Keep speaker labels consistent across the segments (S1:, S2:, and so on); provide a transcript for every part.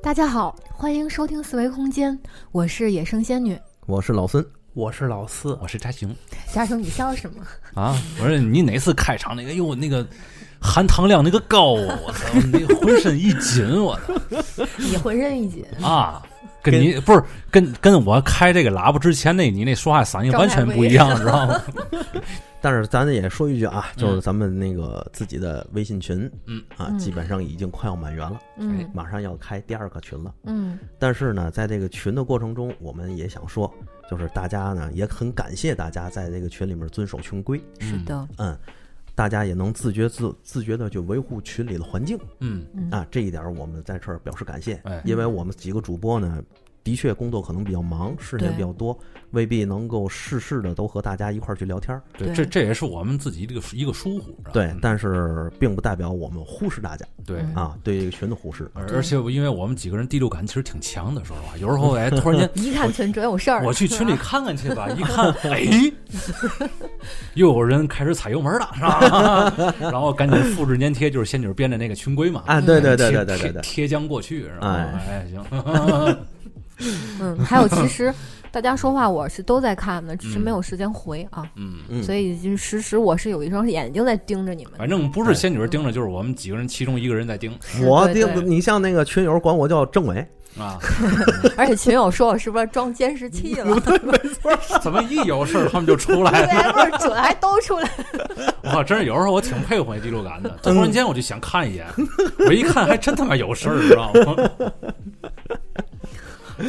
S1: 大家好，欢迎收听四维空间，我是野生仙女。
S2: 我是老孙，
S3: 我是老四，
S4: 我是扎熊
S1: 家属，你笑什么？
S4: 啊！我说你哪次开场那个，哎呦那个含糖量那个高啊，我操， 那个浑身一紧，我操
S1: 你浑身一紧，
S4: 啊！跟你不是跟跟我开这个喇叭之前那你那说话嗓音完全不一样，知 道吗？
S2: 但是咱也说一句啊，就是
S4: 嗯
S2: 咱们那个自己的微信群，
S4: 嗯
S2: 啊，
S1: 嗯
S2: 基本上已经快要满员了，
S1: 嗯
S2: 马上要开第二个群了。
S1: 嗯
S2: 但是呢，在这个群的过程中，我们也想说，就是大家呢也很感谢大家在这个群里面遵守群规，
S1: 是的，
S2: 嗯，大家也能自觉自自觉的去维护群里的环境
S4: 嗯，
S1: 嗯
S2: 啊，这一点我们在这儿表示感谢，
S4: 哎，
S2: 因为我们几个主播呢。的确，工作可能比较忙，事情也比较多，未必能够事事的都和大家一块儿去聊天儿。
S4: 对，
S1: 对
S4: 这这也是我们自己这个一个疏忽，知道吗
S2: 对，但是并不代表我们忽视大家
S4: 对。
S1: 嗯
S2: 啊，对这个群的忽视。
S4: 而而且，因为我们几个人第六感其实挺强的，说实话，有时候哎，突然间
S1: 一看群准有事儿，
S4: 我去群里看看去吧，一看，哎，又有人开始踩油门了，是吧？然后赶紧复制粘贴，就是仙女编的那个群规嘛。
S2: 啊，对对对对对
S4: 贴
S2: 对对，
S4: 贴将过去，是吧？
S2: 哎
S4: 哎，行，
S1: 嗯，还有其实大家说话我是都在看的，只是
S4: 嗯
S1: 没有时间回啊，
S4: 嗯，
S2: 嗯，
S1: 所以就是时时我是有一双眼睛在盯着你们的。
S4: 反正不是仙女盯着，就是我们几个人其中一个人在盯
S2: 我
S1: 对对
S2: 定你像那个群友管我叫政委，
S4: 啊。
S1: 而且群友说我是不是装监视器 了？
S4: 怎么一有事儿他们就出来？
S1: 对，味儿准还哎都出 来。
S4: 哇，真是有时候我挺佩服那第六感的，突然间我就想看一眼，我一看还真他妈有事儿，知道吗？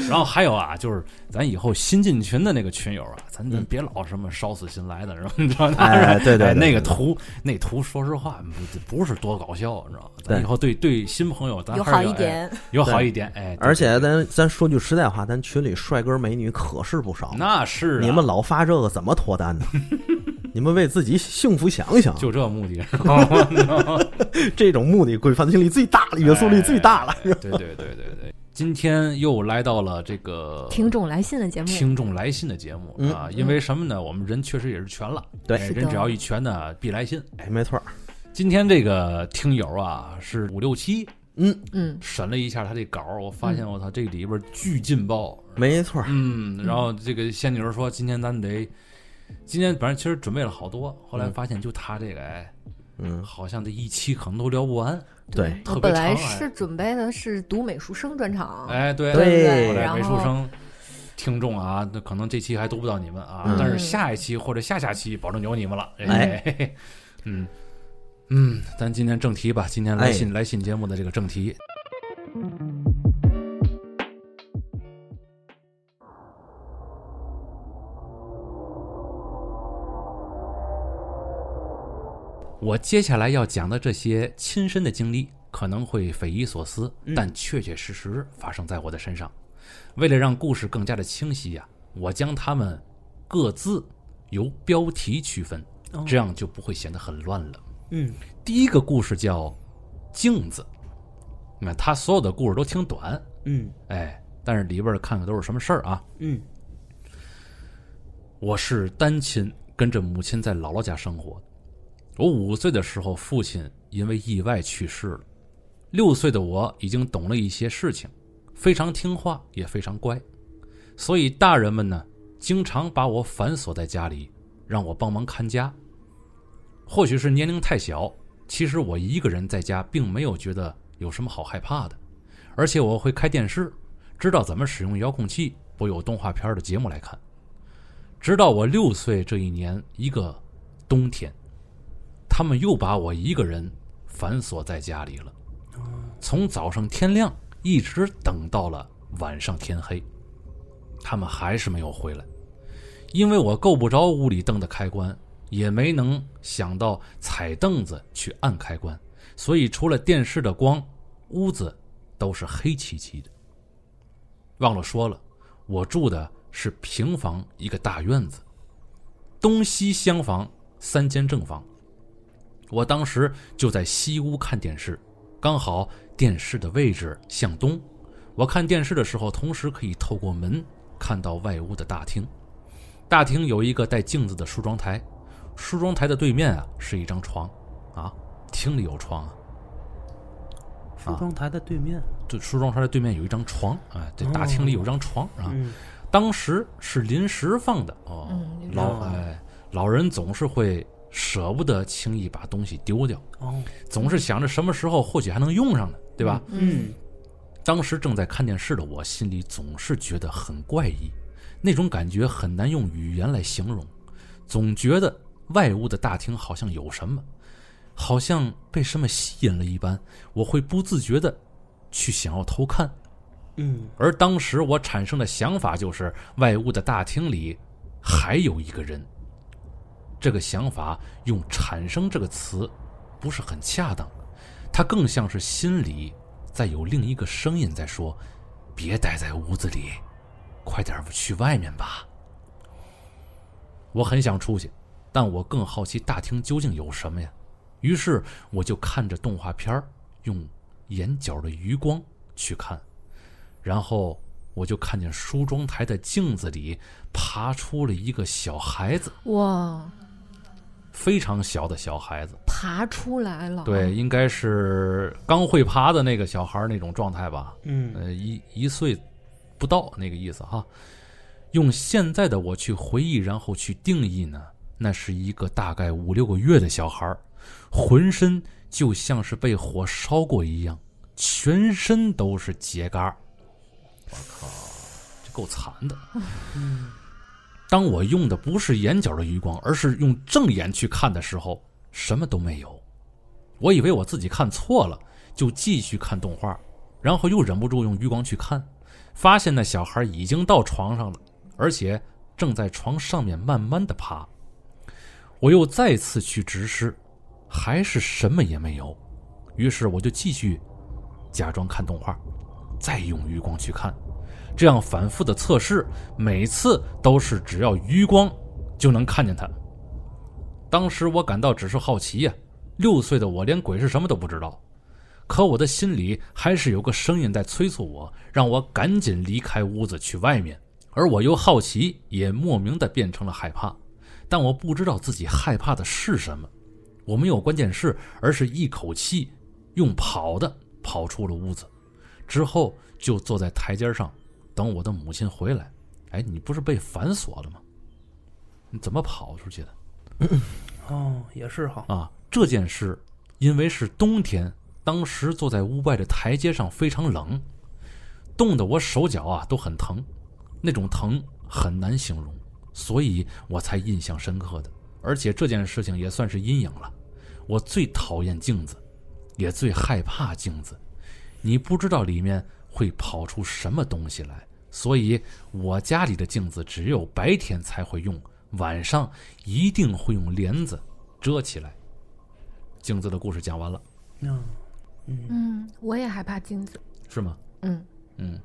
S4: 然后还有啊，就是咱以后新进群的那个群友啊，咱咱别老什么烧死新来的，是吧？你知道吗？
S2: 嗯哎对对对
S4: 哎那个
S2: 对
S4: 图那图，说实话不不是多搞笑，你知道吗？咱
S2: 对
S4: 以后对对新朋友，咱
S1: 有
S4: 还是
S1: 好
S4: 要
S1: 一点，
S4: 哎有好一点，哎，对
S2: 而且咱咱说句实在话，咱群里帅哥美女可是不少，
S4: 那是啊
S2: 你们老发这个怎么脱单呢？ 你们为自己幸福想想，
S4: 就这目的，知道吗？
S2: 这种目的规范性力最大了，约束力最大了。
S4: 哎对对对对对，今天又来到了这个
S1: 听众来信的节目，
S4: 听众来信的节目
S2: 嗯
S4: 啊，因为什么呢？我们人确实也是全了，
S2: 对
S4: 哎
S1: 是的
S4: 人只要一全呢，必来信。
S2: 哎，没错儿，
S4: 今天这个听友啊，是五六七
S2: 嗯，
S1: 嗯，
S4: 审了一下他这稿儿，我发现我操，这里边巨劲爆，
S2: 没错儿，
S4: 嗯，然后这个仙女儿说，今天咱们得，今天反正其实准备了好多，后来
S2: 嗯
S4: 发现就他这个，哎，
S2: 嗯，
S4: 好像这一期可能都聊不完，
S2: 对，
S4: 特
S1: 我
S4: 别
S1: 呃本来
S4: 长哎
S1: 是准备的是读美术生专场，
S4: 哎，对
S1: 嗯对不
S2: 对
S4: 后来
S1: 然后
S4: 美术生听众啊，那可能这期还读不到你们啊，
S2: 嗯
S4: 但是下一期或者下下期保证有你们了。
S2: 哎
S4: 嘿嘿嗯嗯，咱今天正题吧，今天来信、来信节目的这个正题。我接下来要讲的这些亲身的经历可能会匪夷所思，但确确实实发生在我的身上。为了让故事更加的清晰呀、我将它们各自由标题区分，这样就不会显得很乱了。
S3: 嗯，
S4: 第一个故事叫《镜子》，你看它所有的故事都挺短，
S3: 嗯
S4: 哎，但是里边儿看看都是什么事儿啊？
S3: 嗯
S4: 我是单亲，跟着母亲在姥姥家生活。我五岁的时候，父亲因为意外去世了。六岁的我已经懂了一些事情，非常听话，也非常乖，所以大人们呢，经常把我反锁在家里，让我帮忙看家。或许是年龄太小，其实我一个人在家并没有觉得有什么好害怕的，而且我会开电视，知道怎么使用遥控器，我有动画片的节目来看。直到我六岁这一年一个冬天，他们又把我一个人反锁在家里了，从早上天亮一直等到了晚上天黑，他们还是没有回来，因为我够不着屋里灯的开关，也没能想到踩凳子去按开关，所以除了电视的光，屋子都是黑漆漆的。忘了说了，我住的是平房一个大院子，东西厢房三间正房。我当时就在西屋看电视，刚好电视的位置向东。我看电视的时候，同时可以透过门看到外屋的大厅。大厅有一个带镜子的梳妆台，梳妆台的对面啊是一张床，啊，厅里有床啊。
S2: 梳妆台的对面，
S4: 这梳妆台的对面有一张床，哎，这大厅里有一张床啊，
S2: 嗯
S4: 当时是临时放的哦。
S1: 嗯临时
S4: 老
S2: 放的
S4: 哎，老人总是会舍不得轻易把东西丢掉，
S2: 哦，
S4: 总是想着什么时候或许还能用上呢，对吧？
S1: 嗯，
S4: 当时正在看电视的我，心里总是觉得很怪异，那种感觉很难用语言来形容，总觉得外屋的大厅好像有什么，好像被什么吸引了一般，我会不自觉的去想要偷看。
S2: 嗯
S4: 而当时我产生的想法就是，外屋的大厅里还有一个人。这个想法用“产生”这个词不是很恰当，它更像是心里在有另一个声音在说：“别待在屋子里，快点去外面吧。”我很想出去，但我更好奇大厅究竟有什么呀。于是我就看着动画片儿，用眼角的余光去看。然后我就看见梳妆台的镜子里爬出了一个小孩子，
S1: 哇，
S4: 非常小的小孩子，
S1: 爬出来了，
S4: 对，，应该是刚会爬的那个小孩儿那种状态吧，
S2: 嗯
S4: 呃，一一岁不到那个意思哈。用现在的我去回忆，然后去定义呢，那是一个大概五六个月的小孩儿，浑身就像是被火烧过一样，全身都是秸秆儿。我靠，这够惨的。当我用的不是眼角的余光，而是用正眼去看的时候，什么都没有。我以为我自己看错了，就继续看动画，然后又忍不住用余光去看，发现那小孩已经到床上了，而且正在床上面慢慢的爬。我又再次去直视，还是什么也没有。于是我就继续假装看动画，再用余光去看，这样反复的测试，每次都是只要余光就能看见他。当时我感到只是好奇呀、六岁的我连鬼是什么都不知道，可我的心里还是有个声音在催促我，让我赶紧离开屋子去外面。而我又好奇，也莫名的变成了害怕，但我不知道自己害怕的是什么。我没有关键是，而是一口气用跑的跑出了屋子，之后就坐在台阶上等我的母亲回来。哎，你不是被反锁了吗？你怎么跑出去的？
S2: 哦，也是哈，
S4: 啊，这件事因为是冬天，当时坐在屋外的台阶上非常冷，冻得我手脚啊都很疼，那种疼很难形容，所以我才印象深刻的。而且这件事情也算是阴影了。我最讨厌镜子，也最害怕镜子。你不知道里面会跑出什么东西来，所以我家里的镜子只有白天才会用，晚上一定会用帘子遮起来。镜子的故事讲完了，
S2: 嗯
S1: 嗯，我也害怕镜子，
S4: 是吗？
S1: 嗯，
S4: 嗯，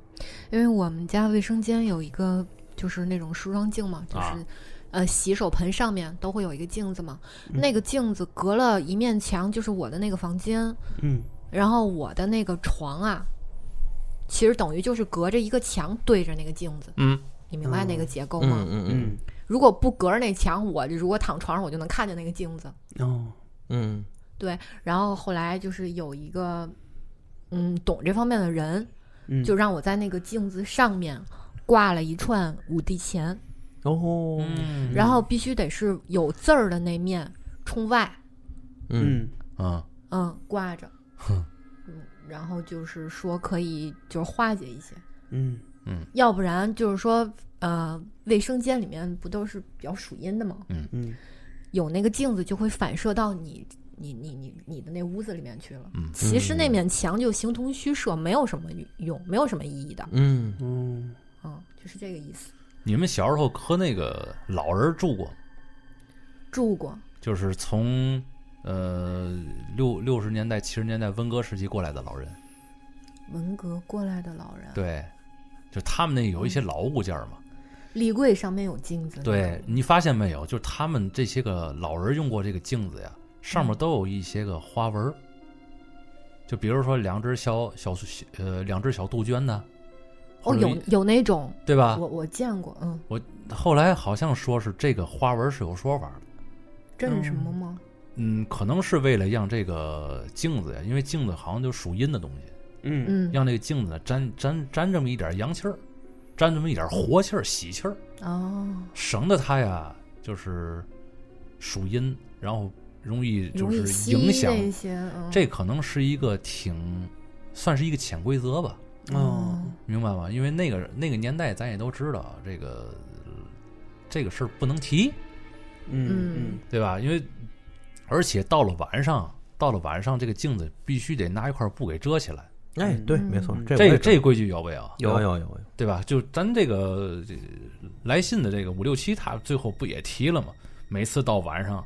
S1: 因为我们家卫生间有一个就是那种梳妆镜嘛，就是、
S4: 啊
S1: 呃洗手盆上面都会有一个镜子嘛，
S4: 嗯
S1: 那个镜子隔了一面墙就是我的那个房间，
S2: 嗯
S1: 然后我的那个床啊，其实等于就是隔着一个墙对着那个镜子，
S4: 嗯，
S1: 你明白那个结构吗？
S2: 嗯嗯
S1: 如果不隔着那墙，我如果躺床上，我就能看见那个镜子。
S2: 嗯哦
S4: 嗯，
S1: 对，然后后来就是有一个，嗯，懂这方面的人，
S2: 嗯
S1: 就让我在那个镜子上面挂了一串五帝钱，
S2: 哦
S4: 嗯
S1: 然后必须得是有字儿的那面冲外，
S2: 嗯
S4: 啊，
S1: 嗯，挂着，
S4: 哼
S1: 嗯，然后就是说可以就是化解一些，
S2: 嗯
S1: 要不然就是说，呃，卫生间里面不都是比较属阴的吗？
S2: 嗯
S1: 有那个镜子就会反射到你你你你你的那屋子里面去了。
S4: 嗯
S1: 其实那面墙就形同虚设，没有什么用，没有什么意义的。
S2: 嗯嗯
S1: 嗯，就是这个意思。
S4: 你们小时候和那个老人住过吗，
S1: 住过，
S4: 就是从呃六六十年代、七十年代温哥时期过来的老人，
S1: 文革过来的老人，
S4: 对，就他们那有一些老物件儿嘛，
S1: 立柜上面有镜子。
S4: 对，你发现没有？就是他们这些个老人用过这个镜子呀，上面都有一些个花纹儿，就比如说两只小小呃两只小杜鹃呢，
S1: 哦，
S4: 或者
S1: 有
S4: 一
S1: 有那种，
S4: 对吧？
S1: 我我见过，嗯，
S4: 后来好像说是这个花纹是有说法的，
S1: 镇什么吗？
S4: 嗯嗯，可能是为了让这个镜子呀，因为镜子好像就属阴的东西，
S2: 嗯
S1: 嗯
S4: 让那个镜子呢沾沾沾这么一点阳气儿，沾这么一点活气儿、喜气儿，
S1: 哦，
S4: 省得它呀就是属阴，然后容易就
S1: 容易
S4: 是
S1: 吸
S4: 影响。
S1: 那些，嗯、
S4: 这可能是一个挺算是一个潜规则吧，
S2: 哦
S4: 明白吗？因为那个那个年代咱也都知道，这个这个事儿不能提，
S2: 嗯
S4: 对吧？因为而且到了晚上，到了晚上这个镜子必须得拿一块布给遮起来，
S2: 嗯，哎，对，没错，这
S4: 这
S2: 这
S4: 个这规矩有没有？
S2: 有有有有，
S4: 对吧？就咱这个这来信的这个五六七，他最后不也提了吗？每次到晚上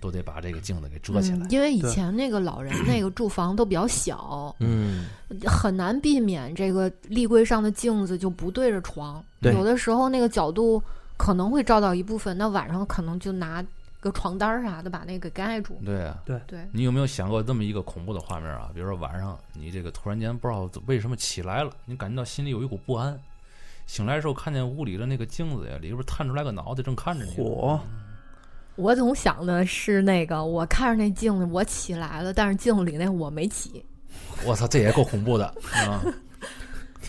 S4: 都得把这个镜子给遮起来
S1: 嗯，。因为以
S2: 对
S1: 前那个老人那个住房都比较小，
S2: 嗯
S1: 很难避免这个立柜上的镜子就不对着床，
S2: 对
S1: 有的时候那个角度可能会照到一部分，那晚上可能就拿个床单儿啥的把那个给盖住。
S4: 对啊，
S1: 对，
S4: 你有没有想过这么一个恐怖的画面啊？比如说晚上你这个突然间不知道为什么起来了，你感觉到心里有一股不安，醒来的时候看见屋里的那个镜子呀，里边探出来个脑袋正看着你。
S2: 火
S1: 我总想的是那个，我看着那镜子，我起来了，但是镜子里那我没起。
S4: 我操，这也够恐怖的啊！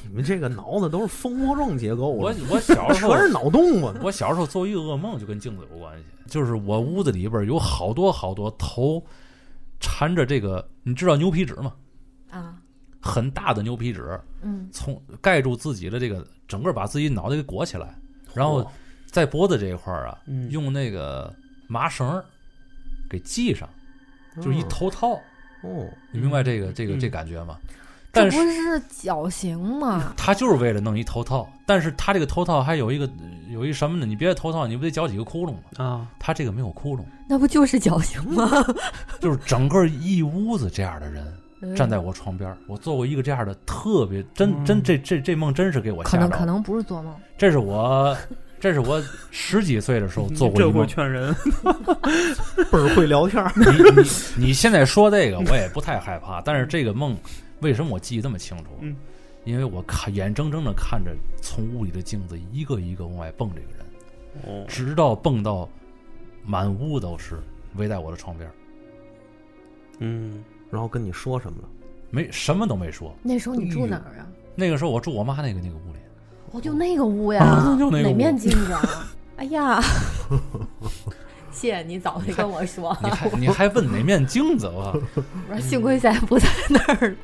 S2: 你们这个脑子都是蜂窝状结构
S4: 我
S2: 了，
S4: 我小时
S2: 全
S4: 候
S2: 是脑洞啊！
S4: 我小时候做一个噩梦，就跟镜子有关系。就是我屋子里边有好多好多头缠着这个，你知道牛皮纸吗？
S1: 啊，
S4: 很大的牛皮纸，
S1: 嗯，
S4: 从盖住自己的这个，整个把自己脑袋给裹起来，然后在脖子这一块儿啊，
S2: 嗯
S4: 用那个麻绳儿给系上，就是一头套。
S2: 哦，
S4: 你明白这个这个
S2: 嗯
S4: 这感觉吗？
S1: 这
S4: 但
S1: 不
S4: 是
S1: 是绞刑 吗？
S4: 他就是为了弄一头套，但是他这个头套还有一个呃有一什么呢？你别头套，你不得绞几个窟窿吗？
S2: 啊，
S4: 他这个没有窟窿。
S1: 那不就是绞刑吗？
S4: 就是整个一屋子这样 的人站在我床边儿，我做过一个这样的特别
S3: 嗯
S4: 真真这这这梦真是给我
S1: 可
S4: 吓
S1: 能
S4: 到
S1: 可
S4: 了，
S1: 能不是做梦，
S4: 这是我这是我十几岁的时候做过一梦。
S3: 劝人，
S2: 倍儿会聊天儿。
S4: 你你你现在说这个我也不太害怕，但是这个梦为什么我记得这么清楚
S3: 嗯？
S4: 因为我看眼睁睁的看着从屋里的镜子一个一个往外蹦这个人，
S3: 哦，
S4: 直到蹦到满屋都是，围在我的床边儿，
S2: 嗯，然后跟你说什么了？
S4: 没什么都没说。
S1: 那时候你住哪儿啊？
S4: 那个时候我住我妈那个那个屋里。
S1: 哦，就那个屋呀，
S4: 啊就那个屋
S1: 哪面镜 子啊？哎呀，谢谢你早没跟我 说，
S4: 你 还你还问哪面镜子？我
S1: 我说幸亏现在不在那儿。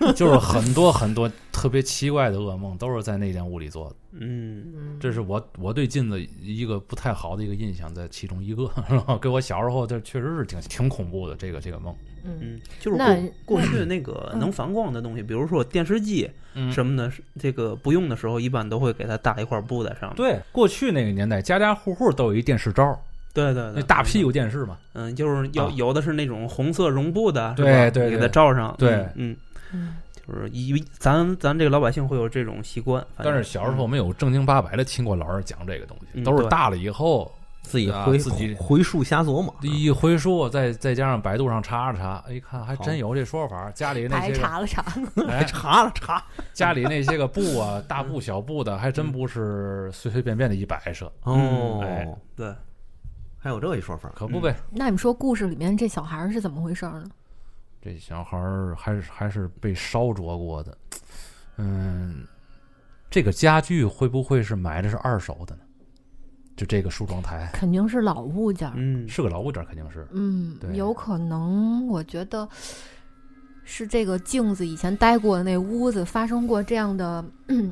S4: 靠 就是很多很多特别奇怪的噩梦都是在那间屋里做的。
S2: 嗯，
S1: 嗯，
S4: 这是我我对镜子一个不太好的一个印象，在其中一个，然后给我小时候这确实是挺挺恐怖的这个这个梦。
S1: 嗯，
S3: 嗯，就是
S1: 那
S3: 过过去那个
S1: 嗯
S3: 能反光的东西，比如说电视机
S4: 嗯
S3: 什么的，是这个不用的时候，一般都会给它搭一块布在上面。
S4: 对，过去那个年代，家家户户都有一电视招儿，
S3: 对对
S4: 那
S3: 对，
S4: 大屁股电视嘛。
S3: 嗯，就是
S4: 啊
S3: 有有的是那种红色绒布的，是
S4: 对
S3: 吧
S4: 对
S3: 你给
S4: 对
S3: 它罩上。
S4: 对
S3: 嗯，嗯
S1: 嗯
S3: 就是一咱咱这个老百姓会有这种习惯，反
S4: 但
S3: 正
S4: 是小时候没有正经八百的听过老人讲这个东西，
S3: 嗯
S4: 都是
S3: 对嗯
S4: 大了以后
S2: 自己
S4: 啊
S2: 回
S4: 自己
S2: 回溯瞎琢磨。
S4: 一回说，再再加上百度上查了查，哎一看还真有这说法儿。家里那
S1: 白
S4: 些 个
S1: 查了查，
S4: 哎
S2: 查了查
S4: 家里那些个布啊，大布小布的，还真不是随随便便的一摆设，
S2: 哦，
S4: 哎
S3: 对，
S2: 还有这一说法。
S4: 可不呗。
S1: 那你们说故事里面这小孩儿是怎么回事儿呢？
S4: 这小孩儿还是还是被烧灼过的，嗯，这个家具会不会是买的是二手的呢？就这个梳妆台
S1: 肯定是老物件儿，
S3: 嗯，
S4: 是个老物件儿，肯定是。
S1: 嗯
S4: 对，
S1: 有可能，我觉得是这个镜子以前待过的那屋子发生过这样的，
S3: 嗯，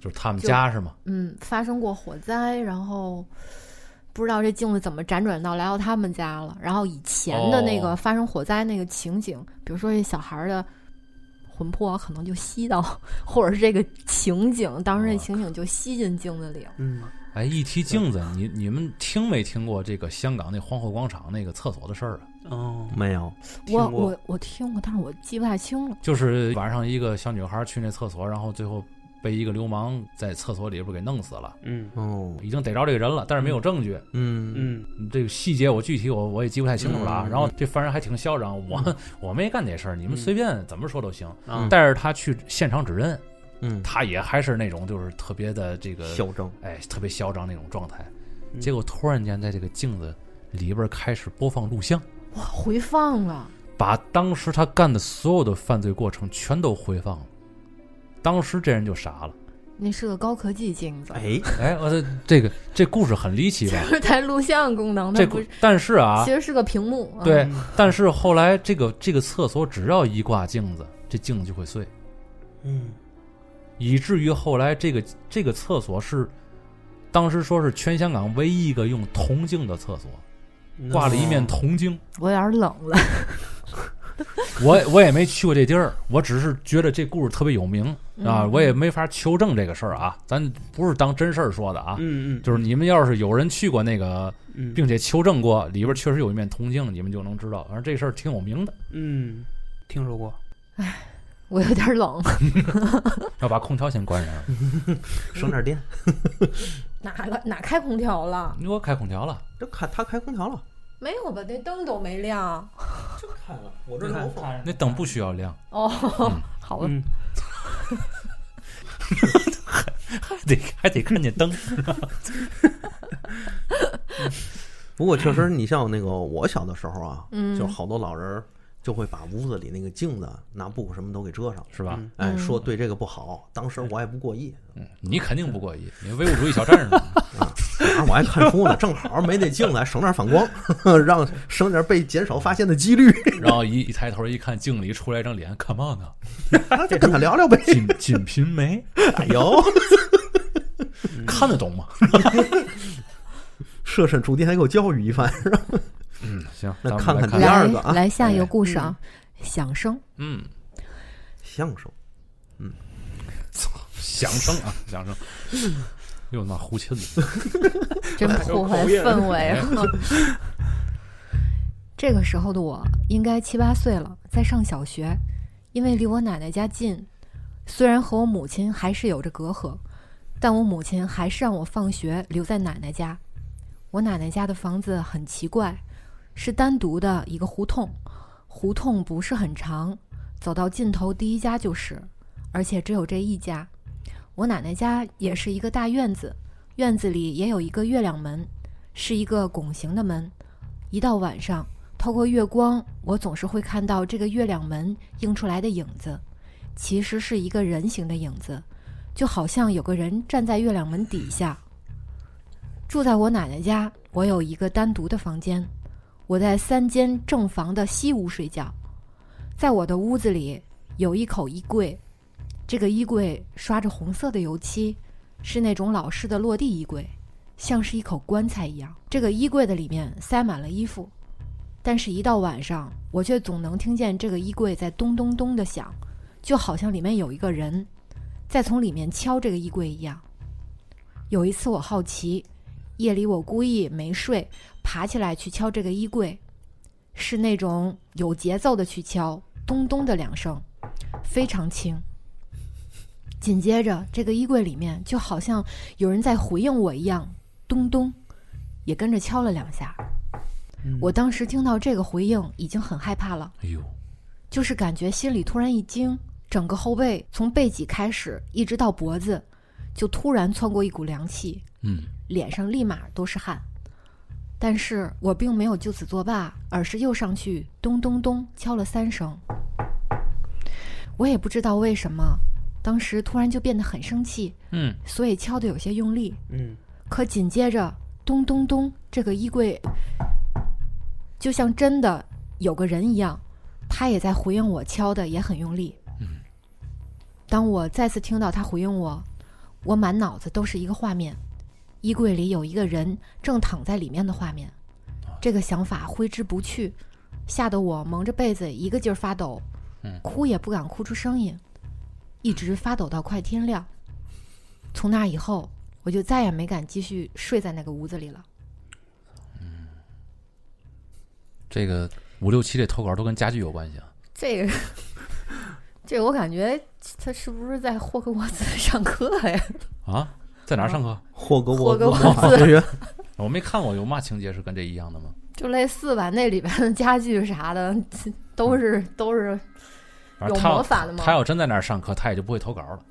S4: 就是他们家是吗？
S1: 嗯，发生过火灾，然后不知道这镜子怎么辗转到来到他们家了。然后以前的那
S4: 哦
S1: 个发生火灾那个情景，比如说这小孩儿的魂魄可能就吸到，或者是这个情景，当时
S4: 哇
S1: 这情景就吸进镜子里了。
S3: 嗯，
S4: 哎，一提镜子，你你们听没听过这个香港那皇后广场那个厕所的事儿啊？
S3: 哦，
S2: 没有，
S3: 听
S1: 我
S3: 过
S1: 我我听过，但是我记不太清了。
S4: 就是晚上一个小女孩去那厕所，然后最后被一个流氓在厕所里边给弄死了，
S3: 嗯
S2: 哦，
S4: 已经逮着这个人了，但是没有证据。
S2: 嗯
S3: 嗯
S4: 这个细节我具体我我也记不太清楚了啊。
S2: 嗯
S4: 然后这犯人还挺嚣张，我 我没干这事儿，你们随便怎么说都行。
S3: 啊，
S4: 带着他去现场指认，
S2: 嗯，
S4: 他也还是那种就是特别的这个，
S2: 嚣张，
S4: 哎，特别嚣张那种状态。
S3: 嗯
S4: 结果突然间在这个镜子里边开始播放录像，
S1: 哇，回放了，
S4: 把当时他干的所有的犯罪过程全都回放了。当时这人就傻了，
S1: 那是个高科技镜子，
S2: 哎，
S4: 哎，我这这个这故事很离奇吧？
S1: 就是带录像功能，它
S4: 这
S1: 不
S4: 故
S1: 是，
S4: 但是啊
S1: 其，实是个屏幕。啊
S4: 对，但是后来这个这个厕所只要一挂镜子，这镜子就会碎，
S2: 嗯，
S4: 以至于后来这个这个厕所是当时说是全香港唯一一个用铜镜的厕所，
S3: 嗯
S4: 挂了一面铜镜。
S1: 我有点冷了，
S4: 我我也没去过这地儿，我只是觉得这故事特别有名啊，
S1: 嗯
S4: 我也没法求证这个事儿啊，咱不是当真事儿说的啊。
S3: 嗯嗯，
S4: 就是你们要是有人去过那个，
S3: 嗯
S4: 并且求证过里边确实有一面铜镜，你们就能知道。反正这事儿挺有名的，
S3: 嗯，听说过，
S1: 我有点冷。
S4: 要把空调先关上。
S2: 省点电。
S1: 哪个哪开空调了？
S4: 你给我开空调了，
S2: 这开他开空调了，
S1: 没有吧？那灯都没亮。
S2: 开了，我
S3: 你看看
S4: 那灯不需要亮，
S1: 哦，好吧，
S3: 嗯，
S4: 还得还得看见灯。
S2: 不过确实，你像那个我小的时候啊，
S1: 嗯
S2: 就是好多老人儿就会把屋子里那个镜子拿布什么都给遮上，
S4: 是吧？
S3: 嗯
S2: 哎，
S1: 嗯
S2: 说对这个不好。当时我也不过意，
S4: 嗯你肯定不过瘾，你唯物主义小战士 嘛。
S2: 哪儿我还看书呢，正好没那镜子，还省点反光， 让省点被减少发现的几率。
S4: 然后一一抬头一看，镜里出来一张脸，Come on 啊，
S2: 就跟他聊聊呗。
S4: 锦锦屏梅，
S2: 哎呦，
S1: 嗯
S4: 看得懂吗？
S2: 设身处地还给我教育一番。
S4: 嗯，行，
S2: 那
S4: 咱们
S2: 看
S4: 来
S2: 看第
S4: 看，
S1: 来
S2: 二个啊
S1: 来下一个故事啊，响声。
S4: 嗯，
S2: 相声，
S4: 响声啊，响 声。又那胡琴 子，
S1: 真破坏氛围啊！这个时候的我应该七八岁了，在上小学，因为离我奶奶家近，虽然和我母亲还是有着隔阂，但我母亲还是让我放学留在奶奶家。我奶奶家的房子很奇怪，是单独的一个胡同，胡同不是很长，走到尽头第一家就是，而且只有这一家。我奶奶家也是一个大院子，院子里也有一个月亮门，是一个拱形的门。一到晚上，透过月光，我总是会看到这个月亮门映出来的影子，其实是一个人形的影子，就好像有个人站在月亮门底下。住在我奶奶家，我有一个单独的房间，我在三间正房的西屋睡觉。在我的屋子里有一口衣柜，这个衣柜刷着红色的油漆，是那种老式的落地衣柜，像是一口棺材一样。这个衣柜的里面塞满了衣服，但是，一到晚上，我却总能听见这个衣柜在咚咚咚的响，就好像里面有一个人在从里面敲这个衣柜一样。有一次，我好奇，夜里我故意没睡，爬起来去敲这个衣柜，是那种有节奏的去敲，咚咚的两声，非常轻。紧接着，这个衣柜里面就好像有人在回应我一样，咚咚，也跟着敲了两下。我当时听到这个回应，已经很害怕了，
S4: 哎呦，
S1: 就是感觉心里突然一惊，整个后背从背脊开始一直到脖子，就突然窜过一股凉气，
S4: 嗯，
S1: 脸上立马都是汗。但是我并没有就此作罢，而是又上去咚咚咚敲了三声。我也不知道为什么，当时突然就变得很生气，
S4: 嗯，
S1: 所以敲得有些用力。
S3: 嗯
S1: 可紧接着，咚咚咚，这个衣柜就像真的有个人一样，他也在回应我，敲的也很用力。当我再次听到他回应我，我满脑子都是一个画面：衣柜里有一个人正躺在里面的画面。这个想法挥之不去，吓得我蒙着被子一个劲儿发抖，哭也不敢哭出声音，一直发抖到快天亮。从那以后，我就再也没敢继续睡在那个屋子里了。
S4: 这个五六七这投稿都跟家具有关系啊。
S1: 这个，这个我感觉他是不是在霍格沃茨上课呀？
S4: 啊，在哪儿上课？
S1: 哦
S2: 霍格
S1: 霍
S2: 沃
S1: 格
S2: 兹
S1: 沃
S2: 魔法学院，
S4: 我没看过有嘛情节是跟这一样的吗？
S1: 就类似吧，那里边的家具啥的都是都是
S4: 反
S1: 有
S4: 正他
S1: 魔
S4: 要
S1: 法的吗
S4: 他？要真在那儿上课，他也就不会投稿了。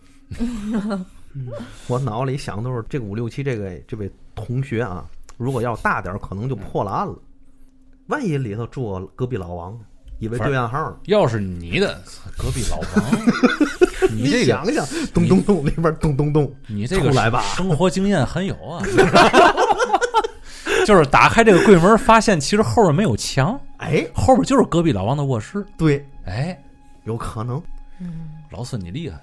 S2: 我脑子里想的都是这个五六七这个这位同学啊，如果要大点儿，可能就破了案了。万一里头住我隔壁老王呢，以为
S4: 反
S2: 对暗号呢。
S4: 要是你的隔壁老 王，你这个
S2: 想想，咚咚咚那边咚咚咚，
S4: 你这个
S2: 出来吧
S4: 生活经验很有啊。 就是打开这个柜门，发现其实后边没有墙，
S2: 哎，
S4: 后边就是隔壁老王的卧室。
S2: 对，
S4: 哎，
S2: 有可能。
S1: 嗯，
S4: 老孙你厉害，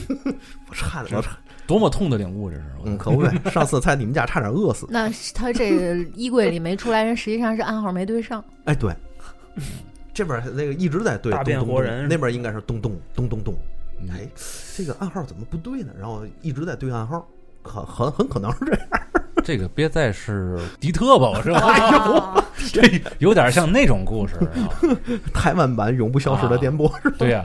S2: 我差点，我差，
S4: 多么痛的领悟这是！
S2: 嗯，可不呗。上次在你们家差点饿死。
S1: 那是他这个衣柜里没出来人，实际上是暗号没对上。
S2: 哎，对，这边那个一直在对
S3: 大变
S2: 咚咚
S3: 活
S2: 咚
S3: 人是
S2: 那边应该是咚咚咚咚咚。
S4: 嗯
S2: 哎，这个暗号怎么不对呢？然后一直在对暗号，可很很可能是这样。
S4: 这个别再是迪特吧，我说
S2: 哎
S1: 啊
S4: 这 有点像那种故事啊。
S2: 台湾版《永不消失的电波》是吧
S4: 对呀、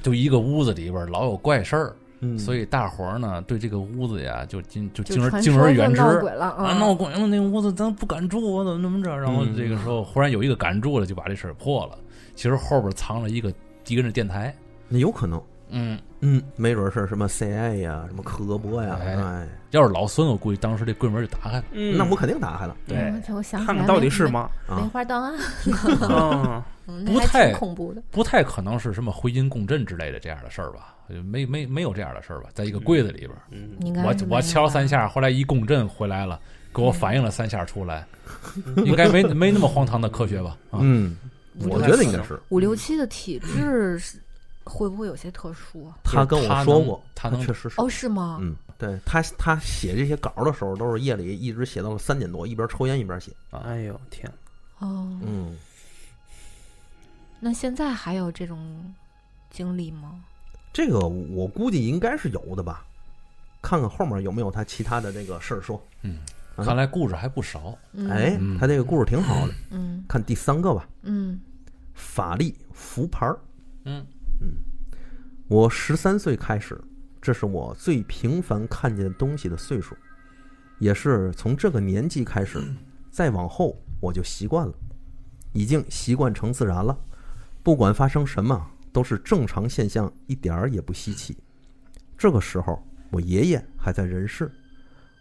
S4: 就一个屋子里边老有怪事儿，
S2: 嗯，
S4: 所以大伙儿呢对这个屋子呀就敬就
S1: 就
S4: 敬而
S1: 传
S4: 敬
S1: 说
S4: 而
S1: 就
S4: 远之。
S1: 闹鬼了嗯
S4: 啊，闹鬼了！那屋子咱不敢住，啊我怎么怎么着？然后这个时候忽然有一个敢住了，就把这事儿破了。其实后边藏了一个敌人的电台。
S2: 那有可能。
S4: 嗯，
S2: 嗯，没准是什么 CIA 呀、什么科波呀，
S4: 哎
S2: 哎，
S4: 要是老孙，我估计当时这柜门就打开了。
S3: 嗯，
S2: 那我肯定打开了
S1: 嗯，我想起
S3: 看
S1: 来
S3: 看到
S1: 梅
S3: 底是？嘛？
S1: 梅梅
S2: 啊。
S1: 花档案，
S3: 嗯，
S1: 嗯那
S4: 不
S1: 还
S4: 太
S1: 挺恐怖的。
S4: 不太可能是什么回音共振之类的这样的事儿吧？没没没有这样的事儿吧？在一个柜子里边，
S3: 嗯，
S1: 应该
S4: 我
S1: 是没
S4: 我
S1: 有
S4: 敲
S1: 吧
S4: 三下，后来一共振回来了，给我反应了三下出来，应该没没那么荒唐的科学吧？啊，
S2: 嗯，
S1: 我
S2: 我
S1: 觉
S2: 觉
S1: 得
S2: 得应该是。
S1: 五六七的体质是会不会有些特殊啊？
S2: 他跟我说过，
S4: 他能
S2: 确实是
S1: 哦，。是吗？
S2: 嗯，对他，他写这些稿的时候，都是夜里一直写到了三点多，一边抽烟一边写。
S3: 哎呦天，
S1: 哦，
S2: 嗯，
S1: 那现在还有这种经历吗？
S2: 这个我估计应该是有的吧，看看后面有没有他其他的这个事儿说。嗯
S4: 看来故事还不少。
S1: 嗯
S2: 哎，他这个故事挺好的，
S1: 嗯
S2: 看第三个吧，
S1: 嗯
S2: 法力福牌儿。
S4: 嗯
S2: 我十三岁开始，这是我最频繁看见东西的岁数，也是从这个年纪开始，再往后我就习惯了，已经习惯成自然了。不管发生什么，都是正常现象，一点儿也不稀奇。这个时候，我爷爷还在人世。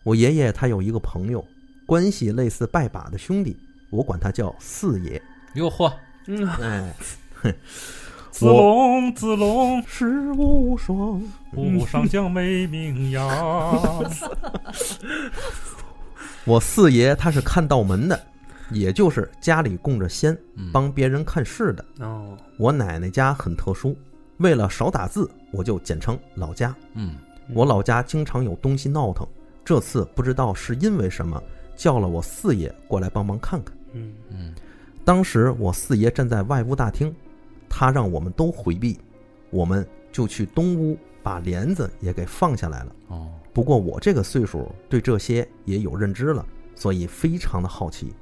S2: 我爷爷他有一个朋友，关系类似拜把的兄弟，我管他叫四爷。
S4: 哟嚯，
S3: 嗯，
S2: 哎，
S4: 子龙子龙，
S2: 十无双。
S4: 湖上将美名
S3: 哦
S4: 扬。
S2: 我四爷他是看道门的，也就是家里供着仙，
S4: 嗯
S2: 帮别人看事的。
S3: 哦，
S2: 我奶奶家很特殊，为了少打字，我就简称老家。
S4: 嗯，
S2: 我老家经常有东西闹腾，这次不知道是因为什么，叫了我四爷过来帮忙看看。
S3: 嗯
S4: 嗯，
S2: 当时我四爷站在外屋大厅，他让我们都回避，我们就去东屋把帘子也给放下来了。
S4: 哦，
S2: 不过我这个岁数对这些也有认知了，所以非常的好奇，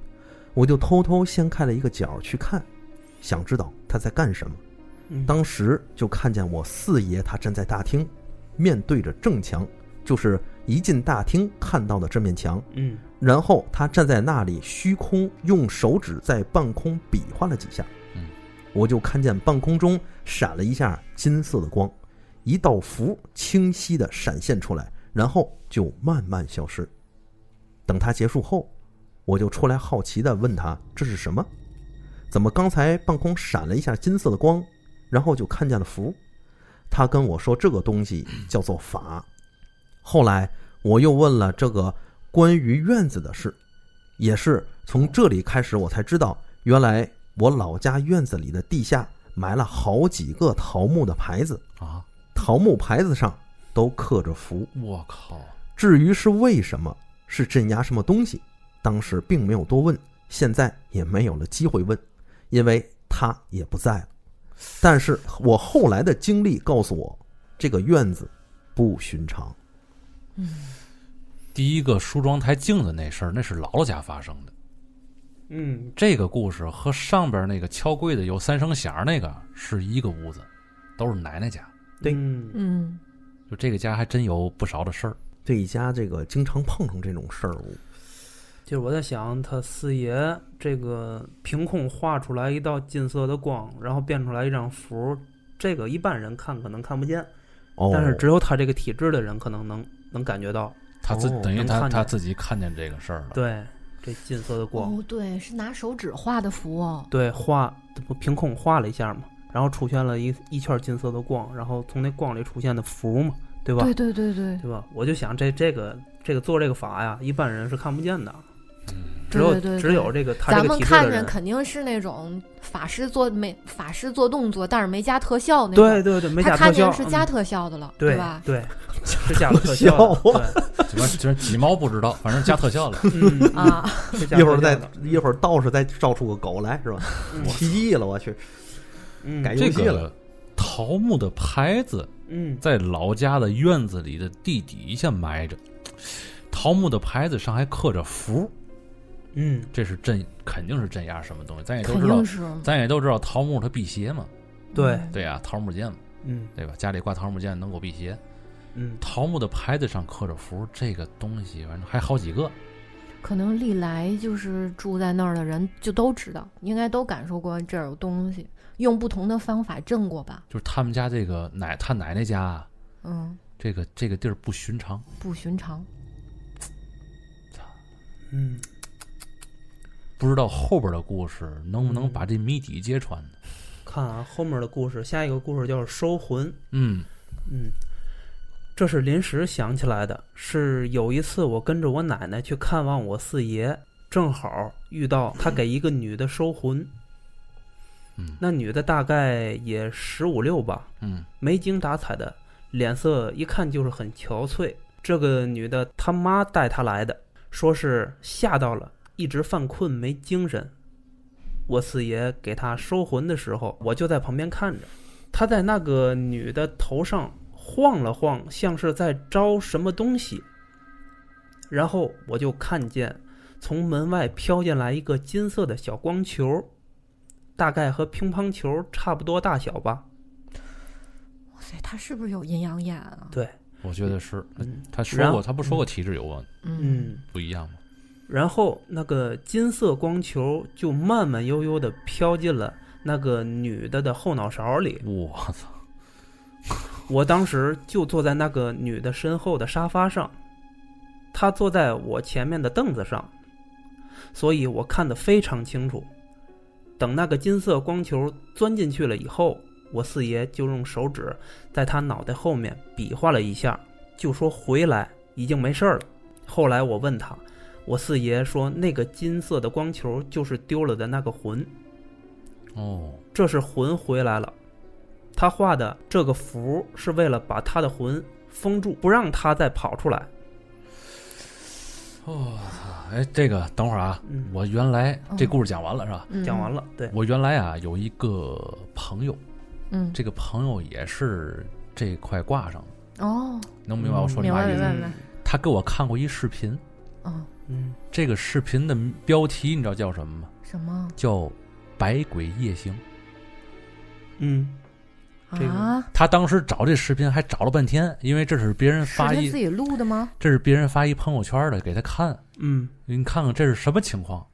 S2: 我就偷偷掀开了一个角去看，想知道他在干什么。
S3: 嗯，
S2: 当时就看见我四爷他站在大厅，面对着正墙，就是一进大厅看到的这面墙。
S3: 嗯
S2: 然后他站在那里虚空，用手指在半空比划了几下。
S4: 嗯，
S2: 我就看见半空中闪了一下金色的光，一道符清晰的闪现出来，然后就慢慢消失。等他结束后，我就出来好奇的问他这是什么？怎么刚才半空闪了一下金色的光，然后就看见了符？他跟我说这个东西叫做法。后来我又问了这个关于院子的事，也是从这里开始我才知道，原来我老家院子里的地下埋了好几个桃木的牌子，
S4: 啊，
S2: 桃木牌子上都刻着符。
S4: 我靠，
S2: 至于是为什么，是镇压什么东西，当时并没有多问，现在也没有了机会问，因为他也不在了。但是我后来的经历告诉我，这个院子不寻常。
S1: 嗯
S4: 第一个梳妆台镜子那事儿，那是姥姥家发生的。
S3: 嗯，
S4: 这个故事和上边那个敲柜子有三声响儿那个是一个屋子，都是奶奶家。
S2: 对
S3: 嗯
S1: 嗯，
S4: 就这个家还真有不少的事儿。
S2: 这一家这个经常碰上这种事儿，
S3: 就是我在想，他四爷这个凭空画出来一道金色的光，然后变出来一张符，这个一般人看可能看不见，
S2: 哦，
S3: 但是只有他这个体质的人可能能能感觉到。
S4: 他自、
S2: 哦
S4: 等于
S3: 能
S4: 他
S3: 看见
S4: 他自己看见这个事儿了。
S3: 对，这金色的光。
S1: 哦，对，是拿手指画的符哦。
S3: 对，画这不凭空画了一下嘛，然后出现了一一圈金色的光，然后从那光里出现的符嘛，对吧？
S1: 对对对对，
S3: 对吧？我就想这这个这个做这个法呀，一般人是看不见的，只有
S1: 对对对
S3: 只有这个他
S1: 咱
S3: 这个
S1: 们
S3: 体质的
S1: 看着
S3: 人。
S1: 肯定是那种法师做没法师做动作，但是没加特效那种。
S3: 对对对，没
S1: 他
S3: 加
S1: 看
S3: 特
S1: 见
S3: 效，
S1: 是
S3: 嗯
S1: 加特效的了，
S3: 对
S1: 吧？
S3: 对， 是加了特效的，
S2: 特效
S3: 对，
S4: 怎么就是几毛不知道，反正加特效了。
S3: 嗯，
S1: 啊，
S3: 嗯是 加
S2: 一会儿
S3: 特效
S2: 再
S3: 的
S2: 一会儿道士再照出个狗来是吧？
S3: 嗯
S2: 奇迹了，我去，
S3: 嗯
S2: 改
S4: 这
S2: 游戏了。
S4: 个桃木的牌子
S3: 嗯
S4: 在老家的院子里的地底下埋着，桃木的牌子上还刻着符，
S3: 嗯
S4: 这是镇，肯定是镇压什么东西。咱也都
S1: 肯
S4: 知道
S1: 定，是。
S4: 咱也都知道桃木它辟邪嘛，
S3: 对
S4: 对呀、桃木剑嘛，
S3: 嗯
S4: 对吧？家里挂桃木剑能够辟邪。
S3: 嗯，
S4: 桃木的牌子上刻着符，这个东西反正还好几个。
S1: 可能历来就是住在那儿的人就都知道，应该都感受过这儿有东西，用不同的方法镇过吧。
S4: 就是他们家这个奶，他奶奶家啊，
S1: 嗯，
S4: 这个这个地儿不寻常。
S1: 不寻常。
S3: 嗯
S4: 不知道后边的故事能不能
S3: 嗯
S4: 把这谜底揭穿呢？
S3: 看啊，后面的故事，下一个故事叫收魂。
S4: 嗯，
S3: 嗯，这是临时想起来的，是有一次我跟着我奶奶去看望我四爷，正好遇到他给一个女的收魂。
S4: 嗯
S3: 那女的大概也十五六吧，
S4: 嗯，
S3: 没精打采的，脸色一看就是很憔悴。这个女的她妈带她来的，说是吓到了，一直犯困没精神。我四爷给她收魂的时候，我就在旁边看着，她在那个女的头上晃了晃，像是在招什么东西。然后我就看见从门外飘进来一个金色的小光球，大概和乒乓球差不多大小吧。
S1: 哇塞，他是不是有阴阳眼啊？
S4: 我觉得是。
S3: 嗯
S4: 他
S3: 然
S4: 说
S3: 后
S4: 过，他不说过体质有问
S1: 嗯，
S3: 嗯，
S4: 不一样吗？
S3: 然后那个金色光球就慢慢悠悠的飘进了那个女的的后脑勺里。
S4: 我操！
S3: 我当时就坐在那个女的身后的沙发上，她坐在我前面的凳子上，所以我看得非常清楚。等那个金色光球钻进去了以后，我四爷就用手指在她脑袋后面比划了一下，就说回来已经没事儿了。后来我问他，我四爷说那个金色的光球就是丢了的那个魂。
S4: 哦，
S3: 这是魂回来了。他画的这个符是为了把他的魂封住，不让他再跑出来。
S4: 我操！哎，这个等会儿啊，
S3: 嗯，
S4: 我原来这故事讲完了是吧？
S1: 嗯
S3: 讲完。了。对，
S4: 我原来啊有一个朋友，
S1: 嗯，
S4: 这个朋友也是这块挂上的，
S1: 哦，
S4: 能明白我说
S1: 明
S4: 什
S1: 白
S4: 么
S1: 明
S4: 意
S1: 白
S4: 思？
S1: 明白。
S4: 他给我看过一视频，
S1: 嗯，
S3: 嗯
S4: 这个视频的标题你知道叫什么吗？
S1: 什么
S4: 叫《百鬼夜行》。
S3: 嗯这个
S1: 啊？
S4: 他当时找这视频还找了半天，因为这是别人
S1: 是他
S4: 发一
S1: 自，己录的吗？
S4: 这是别人发一朋友圈的给他看，
S3: 嗯
S4: 你看看这是什么情况，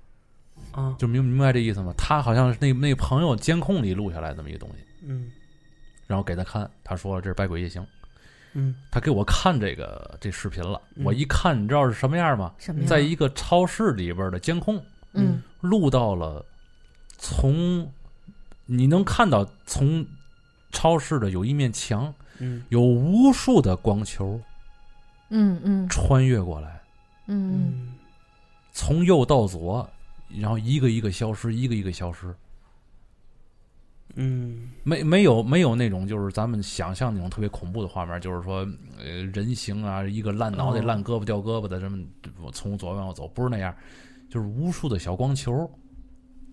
S3: 啊
S4: 就明明白这意思吗？他好像是那那朋友监控里录下来这么一个东西，
S3: 嗯
S4: 然后给他看，他说这是百鬼夜行，
S3: 嗯
S4: 他给我看这个这视频了，
S3: 嗯
S4: 我一看你知道是什么样吗？
S1: 什么呀？
S4: 在一个超市里边的监控
S1: 嗯
S4: 录到了从你能看到从超市的有一面墙
S3: 嗯
S4: 有无数的光球
S1: 嗯嗯
S4: 穿越过来。
S1: 嗯
S3: 嗯
S4: 从右到左，然后一个一个消失，一个一个消失，
S3: 嗯
S4: 没没有没有那种就是咱们想象那种特别恐怖的画面，就是说呃人形啊，一个烂脑袋、
S3: 哦
S4: 烂胳膊、掉胳膊的，什么从左往右走，不是那样，就是无数的小光球，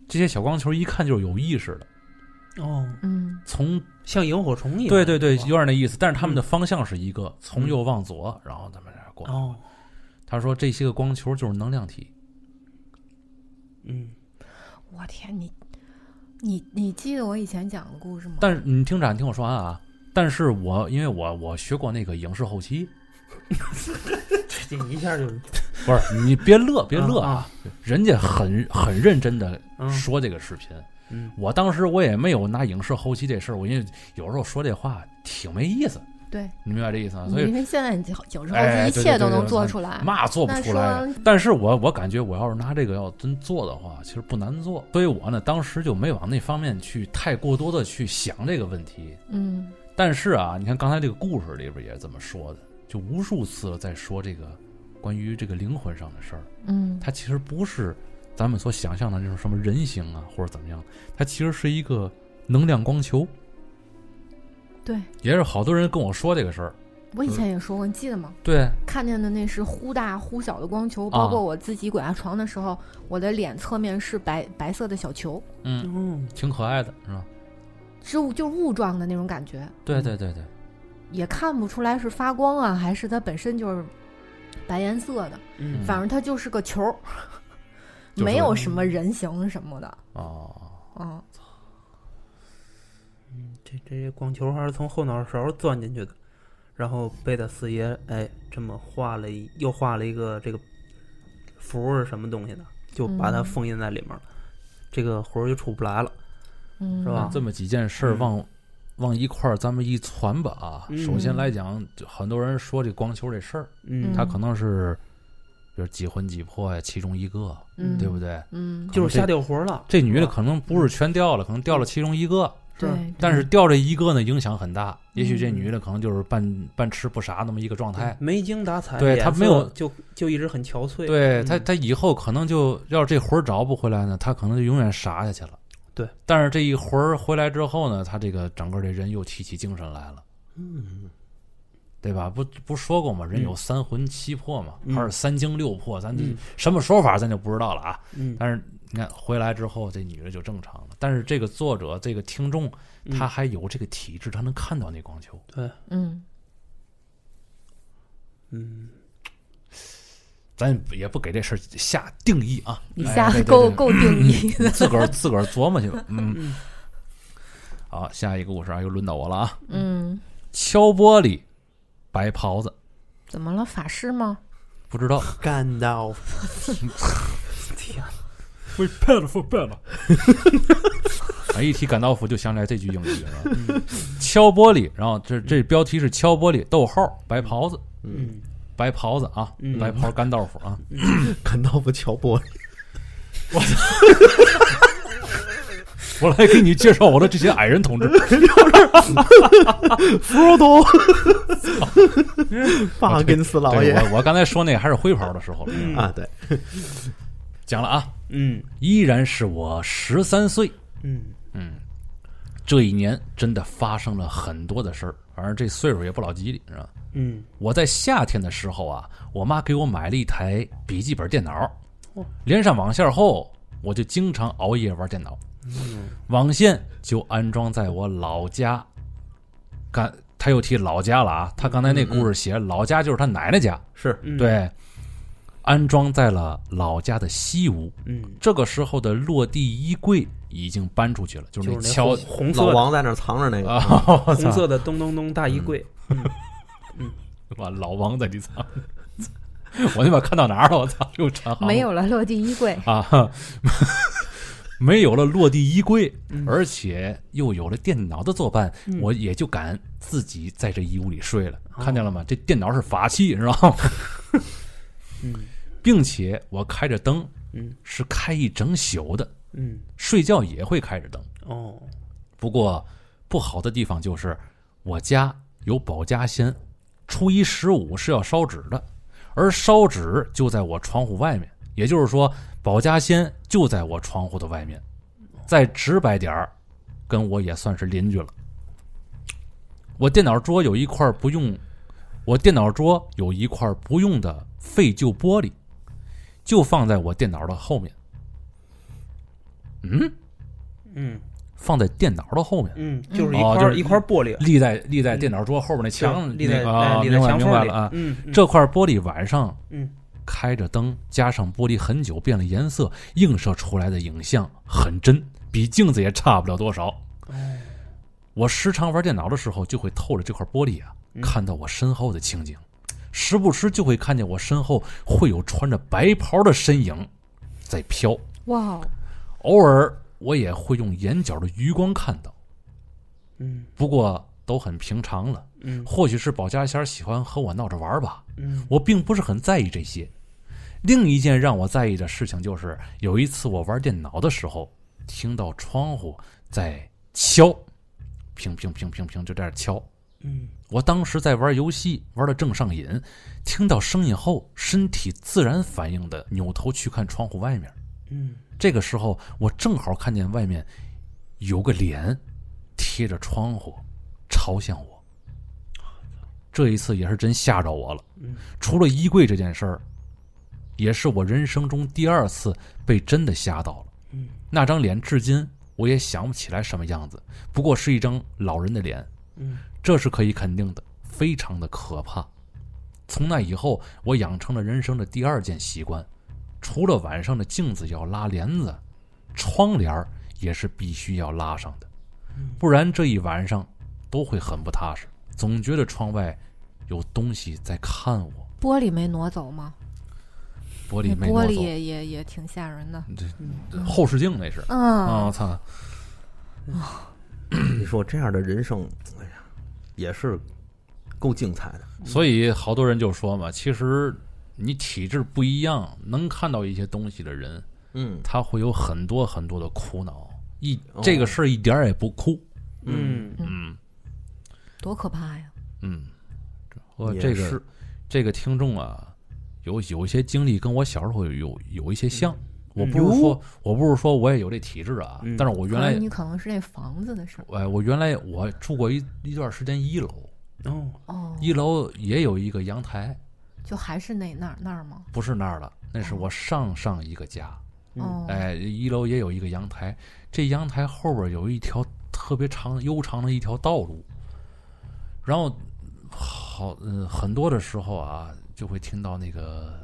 S4: 这些小光球一看就是有意识的，
S3: 哦，
S1: 嗯
S4: 从
S3: 像萤火虫一样。
S4: 对对对，
S3: 是吧
S4: 有点那意思，但是他们的方向是一个，从右往左，然后咱们这样过。
S3: 哦，
S4: 他说这些个光球就是能量体，
S3: 嗯
S1: 嗯，我天，你你你记得我以前讲的故事吗？
S4: 但是你听着，你听我说完啊。但是我因为我我学过那个影视后期，
S3: 这一下就
S4: 不是你别乐别乐
S3: 啊，啊
S4: 人家很很认真的
S3: 嗯
S4: 说这个视频。
S3: 嗯
S4: 我当时我也没有拿影视后期这事儿，我因为有时候说这话挺没意思，
S1: 对，
S4: 你明白这意思吗？啊所以
S1: 因为现在警警察
S4: 哎
S1: 一
S4: 对对
S1: 切
S4: 对
S1: 都
S4: 对
S1: 能
S4: 对
S1: 做
S4: 对
S1: 出来，
S4: 嘛做不
S1: 那
S4: 出来啊
S1: 说。
S4: 但是我我感觉，我要是拿这个要真做的话，其实不难做。所以我呢，当时就没往那方面去太过多的去想这个问题。
S1: 嗯
S4: 但是啊，你看刚才这个故事里边也这么说的，就无数次了在说这个关于这个灵魂上的事儿。
S1: 嗯
S4: 它其实不是咱们所想象的那种什么人形啊，或者怎么样，它其实是一个能量光球。
S1: 对，
S4: 也是好多人跟我说这个事儿，
S1: 我以前也说过，你记得吗？
S4: 对，
S1: 看见的那是忽大忽小的光球，
S4: 啊
S1: 包括我自己滚下床的时候，我的脸侧面是白白色的小球，
S4: 嗯，
S3: 嗯，
S4: 挺可爱的，是吧？
S1: 是雾就是雾状的那种感觉，
S4: 对对对对，
S1: 也看不出来是发光啊，还是它本身就是白颜色的，
S3: 嗯
S1: 反正它就是个球，
S4: 就是嗯
S1: 没有什么人形什么的。
S4: 哦，
S1: 嗯，
S3: 这这光球还是从后脑勺钻进去的，然后被他四爷哎这么画了一，又画了一个这个符是什么东西呢？就把它
S1: 嗯
S3: 封印在里面了，这个魂儿就出不来了。
S1: 嗯
S3: 是吧
S4: 这么几件事儿
S3: 啊嗯
S4: 往、往一块儿咱们一传吧啊。
S3: 嗯
S4: 首先来讲，就很多人说这光球这事儿，
S3: 嗯，
S4: 它
S1: 嗯
S4: 可能是比如几魂几魄呀，其中一个，
S1: 嗯，
S4: 对不？对？
S1: 嗯，
S3: 就是吓掉魂儿了。
S4: 这女的
S3: 吧
S4: 可能不是全掉了，可能掉了其中一个，
S1: 对
S3: 是，
S4: 但是掉这一个呢，影响很大。也许这
S1: 嗯
S4: 女的可能就是半半吃不啥那么一个状态，
S3: 没精打采，
S4: 对他
S3: 脸色
S4: 没有
S3: 就就一直很憔悴。
S4: 对
S3: 嗯
S4: 他，他以后可能就要是这魂儿找不回来呢，他可能就永远傻下去了。
S3: 对，
S4: 但是这一魂儿回来之后呢，他这个整个这人又提起精神来了，
S2: 嗯，
S4: 对吧？不不说过吗？人有三魂七魄嘛，
S3: 嗯
S4: 还是三经六魄，咱就
S3: 嗯
S4: 什么说法咱就不知道了啊。
S3: 嗯，
S4: 但是你看回来之后，这女的就正常了。但是这个作者这个听众，
S3: 嗯
S4: 他还有这个体质，他能看到那光球。
S1: 嗯，
S3: 嗯
S4: 咱也不给这事儿下定义啊，
S1: 你
S4: 哎
S1: 下
S4: 对对
S1: 够
S4: 对
S1: 够定义 的。
S4: 你自 个儿自个儿琢磨去吧。嗯，
S3: 嗯
S4: 好，下一个故事啊，又轮到我了啊！
S1: 嗯，
S4: 敲玻璃，白袍子，
S1: 怎么了？法师吗？
S4: 不知 道，
S2: 干到
S3: 天啊，
S4: 被骗了，被骗了。啊，一提甘道夫就想起来这句英语了。
S3: 嗯
S4: 敲玻璃，然后这这标题是敲玻璃，逗号白袍子，
S3: 嗯
S4: 白袍子啊，
S3: 嗯
S4: 白袍甘道夫啊，
S2: 干到不敲玻璃，
S4: 我来给你介绍我的这些矮人 同志。
S2: 福尔多， 巴根斯老
S4: 对
S1: 啊
S2: 爷
S4: 我我刚才说那个还是灰袍的时候了。
S3: 嗯
S2: 啊，对，
S4: 讲了啊，
S3: 嗯
S4: 依然是我十三岁，
S3: 嗯
S4: 这一年真的发生了很多的事儿，反正这岁数也不老吉利，是吧？
S3: 嗯，
S4: 我在夏天的时候啊，我妈给我买了一台笔记本电脑
S3: 哦，
S4: 连上网线后，我就经常熬夜玩电脑。
S3: 嗯
S4: 网线就安装在我老家，刚他又提老家了啊，他刚才那故事写老家就是他奶奶家，
S2: 是
S3: 嗯，
S4: 对，安装在了老家的西屋。
S3: 嗯，
S4: 这个时候的落地衣柜已经搬出去了，就是
S3: 就是
S4: 那
S3: 那
S4: 敲
S3: 红
S2: 老
S3: 红色的
S2: 王在那儿藏着那个，
S4: 嗯啊，我操嗯
S3: 红色的咚咚咚大衣柜，
S4: 哇，老王在里藏，我他妈看到哪儿了？我操，又传行
S1: 没有了落地衣 柜。
S4: 啊，哈没有了落地衣柜，
S3: 嗯
S4: 而且又有了电脑的作伴，我也就敢自己在这衣屋里睡了。
S3: 哦
S4: 看见了吗？这电脑是法器，知道吗？
S3: 嗯
S4: 并且我开着灯，
S3: 嗯
S4: 是开一整宿的，
S3: 嗯，
S4: 睡觉也会开着灯。
S3: 哦，
S4: 不过不好的地方就是，我家有保家仙，初一十五是要烧纸的，而烧纸就在我窗户外面，也就是说，保家仙就在我窗户的外面。再直白点儿，跟我也算是邻居了。我电脑桌有一块不用，我电脑桌有一块不用的废旧玻璃，就放在我电脑的后面。嗯，
S3: 嗯
S4: 放在电脑的后面。
S3: 嗯，就是一
S4: 哦
S3: 块
S4: 就
S3: 儿
S4: 是
S3: 一块儿玻璃，
S4: 立在立在电脑桌后边那墙
S3: 立
S4: 那
S3: 在
S4: 个啊，
S3: 哎立在
S4: 明白
S3: 墙
S4: 明
S3: 缝
S4: 白
S3: 里
S4: 了啊。
S3: 嗯，嗯
S4: 这块玻璃晚上
S3: 嗯
S4: 开着灯，加上玻璃很久变了颜色，映射出来的影像很真，比镜子也差不了多少。
S3: 哦
S4: 我时常玩电脑的时候，就会透着这块玻璃啊，
S3: 嗯
S4: 看到我身后的情景，时不时就会看见我身后会有穿着白袍的身影在飘。
S1: 哇哦，
S4: 偶尔我也会用眼角的余光看到，
S3: 嗯
S4: 不过都很平常了。
S3: 嗯
S4: 或许是保家仙儿喜欢和我闹着玩儿吧，
S3: 嗯
S4: 我并不是很在意这些。另一件让我在意的事情就是，有一次我玩电脑的时候，听到窗户在敲，砰砰砰砰砰，就在那儿敲。
S3: 嗯
S4: 我当时在玩游戏，玩的正上瘾，听到声音后，身体自然反应的扭头去看窗户外面。
S3: 嗯
S4: 这个时候，我正好看见外面有个脸贴着窗户，朝向我。这一次也是真吓着我了。
S3: 嗯
S4: 除了衣柜这件事儿，也是我人生中第二次被真的吓到了。
S3: 嗯
S4: 那张脸至今我也想不起来什么样子，不过是一张老人的脸，
S3: 嗯
S4: 这是可以肯定的，非常的可怕。从那以后，我养成了人生的第二件习惯，除了晚上的镜子要拉帘子，窗帘儿也是必须要拉上的，
S1: 嗯
S4: 不然这一晚上都会很不踏实，总觉得窗外有东西在看我。
S1: 玻璃没挪走吗？
S4: 玻
S1: 那
S4: 璃没
S1: 玻
S4: 挪
S1: 璃
S4: 走，
S1: 也嗯也也挺吓人的。
S4: 后视镜那是。啊，
S1: 嗯
S4: 我，操！
S2: 你说这样的人生，哎呀，也是够精彩的。
S4: 所以好多人就说嘛，其实你体质不一样，能看到一些东西的人，
S2: 嗯
S4: 他会有很多很多的苦恼。一这个事儿一点儿也不哭，
S3: 嗯
S4: 嗯
S1: 多可怕呀！
S4: 嗯，我
S2: 也
S4: 这
S2: 是
S4: 个这个听众啊，有有一些经历跟我小时候有有一些像。我不是说，我不是说我也有这体质啊，
S3: 嗯
S4: 但是我原
S1: 可
S4: 来
S1: 能，你可能是那房子的事儿
S4: 哎，我原来我住过一一段时间一楼，
S3: 哦
S1: 哦，
S4: 一楼也有一个阳台，
S1: 就还是那那儿那儿吗？
S4: 不是那儿了，那是我上上一个家。
S3: 嗯
S1: 哦，
S4: 哎，一楼也有一个阳台，这阳台后边有一条特别长、悠长的一条道路。然后，好，嗯、很多的时候啊，就会听到那个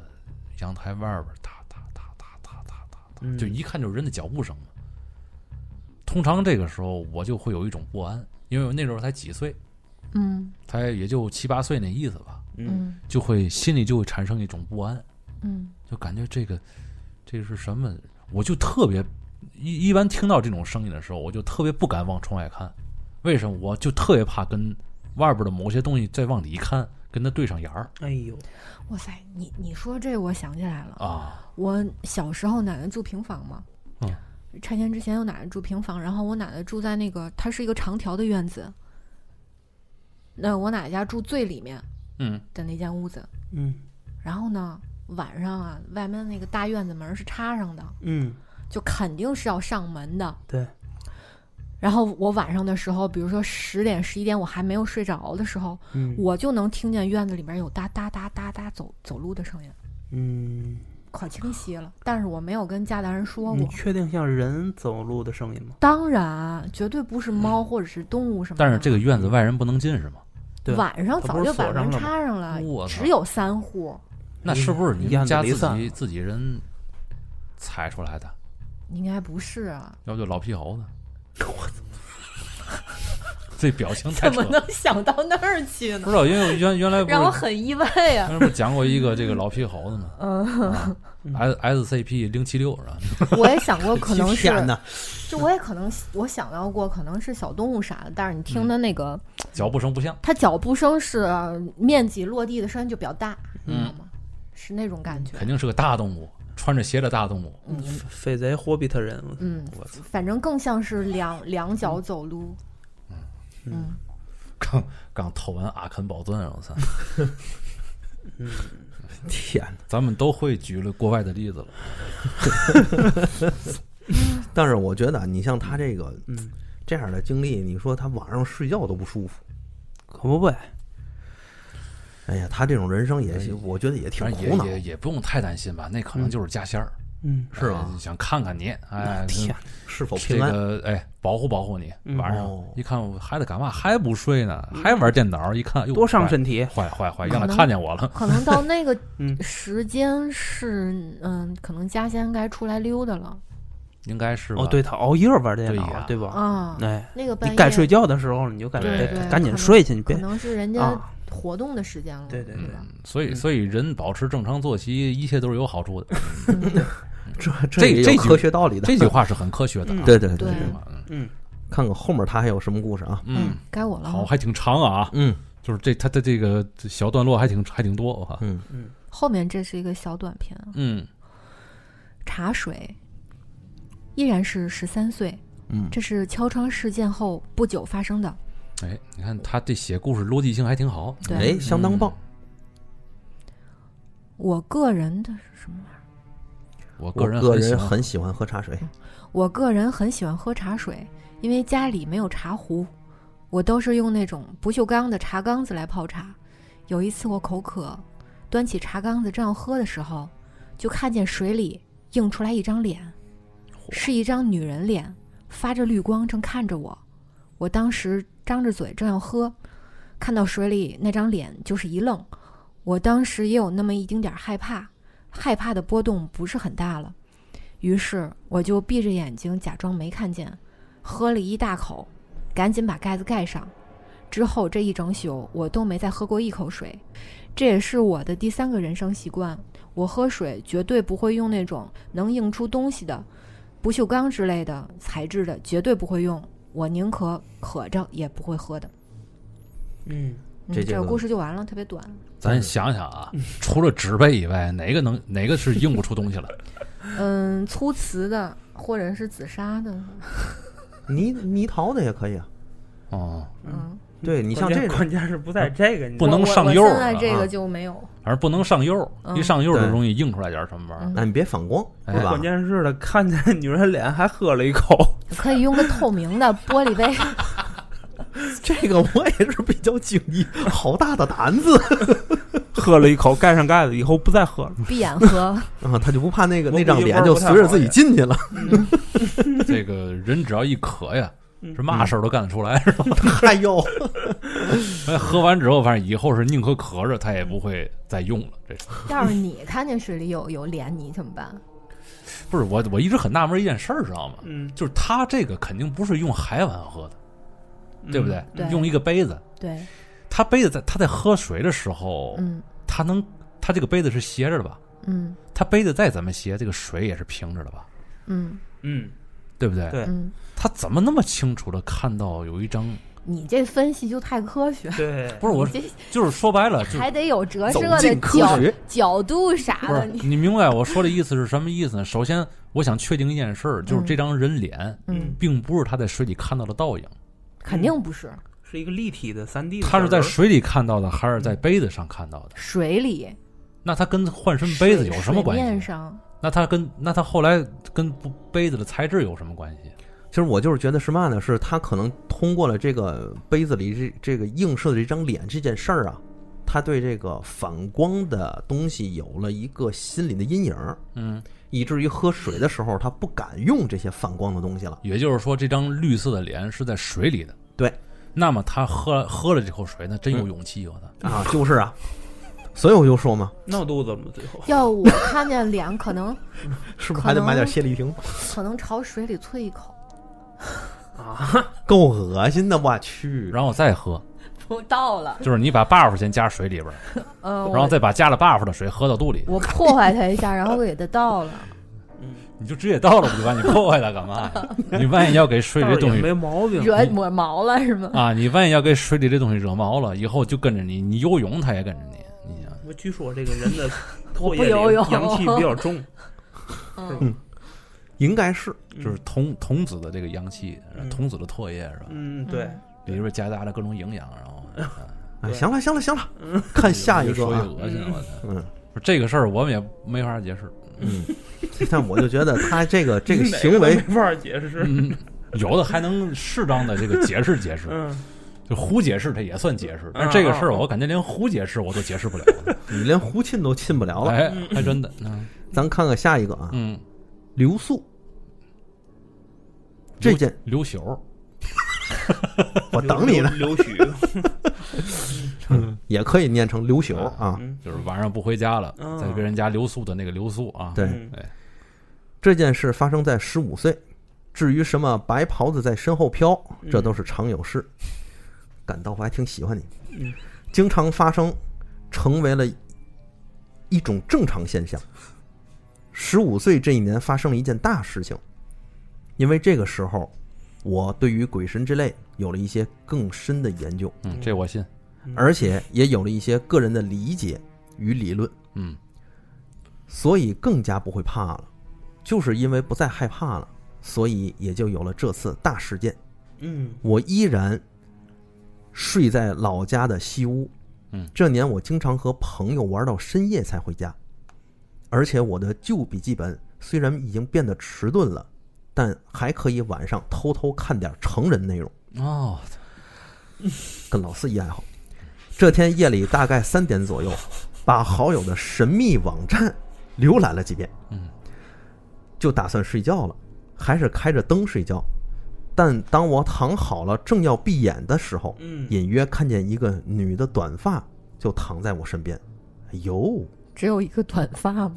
S4: 阳台外边哒哒哒哒哒哒哒哒，
S3: 嗯
S4: 就一看就是人的脚步声嘛。通常这个时候我就会有一种不安，因为我那时候才几岁，
S1: 嗯
S4: 才也就七八岁那意思吧，
S3: 嗯
S1: 嗯
S4: 就会心里就会产生一种不安。
S1: 嗯
S4: 就感觉这个这是什么？我就特别一一般听到这种声音的时候，我就特别不敢往窗外看。为什么？我就特别怕跟外边的某些东西再往里一看，跟它对上眼儿
S3: 哎呦
S1: 哇塞，你你说这我想起来了，
S3: 哦
S4: 啊！
S1: 我小时候奶奶住平房嘛，
S3: 哦
S4: 嗯
S1: 拆迁之前我奶奶住平房，然后我奶奶住在那个它是一个长条的院子，那我奶奶家住最里面
S4: 嗯
S1: 的那间屋子，
S3: 嗯
S1: 然后呢晚上啊外面那个大院子门是插上的，
S3: 嗯
S1: 就肯定是要上门的。
S3: 对
S1: 然后我晚上的时候，比如说十点、十一点，我还没有睡着的时候，
S3: 嗯
S1: 我就能听见院子里面有哒哒哒哒哒走走路的声音，
S3: 嗯，
S1: 可清晰 了。但是我没有跟家里人说
S4: 嗯
S3: 你
S1: 过，
S3: 确定像人走路的声音吗？
S1: 当然绝对不是猫或者是动物什么的。
S4: 但是这个院子外人不能进是吗？
S3: 对，
S1: 晚上早就把门插上
S4: 它
S1: 了
S4: 不是锁上了吗我，操
S1: 只有三户。
S4: 那是不是你们家
S3: 燕子离
S4: 自己
S3: 散
S4: 自己人踩出来的？
S1: 应该不是啊，
S4: 要不就老皮猴子？我 操！这表情太
S1: 怎
S4: 扯
S1: 么
S4: 了，
S1: 能想到那儿去
S4: 不
S1: 呢？
S4: 知道，因为我原原来不
S1: 让我
S4: 是
S1: 很意外
S4: 原
S1: 啊！
S4: 来不是讲过一个这个老皮猴子吗？
S1: 嗯，
S4: 啊 S S C P 零七六是吧？
S1: 我也想过，可能 是
S2: 天哪，
S1: 就我也可能我想到过，可能是小动物啥的，但是你听的那个，
S4: 脚步声不像。
S1: 它脚步声是呃面积落地的声音就比较大，你
S4: 嗯
S2: 嗯
S1: 知道吗？是那种感觉。
S4: 肯定是个大动物，穿着鞋的大动物。
S1: 你
S3: 匪贼霍比特人，
S1: 嗯，
S3: 我操，
S1: 反正更像是两两脚走路。嗯
S4: 刚刚偷完阿肯宝钻，我操！
S2: 天哪！
S4: 咱们都会举了国外的例子了。
S2: 但是我觉得啊你像他这个
S3: 嗯，
S2: 这样的经历，你说他晚上睡觉都不舒服，
S3: 可不呗，
S2: 哎呀，他这种人生也
S4: 哎，
S2: 我觉得也挺
S4: 反正
S2: 苦恼
S4: 也。也也不用太担心吧，那可能就是家仙儿，
S3: 嗯，
S2: 是吧
S4: 哎想看看你，哎，
S3: 天，
S2: 是否
S4: 这
S2: 平安？
S4: 个哎，保护保护你。
S3: 嗯
S4: 晚上
S2: 哦嗯
S4: 一看，我孩子干嘛还不睡呢？还玩电脑？一看，哟，哎
S3: 多伤
S4: 坏，
S3: 身体，
S4: 坏坏坏，
S1: 可
S4: 让他
S1: 能
S4: 看见我了。
S1: 可能到那个
S3: 嗯
S1: 时间是，嗯，可能家仙该出来溜达了
S4: 应该是吧
S3: 哦，对，他熬夜玩电
S4: 对
S3: 脑
S4: 呀，
S3: 对吧？
S1: 啊。
S3: 哎，
S1: 那个半
S3: 你
S1: 夜
S3: 该睡觉的时候你就该
S4: 对
S3: 得
S1: 对
S3: 赶紧
S1: 可能
S3: 睡去，你别
S1: 可能是人家
S3: 啊
S1: 活动的时间了，
S3: 对对
S1: 对
S3: 对
S1: 吧？
S4: 所以所以人保持正常作息，一切都是有好处的。
S2: 这
S1: 嗯
S4: 这
S2: 也有
S4: 这句
S2: 科学道理的。
S4: 这句话是很科学的啊。
S3: 嗯
S2: 对对对
S1: 对
S4: 对吧？嗯
S3: 嗯
S2: 看看后面他还有什么故事啊？
S4: 嗯，，
S1: 该我了。
S4: 好，还挺长啊，
S2: 嗯
S4: 就是这它的这个小段落还挺还挺多，我看，
S2: 嗯
S3: 嗯
S1: 后面这是一个小短片啊，
S4: 嗯
S1: 茶水依然是十三岁，
S2: 嗯，
S1: 这是敲窗事件后不久发生的。
S4: 哎，你看他这写故事逻辑性还挺好，
S1: 对，
S2: 哎，相当棒。
S1: 我个人的是什么玩意儿？
S4: 我嗯个
S2: 我
S4: 人
S2: 个
S4: 喜
S2: 人
S4: 欢
S2: 很喜欢喝茶水，
S1: 我个人很喜欢喝茶水，因为家里没有茶壶，我都是用那种不锈钢的茶缸子来泡茶。有一次我口渴，端起茶缸子正要喝的时候，就看见水里映出来一张脸，是一张女人脸，发着绿光，正看着我。我当时张着嘴正要喝，看到水里那张脸就是一愣，我当时也有那么一丁点儿害怕，害怕的波动不是很大了。于是我就闭着眼睛假装没看见，喝了一大口，赶紧把盖子盖上。之后这一整宿我都没再喝过一口水，这也是我的第三个人生习惯。我喝水绝对不会用那种能映出东西的不锈钢之类的材质的，绝对不会用。我宁可渴着也不会喝的。
S3: 嗯，
S1: 嗯、
S2: 这
S1: 这
S2: 就
S1: 个故事就完了，特别短。
S4: 咱想想啊，除了纸杯以外，哪个能哪个是硬不出东西来？
S1: 嗯，粗瓷的或者是紫砂的，
S2: 泥泥陶的也可以啊。
S4: 哦，
S1: 嗯，
S2: 对你像
S3: 关键
S2: 这种
S3: 关键是不在这个，你
S4: 不能
S1: 我
S4: 上
S1: 我
S4: 釉
S1: 现
S4: 儿
S1: 在
S4: 了
S1: 这
S4: 啊
S1: 个就没有。
S4: 反正不能上釉，
S1: 嗯
S4: 一上釉就
S2: 对
S4: 容易映出来点儿什么玩意儿。
S1: 嗯
S2: 那你别反光，
S4: 哎
S2: 对吧
S3: 关？键是的，看见女人脸还喝了一口，
S1: 可以用个透明的玻璃 杯。
S2: 这个我也是比较惊异，好大的胆子
S3: 喝了一口，盖上盖子以后不再喝了。
S1: 闭眼喝，
S2: 啊！他就不怕那个
S3: 我
S2: 那张
S3: 估计
S2: 脸
S3: 味儿
S2: 就
S3: 不太
S2: 随着
S3: 好
S2: 自己
S3: 也
S2: 进去了。
S4: 这个人只要一渴呀，
S3: 嗯
S4: 是嘛事儿都干得出来。是吧
S2: 哎呦，
S4: 哎喝完之后，反正以后是宁可咳着，他也不会再用了。这
S1: 要是你看见水里有有脸，你怎么办？
S4: 不是我，我一直很纳闷一件事儿，知道吗？
S3: 嗯，
S4: 就是他这个肯定不是用海碗喝的，
S3: 嗯
S4: 对不对？
S1: 对
S4: 用一个杯子，
S1: 对，
S4: 他杯子在他在喝水的时候，
S1: 嗯
S4: 他能他这个杯子是斜着的吧？
S1: 嗯
S4: 他杯子再怎么斜，这个水也是平着的吧？
S1: 嗯
S3: 嗯，
S4: 对不对？
S3: 对
S1: 嗯，
S4: 他怎么那么清楚的看到有一张？
S1: 你这分析就太科学，
S3: 对，
S4: 不是我
S1: 你，这
S4: 就是说白了，就是
S1: 还得有折
S2: 走
S1: 射的
S2: 进科
S1: 角
S2: 学
S1: 角度啥
S4: 不
S1: 的。
S4: 是
S1: 你
S4: 你明白我说的意思是什么意思呢？首先，我想确定一件事儿，就是
S1: 嗯
S4: 这张人脸
S1: 嗯，
S4: 并不是他在水里看到的倒影，
S1: 肯定不是
S3: 是一个立体的三 D，
S4: 他是在水里看到的，还是在杯子上看到的？
S1: 水里
S4: 那他跟换身杯子有什么
S1: 水面
S4: 关系？啊
S1: 上
S4: 那他跟那他后来跟不杯子的材质有什么关系？
S2: 其实我就是觉得是嘛呢？是他可能通过了这个杯子里这这个映射的这张脸这件事儿啊，他对这个反光的东西有了一个心理的阴影儿，
S4: 嗯，
S2: 以至于喝水的时候他不敢用这些反光的东西了。
S4: 也就是说，这张绿色的脸是在水里的。
S2: 对，
S4: 那么他喝喝了这口水，那真有勇气，我操！
S2: 啊，就是啊，所以我就说嘛，
S3: 闹肚子嘛，最后
S1: 要我看见脸，可能
S2: 是不是
S1: 可
S2: 还得
S1: 能
S2: 买点谢丽婷？
S1: 可能朝水里啐一口，
S3: 啊，
S2: 够恶心的，我去！
S4: 然后再喝，
S1: 不到了。
S4: 就是你把 buff 先加水里边儿，
S1: 嗯，
S4: 然后
S1: 我
S4: 再把加了 buff 的水喝到肚里，
S1: 我破坏它一下，然后给它倒了。
S3: 嗯
S4: 你就直接倒了不就完？你破坏它干嘛呀？你万一要给水里
S3: 倒
S4: 这
S3: 是
S4: 东
S3: 也
S4: 西
S3: 没毛病，
S4: 嗯
S3: 嗯
S1: 惹抹毛了是吗？
S4: 啊，你万一要给水里这东西惹毛了，以后就跟着你，你游泳它也跟着你，你想
S3: 我据说这个人的
S1: 我不
S3: 唾液里
S1: 游泳
S3: 阳气比较重，
S1: 嗯
S2: 应该是
S4: 就是童童子的这个阳气，
S3: 嗯
S4: 童子的唾液是吧？
S3: 嗯，对，
S4: 里边夹杂着各种营养， 然后啊
S2: 哎，
S3: 对
S2: 行了，行了，行了，看下一个
S4: 说
S2: 啊，
S4: 越恶心，我操！
S2: 嗯
S4: 不是这个事儿我们也没法解释，
S2: 嗯，但我就觉得他这个这个
S3: 哪
S2: 行为
S3: 都没法解释，
S4: 嗯，有的还能适当的这个解释解释，
S3: 嗯，
S4: 就胡解释它也算解
S2: 嗯
S4: 释，但是这个事儿我感觉连胡解释我都解释不了，
S2: 你连胡沁都沁不了了。
S4: 哎，还真的，嗯
S2: 咱看看下一个啊，
S4: 嗯，
S2: 刘素，这
S4: 刘
S2: 件
S4: 刘朽，
S2: 我等你呢，
S3: 刘刘 许，
S2: 也可以念成刘朽啊。
S3: 嗯
S4: 就是晚上不回家了，
S3: 嗯
S4: 在别人家留宿的那个留宿啊。
S2: 哦对，
S3: 嗯
S4: 哎，
S2: 这件事发生在十五岁，至于什么白袍子在身后飘，
S3: 嗯
S2: 这都是常有事。感到我还挺喜欢你，
S3: 嗯
S2: 经常发生，成为了一种正常现象。十五岁这一年发生了一件大事情，因为这个时候我对于鬼神之类有了一些更深的研究，
S4: 嗯，这我信。
S3: 嗯
S2: 而且也有了一些个人的理解与理论，
S4: 嗯，
S2: 所以更加不会怕了。就是因为不再害怕了，所以也就有了这次大事件。
S3: 嗯
S2: 我依然睡在老家的西屋。
S4: 嗯，
S2: 这年我经常和朋友玩到深夜才回家，而且我的旧笔记本虽然已经变得迟钝了，但还可以晚上偷偷看点成人内容，
S4: 哦，
S2: 跟老四一爱好。这天夜里大概三点左右，把好友的神秘网站浏览了几遍，
S4: 嗯，
S2: 就打算睡觉了，还是开着灯睡觉。但当我躺好了，正要闭眼的时候，
S3: 嗯
S2: 隐约看见一个女的短发就躺在我身边。哎 呦，
S1: 只有一个短发吗？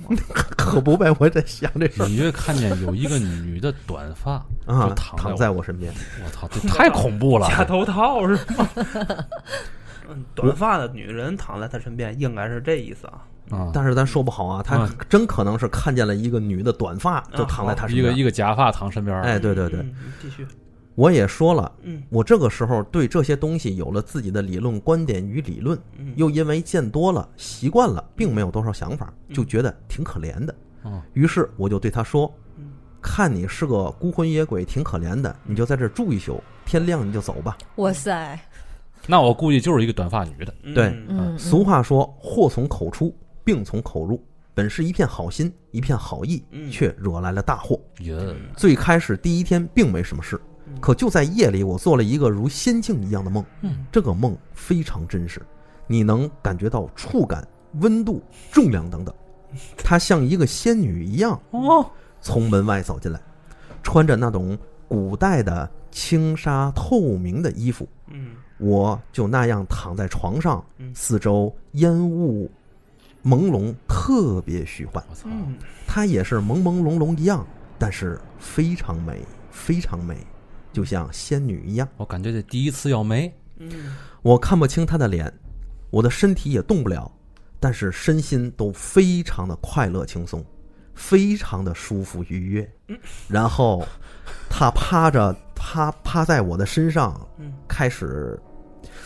S2: 可不呗！我在想这事儿
S4: 隐约看见有一个女的短发
S2: 啊
S4: 嗯就，
S2: 躺
S4: 在嗯
S2: 在我身边。
S4: 我，我操， 这太恐怖了！
S3: 假头套是吗？ 嗯，短发的女人躺在他身边，应该是这意思啊。
S4: 啊，
S2: 但是咱说不好啊，她
S4: 啊
S2: 真可能是看见了一个女的短发就躺在她身
S4: 哦一个
S2: 边。
S4: 一个假发躺身边儿，
S2: 哎，对对对，
S3: 嗯，嗯继续。
S2: 我也说了，
S3: 嗯
S2: 我这个时候对这些东西有了自己的理论观点与理论，
S3: 嗯，
S2: 又因为见多了习惯了，并没有多少想法，
S3: 嗯
S2: 就觉得挺可怜的。
S4: 嗯
S2: 于是我就对他说
S3: 哦嗯：“
S2: 看你是个孤魂野鬼，挺可怜的，你就在这儿住一宿，天亮你就走吧。
S1: 哇塞，
S4: 那我估计就是一个短发女的，
S3: 嗯
S2: 对
S4: 啊
S1: 嗯，
S2: 俗话说：“祸从口出，病从口入。”本是一片好心，一片好意，
S3: 嗯
S2: 却惹来了大祸。
S4: 也
S2: 最开始第一天并没什么事，可就在夜里，我做了一个如仙境一样的梦。
S4: 嗯
S2: 这个梦非常真实，你能感觉到触感、温度、重量等等。她像一个仙女一样
S4: 哦，
S2: 从门外走进来，穿着那种古代的轻纱透明的衣服。
S3: 嗯
S2: 我就那样躺在床上
S3: 嗯，
S2: 四周烟雾朦胧，特别虚幻。
S4: 我操，
S3: 嗯
S2: 它也是朦朦胧胧一样，但是非常美，非常美，就像仙女一样。
S4: 我感觉这第一次要没，
S3: 嗯
S2: 我看不清她的脸，我的身体也动不了，但是身心都非常的快乐轻松，非常的舒服愉悦。然后，她趴着，趴趴在我的身上，
S3: 嗯，
S2: 开始，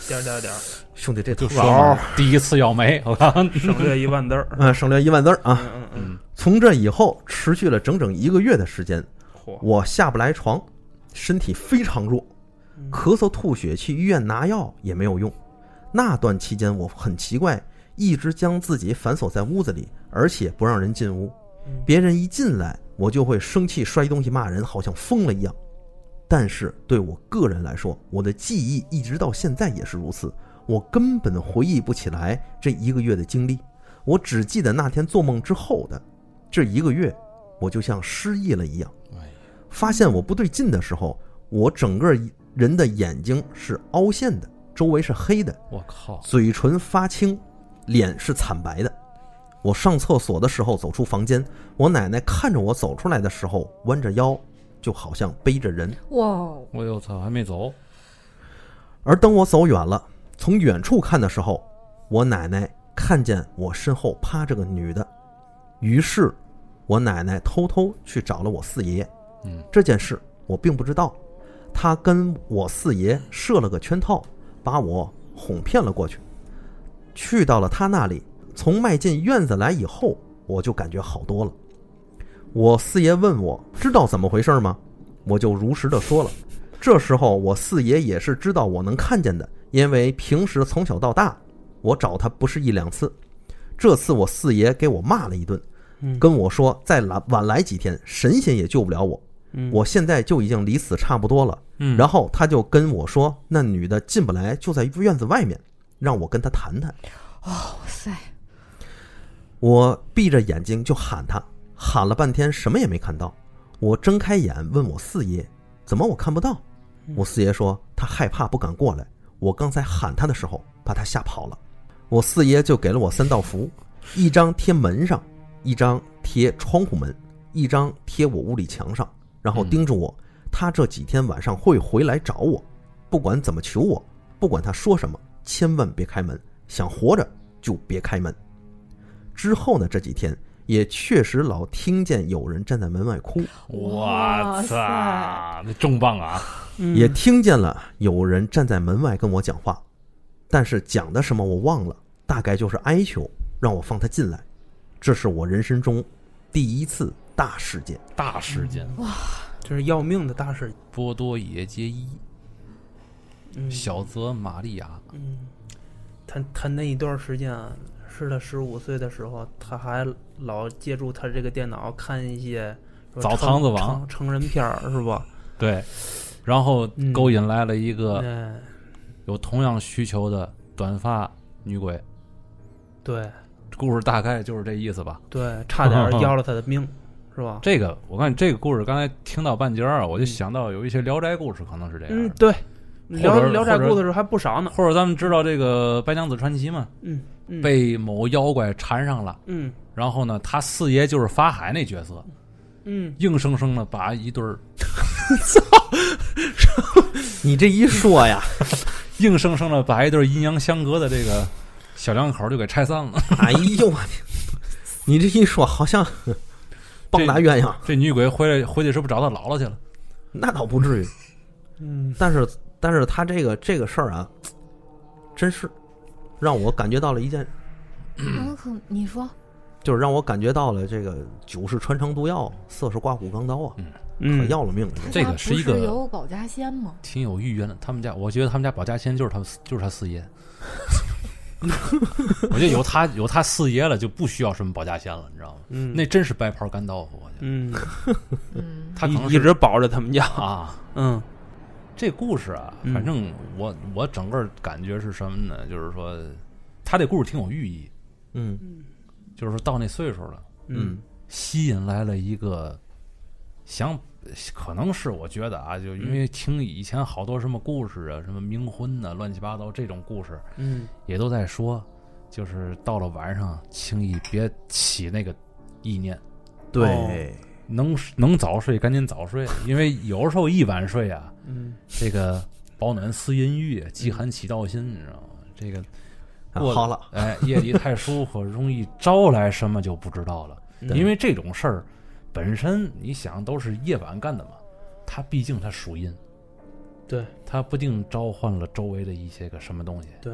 S3: 点儿点儿点儿，
S2: 兄弟，这啊
S4: 就
S2: 土
S4: 说
S2: 佬
S4: 嘛第一次要没，我靠，
S3: 省略一万字儿。
S2: 嗯，省略一万字儿啊。
S3: 嗯嗯嗯，
S2: 从这以后，持续了整整一个月的时间，
S3: 嚯，
S2: 我下不来床，身体非常弱，
S3: 嗯
S2: 咳嗽吐血，去医院拿药也没有用。那段期间，我很奇怪，一直将自己反锁在屋子里，而且不让人进屋
S3: 嗯。
S2: 别人一进来，我就会生气摔东西骂人，好像疯了一样。但是对我个人来说，我的记忆一直到现在也是如此，我根本回忆不起来这一个月的经历，我只记得那天做梦之后的这一个月，我就像失忆了一样。
S4: 哎呀
S2: 发现我不对劲的时候，我整个人的眼睛是凹陷的，周围是黑的，
S4: 我靠，
S2: 嘴唇发青，脸是惨白的。我上厕所的时候走出房间，我奶奶看着我走出来的时候，弯着腰，就好像背着人。
S1: 哇哦，
S4: 我又操，还没走，
S2: 而等我走远了，从远处看的时候，我奶奶看见我身后趴着个女的，于是我奶奶偷偷去找了我四爷。
S4: 嗯，
S2: 这件事我并不知道，她跟我四爷设了个圈套，把我哄骗了过去，去到了他那里。从迈进院子来以后，我就感觉好多了。我四爷问我知道怎么回事吗？我就如实的说了。这时候我四爷也是知道我能看见的，因为平时从小到大，我找他不是一两次。这次我四爷给我骂了一顿，
S3: 嗯
S2: 跟我说再来晚来几天，神仙也救不了我。
S3: 嗯
S2: 我现在就已经离死差不多了。
S4: 嗯
S2: 然后他就跟我说，那女的进不来，就在院子外面，让我跟她谈谈。
S1: 哇塞，
S2: 我闭着眼睛就喊他，喊了半天什么也没看到。我睁开眼问我四爷，怎么我看不到？我四爷说他害怕不敢过来，我刚才喊他的时候把他吓跑了。我四爷就给了我三道符，一张贴门上，一张贴窗户门，一张贴我屋里墙上，然后叮嘱我，他这几天晚上会回来找我，不管怎么求我，不管他说什么，千万别开门，想活着就别开门。之后呢，这几天也确实老听见有人站在门外哭。
S4: 我
S1: 哇
S4: 操，那重磅啊！
S3: 嗯
S2: 也听见了有人站在门外跟我讲话，但是讲的什么我忘了，大概就是哀求让我放他进来。这是我人生中第一次大事件。
S4: 大事件，
S3: 嗯这是要命的大事。
S4: 波多野结衣、
S3: 嗯，
S4: 小泽玛利亚，
S3: 嗯，他他那一段时间啊，是他十五岁的时候，他还老借助他这个电脑看一些说
S4: 澡
S3: 成
S4: 堂子王
S3: 成成人片儿 是吧？
S4: 对，然后
S3: 嗯
S4: 勾引来了一个
S3: 嗯，
S4: 有同样需求的短发女鬼。
S3: 对
S4: 故事大概就是这意思吧。
S3: 对，差点儿要了他的命，是吧？
S4: 这个我看这个故事刚才听到半截儿啊，我就想到有一些《聊斋》故事可能是这样
S3: 嗯，
S4: 的，
S3: 对，
S4: 或者
S3: 聊聊斋
S4: 或者
S3: 故事还不少呢。
S4: 或者咱们知道这个《白娘子传奇》嘛，
S3: 嗯嗯，
S4: 被某妖怪缠上了，
S3: 嗯
S4: 然后呢，他四爷就是法海那角色，
S3: 嗯，
S4: 硬生生的把一对儿
S2: 你这一说呀，
S4: 硬生生的把一对儿阴阳相隔的这个小两口就给拆散了。
S2: 哎呦我天，你这一说好像 棒打鸳鸯，
S4: 这女鬼回来回去是不是找她姥姥去了？
S2: 那倒不至于。
S3: 嗯
S2: 但是，但是他这个这个事儿啊，真是让我感觉到了一件，
S1: 嗯，可你说
S2: 就是让我感觉到了这个酒是穿肠毒药，色是刮骨钢刀啊，可
S3: 嗯，
S2: 要了命了。
S1: 他
S4: 这
S1: 家
S4: 个
S1: 不
S4: 是
S1: 是
S4: 一个
S1: 有保家仙吗？
S4: 挺有预言的。他们家，我觉得他们家保家仙就是他们四就是他四爷。 我觉得有他有他四爷了，就不需要什么保家仙了，你知道吗？
S3: 嗯
S4: 那真是白袍干豆腐，我觉得
S3: 嗯，
S4: 呃
S1: 嗯，
S4: 他可能
S3: 一
S4: 是
S3: 一直保 着他们家。
S4: 啊。
S3: 嗯
S4: 这故事啊，
S3: 嗯
S4: 反正我我整个感觉是什么呢？就是说，他这故事挺有寓意，
S2: 嗯
S4: 就是说到那岁数了，
S2: 嗯，
S4: 吸引来了一个想，可能是我觉得啊，就因为听以前好多什么故事啊，什么冥婚呐、乱七八糟这种故事，
S3: 嗯
S4: 也都在说，就是到了晚上轻易别起那个意念，
S2: 对，
S4: 能能早睡赶紧早睡，因为有时候一晚睡啊，
S3: 嗯
S4: 这个保暖思淫欲，饥寒起盗心，你知道吗？这 个
S2: 啊
S4: 过了
S2: 好了，
S4: 哎，夜里太舒服，容易招来什么就不知道了。
S3: 对
S4: 因为这种事儿本身你想都是夜晚干的嘛，它毕竟它属阴，
S3: 对，
S4: 它不定召唤了周围的一些个什么东西，
S3: 对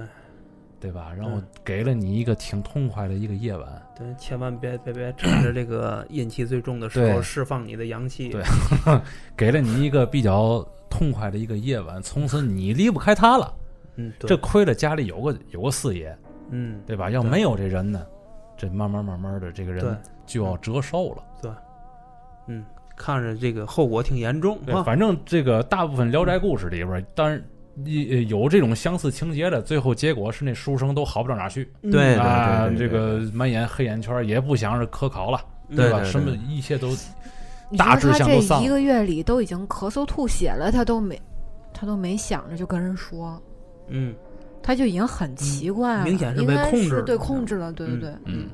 S4: 对吧？然后
S3: 嗯
S4: 给了你一个挺痛快的一个夜晚，
S3: 对，千万别别别趁着这个阴气最重的时
S4: 对
S3: 候释放你的阳气。
S4: 对给了你一个比较痛快的一个夜晚，从此你离不开它了。
S3: 嗯，对
S4: 这亏了家里有个有个四爷，
S3: 嗯
S4: 对吧？要
S3: 对
S4: 没有这人呢，这慢慢慢慢的这个
S3: 对
S4: 人就要折寿了。
S3: 嗯，看着这个后果挺严重
S4: 对，
S3: 啊。
S4: 反正这个大部分《聊斋故事》里边儿，当然一呃有这种相似情节的，最后结果是那书生都好不到哪儿去
S3: 嗯
S2: 对
S4: 啊，
S2: 对对
S4: 这个满眼黑眼圈儿，也不想是科考了，
S2: 对
S4: 吧？
S2: 对对
S4: 什么一切都
S1: 你
S4: 大
S1: 说他
S4: 致向都
S1: 这
S4: 丧
S1: 一个月里都已经咳嗽吐血了，他都没他都没想着就跟人说，
S3: 嗯
S1: 他就已经很奇怪了，
S3: 明显是
S1: 应
S3: 被
S1: 该
S3: 控制
S1: 是
S3: 了
S1: 对
S3: 嗯
S1: 控制了，对对对，
S4: 嗯，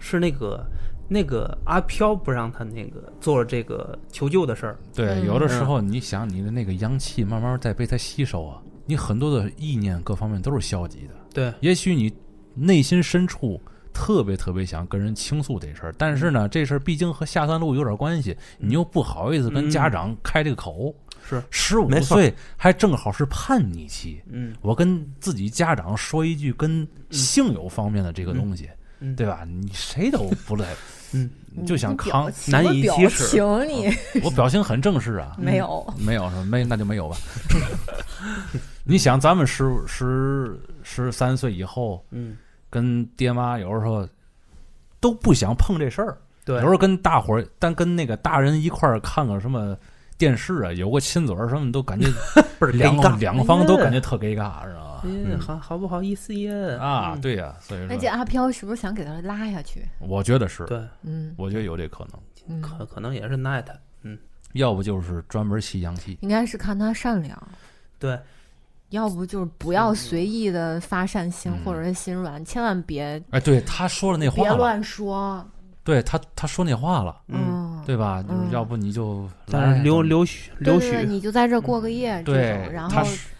S3: 是那个那个阿飘不让他那个做这个求救的事儿。
S4: 对，
S1: 嗯
S4: 有的时候你想你的那个阳气慢慢在被它吸收啊，你很多的意念各方面都是消极的。
S3: 对，
S4: 也许你内心深处特别特别想跟人倾诉这事儿，但是呢，这事儿毕竟和下三路有点关系，你又不好意思跟家长开这个口。
S3: 是
S4: 十五
S2: 没错
S4: 岁还正好是叛逆期，
S3: 嗯
S4: 我跟自己家长说一句跟性有方面的这个东西，
S3: 嗯，
S4: 对吧？你谁都不乐，
S3: 嗯，
S4: 你就想
S1: 你表
S4: 扛。
S1: 情
S3: 难
S1: 什么
S3: 以
S1: 表
S3: 启齿
S1: 情你
S4: 我表情很正式啊，
S1: 没有，
S4: 没有什么没，那就没有吧。 你想，咱们十十十三岁以后，
S3: 嗯，
S4: 跟爹妈有时候都不想碰这事儿，有
S3: 对哎
S4: 时，候跟大伙儿，但跟那个大人一块儿看个什么电视啊，有个亲嘴儿什么，都感觉
S2: 倍儿
S4: 两
S2: 尴尬。
S4: 两方都感觉特尴尬，知道吧？
S3: 嗯，好好不好意思呀？
S4: 啊，
S3: 嗯
S4: 对呀、所以
S1: 那这
S4: 说，
S1: 阿飘是不是想给他拉下去？
S4: 我觉得是，
S3: 对，
S1: 嗯
S4: 我觉得有这可能，
S1: 嗯，
S3: 可可能也是奈他。嗯，
S4: 要不就是专门吸阳气，
S1: 应该是看他善良，
S3: 对，
S1: 要不就是不要随意的发善心或者是心软，千万别
S4: 哎，对，他说了那
S1: 别
S4: 话了，
S1: 乱说。
S4: 对他他说那话了，
S3: 嗯，
S1: 嗯，
S4: 对吧？就是
S1: 嗯
S4: 要不你就
S3: 但是
S4: 来
S3: 刘刘许
S1: 对
S3: 刘
S1: 对对，
S3: 许，
S1: 你就在这儿过个夜这
S4: 嗯对
S1: 种，然
S4: 他
S1: 后
S4: 说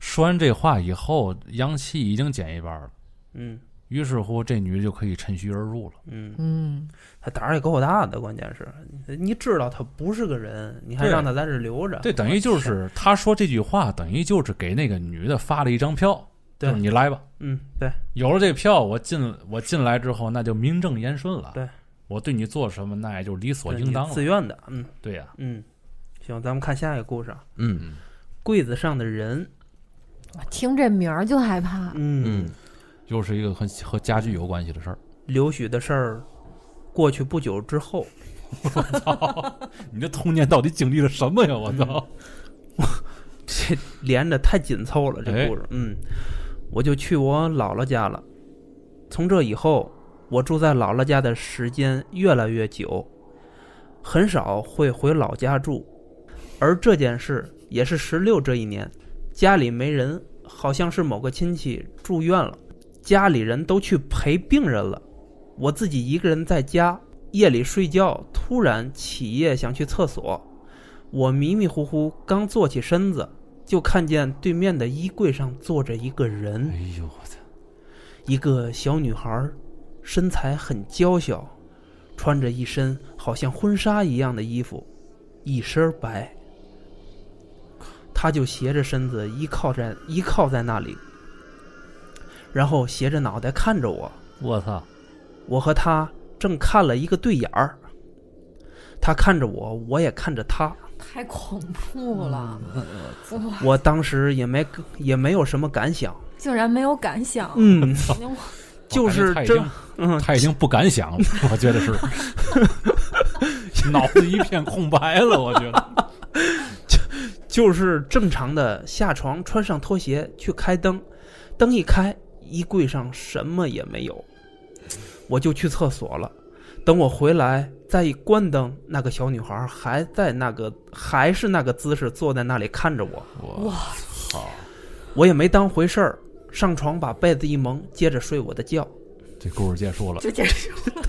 S4: 说完这话以后，阳气已经减一半了。
S3: 嗯，
S4: 于是乎，这女的就可以趁虚而入了。
S3: 嗯，
S1: 嗯，
S3: 他胆儿也够大的，关键是，你知道他不是个人，你还
S4: 对
S3: 让他在这留着，
S4: 这等于就是他说这句话，等于就是给那个女的发了一张票，
S3: 对
S4: 就是你来吧。
S3: 嗯，对，
S4: 有了这票，我进我进来之后，那就名正言顺了。
S3: 对，
S4: 我对你做什么，那也就理所
S3: 对
S4: 应
S3: 你
S4: 当
S3: 自
S4: 了。
S3: 愿的，嗯
S4: 对呀、
S3: 嗯，行，咱们看下一个故事，啊，
S2: 嗯
S3: 柜子上的人，
S1: 听这名儿就害怕。
S3: 嗯，
S2: 嗯
S4: 又是一个和和家具有关系的事儿。
S3: 刘许的事儿过去不久之后，
S4: 你这童年到底经历了什么呀？我操！
S3: 这连着太紧凑了，这故事。嗯，我就去我姥姥家了。从这以后，我住在姥姥家的时间越来越久，很少会回老家住。而这件事也是十六这一年，家里没人，好像是某个亲戚住院了，家里人都去陪病人了，我自己一个人在家，夜里睡觉，突然起夜想去厕所，我迷迷糊糊刚坐起身子，就看见对面的衣柜上坐着一个人
S4: 哎，呦我操！
S3: 一个小女孩儿，身材很娇小，穿着一身好像婚纱一样的衣服，一身白。她就斜着身子依靠在依靠在那里，然后斜着脑袋看着我。
S4: 我操！
S3: 我和她正看了一个对眼儿，她看着我，我也看着她。
S1: 太恐怖了，
S4: 嗯
S1: 哇，
S3: 我当时也没也没有什么感想，
S1: 竟然没有感想。
S3: 嗯，就
S4: 我感觉
S3: 是
S4: 他已
S3: 真
S4: 经
S3: 嗯，
S4: 他已经不敢想了，我觉得是， 脑子一片空白了，我 觉得。
S3: 就是正常的下床，穿上拖鞋去开灯，灯一开，衣柜上什么也没有，我就去厕所了。等我回来再一关灯，那个小女孩还在那个还是那个姿势坐在那里看着我，
S4: 我
S1: 哇，
S4: 操！
S3: 我也没当回事儿，上床把被子一蒙，接着睡我的觉。
S4: 这故事结束了，
S1: 就结束了。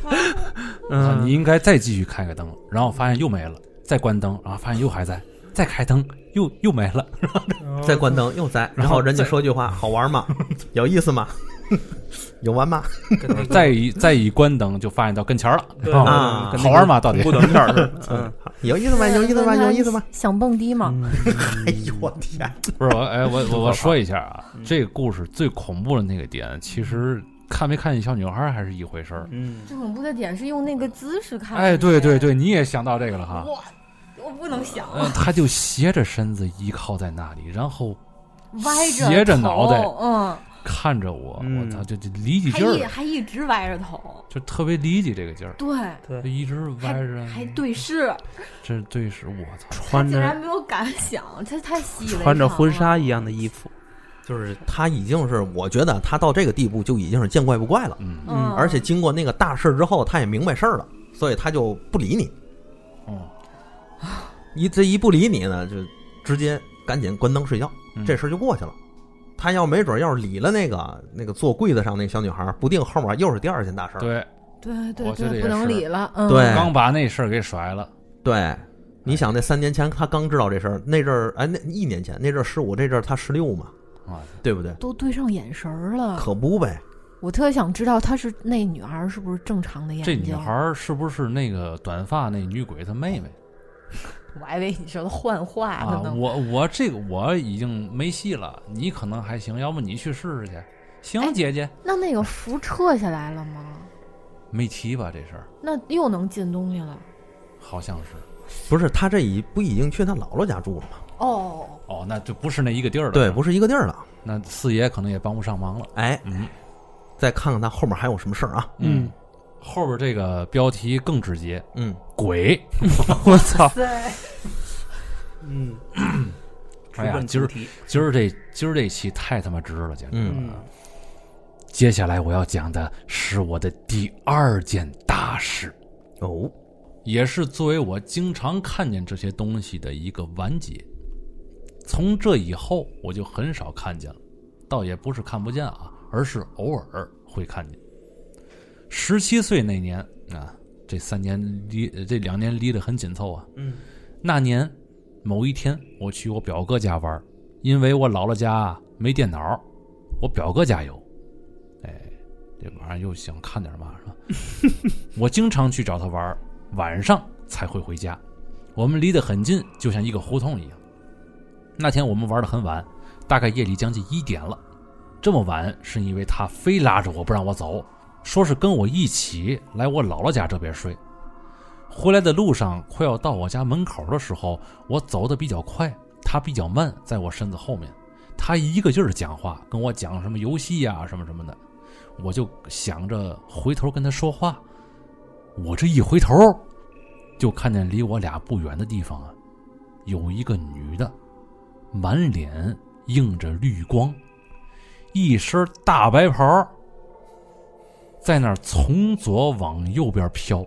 S3: 嗯，
S4: 啊你应该再继续开个灯，然后发现又没了，再关灯，然后发现又还在，再开灯又又没了。
S2: 再关灯又在，然后人家说句话，好玩吗？有意思吗？有完吗？
S3: 跟那个
S4: 再一 再一关灯，就发现到跟前儿了，
S3: 对
S4: 啊
S2: 啊
S3: 跟那个
S4: 好玩吗？到底
S3: 恐怖短片儿似的，嗯。
S2: 有意思
S1: 哎
S2: 吗？有意思吗？有意思吗？？
S1: 想蹦迪吗？
S4: 嗯
S2: 哎呦我天！
S4: 不是我，哎， 我我我说一下啊
S3: 嗯，
S4: 这个故事最恐怖的那个点，其实看没看见小女孩还是一回事儿。
S3: 嗯，
S1: 最恐怖的点是用那个姿势看。
S4: 哎，对对，对，你也想到这个了哈。
S1: 我我不能想，
S4: 呃，他就斜着身子依靠在那里，然后
S1: 歪着
S4: 斜着脑袋
S1: 头嗯，
S4: 看着我，
S3: 嗯
S4: 我操，就就离起
S1: 还
S4: 劲儿
S1: 一
S4: 了，
S1: 还一直歪着头，
S4: 就特别离起这个劲儿，
S1: 对，
S4: 就
S3: 对，
S4: 一直歪着
S1: 还，还对视，
S4: 这对是我操，
S1: 他
S3: 穿
S1: 竟然
S3: 着
S1: 没有感想，这太习以为常了
S3: 穿着婚纱一样的衣服，
S2: 就是他已经是，我觉得他到这个地步就已经是见怪不怪了，
S4: 嗯
S1: 嗯，
S2: 而且经过那个大事儿之后，他也明白事儿了，所以他就不理你。
S1: 哦
S4: 嗯，
S2: 一这一不理你呢，就直接赶紧关灯睡觉，
S4: 嗯
S2: 这事儿就过去了。他要没准要是理了那个那个坐柜子上那小女孩儿，不定后面又是第二件大事儿。
S4: 对，
S1: 对对
S4: 我觉得
S1: 对，
S4: 也
S1: 不能
S4: 是
S1: 理了，嗯，
S2: 对
S4: 刚把那事儿给甩了，
S2: 对，
S4: 哎
S2: 你想那三年前他刚知道这事儿，那阵儿哎，那一年前那阵儿十五，这阵儿他十六嘛，
S4: 啊，
S2: 对不对？
S1: 都对上眼神儿了。
S2: 可不呗，
S1: 我特想知道她是那女孩儿是不是正常的眼
S4: 这
S1: 睛？
S4: 女孩，儿是不是那个短发那女鬼她妹妹
S1: 我还以为你说她幻化
S4: 啊
S1: 的？呢。
S4: 我我这个我已经没戏了，你可能还行，要不你去试试去？
S1: 哎
S4: 行，姐姐，
S1: 那那个符撤下来了吗？
S4: 没提吧这事儿，
S1: 那又能进东西了？
S4: 好像是。
S2: 不是他这已不已经去他姥姥家住了吗？
S1: 哦，
S4: 哦，那就不是那一个地儿了。
S2: 对，不是一个地儿了。
S4: 那四爷可能也帮不上忙了。
S2: 哎，
S4: 嗯
S2: 再看看他后面还有什么事儿啊？
S3: 嗯，
S4: 后边这个标题更直接，
S2: 嗯，
S4: 鬼。
S3: 我操，
S1: 对，
S3: 嗯，
S4: 哎呀
S3: 直奔
S4: 今儿
S3: 主题，
S4: 今儿这今儿这期太他妈值了，简直。
S2: 嗯
S4: 接下来我要讲的是我的第二件大事，
S2: 哦，
S4: 也是作为我经常看见这些东西的一个完结。从这以后，我就很少看见了，倒也不是看不见啊，而是偶尔会看见。十七岁那年啊，这三年离呃这两年离得很紧凑啊，
S3: 嗯
S4: 那年某一天，我去我表哥家玩儿，因为我姥姥家没电脑，我表哥家有。哎，这晚上又想看点嘛，是吧？我经常去找他玩儿，晚上才会回家。我们离得很近，就像一个胡同一样。那天我们玩得很晚，大概夜里将近一点了。这么晚是因为他非拉着我不让我走，说是跟我一起来我姥姥家这边睡。回来的路上，快要到我家门口的时候，我走得比较快，他比较慢，在我身子后面。他一个劲儿讲话，跟我讲什么游戏呀、什么什么的。我就想着回头跟他说话，我这一回头，就看见离我俩不远的地方啊，有一个女的，满脸映着绿光，一身大白袍儿，在那儿从左往右边飘。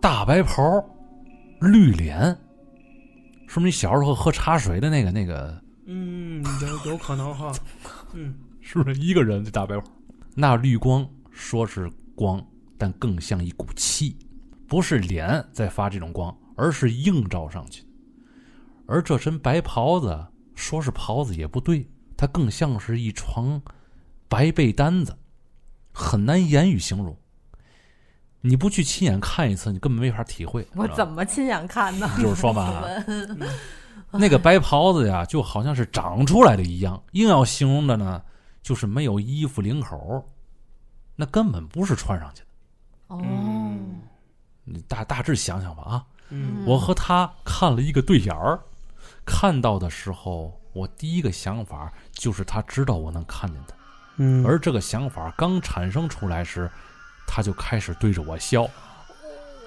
S4: 大白袍儿，绿脸，是不是你小时候喝茶水的那个那个？
S3: 嗯，有有可能哈，嗯，
S4: 是不是一个人？这大白花，那绿光说是光，但更像一股气，不是脸在发这种光，而是映照上去。而这身白袍子，说是袍子也不对，它更像是一床白被单子，很难言语形容。你不去亲眼看一次，你根本没法体会。
S1: 我
S4: 知道
S1: 怎
S4: 吧
S1: 么亲眼看呢？
S4: 就是说嘛，嗯那个白袍子呀，就好像是长出来的一样，硬要形容的呢，就是没有衣服领口，那根本不是穿上去的。
S1: 哦，
S4: 你大大致想想吧啊，
S3: 嗯
S4: 我和他看了一个对眼儿，看到的时候，我第一个想法就是他知道我能看见他，
S3: 嗯
S4: 而这个想法刚产生出来时，他就开始对着我笑，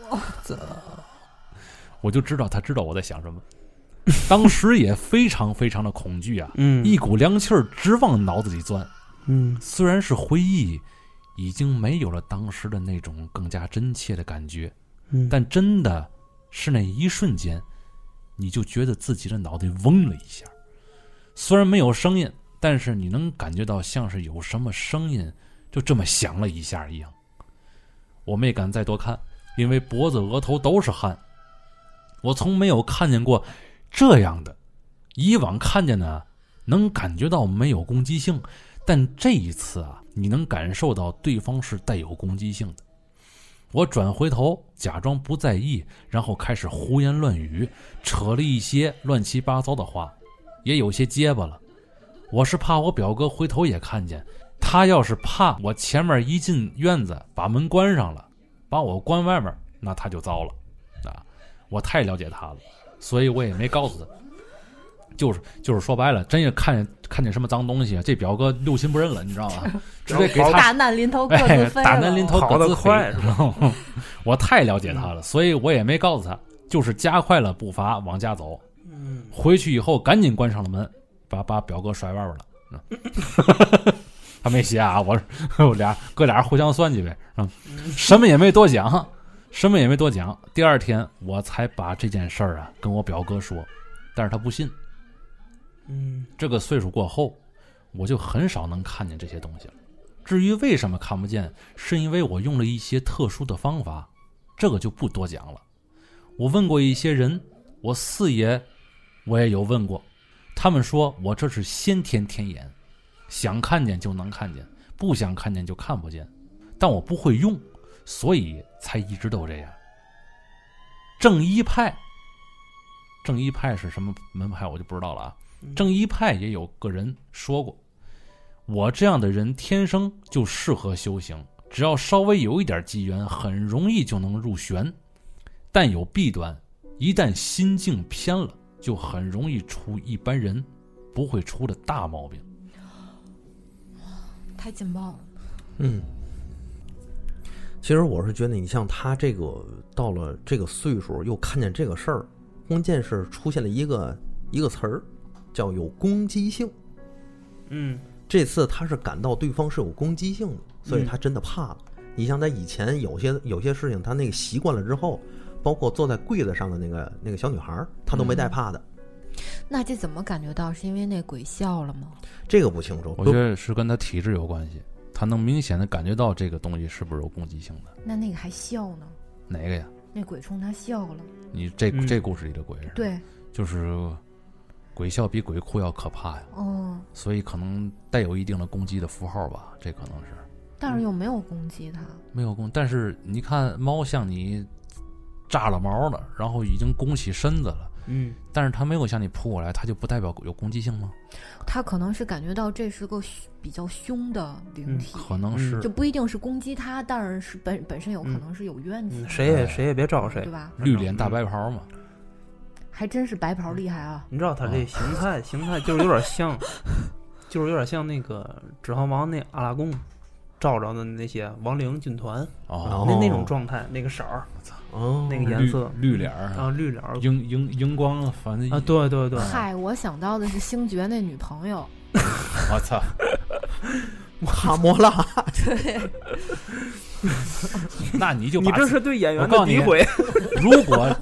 S3: 哦
S4: 我就知道他知道我在想什么，当时也非常非常的恐惧啊，
S3: 嗯
S4: 一股凉气儿直往脑子里钻。
S3: 嗯
S4: 虽然是回忆，已经没有了当时的那种更加真切的感觉，
S3: 嗯，
S4: 但真的是那一瞬间，你就觉得自己的脑袋嗡了一下。虽然没有声音，但是你能感觉到像是有什么声音就这么响了一下一样。我没敢再多看，因为脖子、额头都是汗。我从没有看见过这样的，以往看见呢，能感觉到没有攻击性，但这一次啊，你能感受到对方是带有攻击性的。我转回头，假装不在意，然后开始胡言乱语，扯了一些乱七八糟的话，也有些结巴了。我是怕我表哥回头也看见，他要是怕我前面一进院子把门关上了，把我关外面，那他就糟了。啊，我太了解他了，所以我也没告诉他。就是就是说白了，真要看见看见什么脏东西，啊这表哥六亲不认了，你知道吧？直接给他
S1: 哦大难临头各自
S4: 哎，
S1: 飞了。嗯
S4: 打南临头
S3: 跑
S4: 各
S3: 得
S4: 自
S3: 快
S4: 飞，然后 我太了解他了，所以我也没告诉他，就是加快了步伐往家走。
S3: 嗯
S4: 回去以后赶紧关上了门，把把表哥甩外边了。嗯 他没歇啊，我我俩哥俩互相算计呗，嗯，什么也没多讲，什么也没多讲。第二天我才把这件事儿啊跟我表哥说，但是他不信。
S3: 嗯
S4: 这个岁数过后，我就很少能看见这些东西了。至于为什么看不见，是因为我用了一些特殊的方法，这个就不多讲了。我问过一些人，我四爷，我也有问过，他们说我这是先天天眼，想看见就能看见，不想看见就看不见。但我不会用，所以才一直都这样。正一派，正一派是什么门派我就不知道了啊。正一派也有个人说过，我这样的人天生就适合修行，只要稍微有一点机缘，很容易就能入玄。但有弊端，一旦心境偏了，就很容易出一般人不会出的大毛病。
S1: 太劲爆了。
S2: 嗯，其实我是觉得，你像他这个到了这个岁数，又看见这个事儿，关键是出现了一个一个词儿，叫有攻击性。
S3: 嗯
S2: 这次他是感到对方是有攻击性的，所以他真的怕了。你像他以前有些有些事情，他那个习惯了之后，包括坐在柜子上的那个那个小女孩儿，他都没带怕的。
S1: 那这怎么感觉到？是因为那鬼笑了吗？
S2: 这个不清楚，
S4: 我觉得是跟他体质有关系，他能明显的感觉到这个东西是不是有攻击性的。
S1: 那那个还笑呢，
S4: 哪个呀？
S1: 那鬼冲他笑了。
S4: 你这、
S3: 嗯
S4: 这故事里的鬼是吧？
S1: 对，
S4: 就是鬼笑比鬼哭要可怕呀，
S1: 嗯，
S4: 所以可能带有一定的攻击的符号吧，这可能是
S1: 但
S4: 嗯
S1: 是又没有攻击它。
S4: 没有攻。但是你看猫向你炸了毛了，然后已经弓起身子了，
S3: 嗯，
S4: 但是它没有向你扑过来，它就不代表有攻击性吗？
S1: 它可能是感觉到这是个凶比较凶的灵
S3: 嗯
S1: 体，
S4: 可能是
S1: 就不一定是攻击它，但是本本身有可
S3: 嗯
S1: 能是有怨气
S3: 嗯
S1: 的，
S3: 谁
S2: 哎
S3: 也谁也别招谁
S1: 对，吧？
S4: 绿脸大白袍嘛，
S1: 还真是白
S4: 嗯
S1: 袍厉害啊！
S3: 嗯你知道他这形态、形态就是有点 像，就是有点像那个《指环王》那阿拉贡招着的那些亡灵军团、
S4: 哦，
S3: 那那种状态，那个色儿，
S2: 哦，
S3: 那个
S4: 绿
S3: 嗯颜色，
S4: 绿脸儿
S3: 然后绿脸儿
S4: 荧荧荧光，反正
S3: 啊，对对对，
S1: 嗨，我想到的是星爵那女朋友，
S4: 我操，
S2: 哈摩拉，
S4: 那你就
S3: 你
S4: 把
S3: 这是对演员
S4: 我
S3: 的
S4: 告诉你
S3: 诋毁。
S4: 如果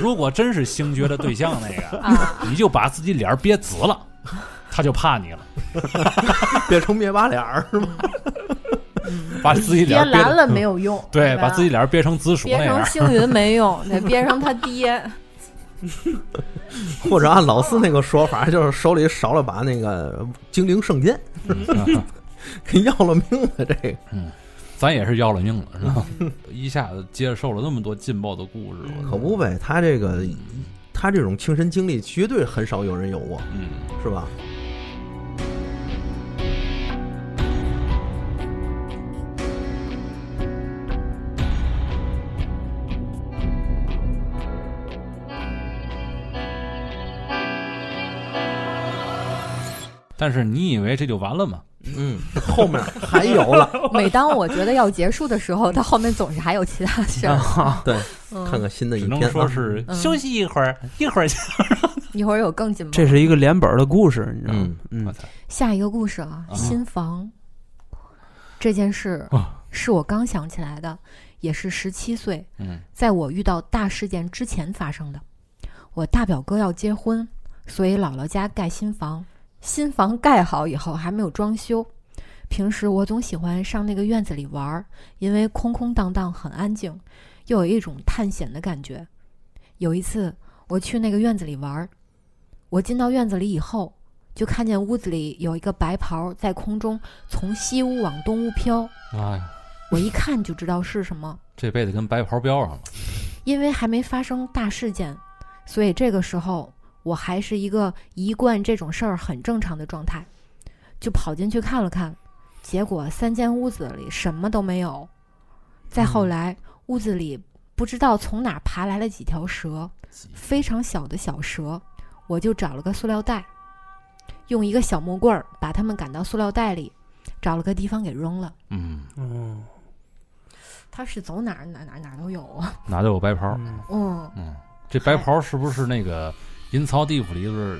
S4: 如果真是星爵的对象那 个，
S1: 啊，
S4: 你就把自己脸儿憋直了，他就怕你了，
S2: 变成灭霸脸 儿，
S4: 把自己
S1: 别
S4: 脸儿憋
S1: 蓝
S4: 得
S1: 了没有用，
S4: 对，
S1: 吧
S4: 把自己脸儿憋成紫薯
S1: 别
S4: 那
S1: 成
S4: 样。
S1: 星云没 用，得别成他爹。
S2: 或者按老四那个说法，就是手里少了把那个精灵圣剑，
S4: 嗯
S2: 给要了命了。这个
S4: 咱也是要了命了，是吧？ 一下子接受了那么多劲爆的故事，我
S2: 可不呗，他这个他这种亲身经历，绝对很少有人有过，
S4: 嗯，
S2: 是吧？
S4: 但是你以为这就完了吗？
S2: 嗯，后面 还有 了，
S1: 每当我觉得要结束的时候，他后面总是还有其他事儿。
S2: 对，
S1: 嗯
S2: 看看新的一
S4: 只
S2: 篇
S4: 啊能
S2: 啊，
S4: 说是
S1: 嗯
S4: 休息一会儿，一会儿就。
S1: 一会儿有更劲爆。
S3: 这是一个连本儿的故事，你知道吗
S2: 嗯？
S4: 我
S3: 嗯，
S4: 操
S1: 下一个故事啊，
S4: 啊
S1: 新房这件事
S4: 啊
S1: 是我刚想起来的，也是十七岁，
S4: 嗯
S1: 在我遇到大事件之前发生的。我大表哥要结婚，所以姥姥家盖新房。新房盖好以后还没有装修，平时我总喜欢上那个院子里玩儿，因为空空荡荡很安静，又有一种探险的感觉。有一次我去那个院子里玩儿，我进到院子里以后，就看见屋子里有一个白袍在空中从西屋往东屋飘，
S4: 哎呀，
S1: 我一看就知道是什么。
S4: 这辈子跟白袍标上了。
S1: 因为还没发生大事件，所以这个时候我还是一个一贯这种事儿很正常的状态，就跑进去看了看，结果三间屋子里什么都没有。再后来，屋子里不知道从哪儿爬来了几条蛇，非常小的小蛇，我就找了个塑料袋，用一个小木棍儿把它们赶到塑料袋里，找了个地方给扔了。
S4: 嗯，
S3: 嗯，
S1: 它是走哪儿哪哪哪都有啊，
S4: 哪都有白袍。
S3: 嗯
S1: 嗯。
S4: 嗯，这白袍是不是那个《阴曹地府》里边儿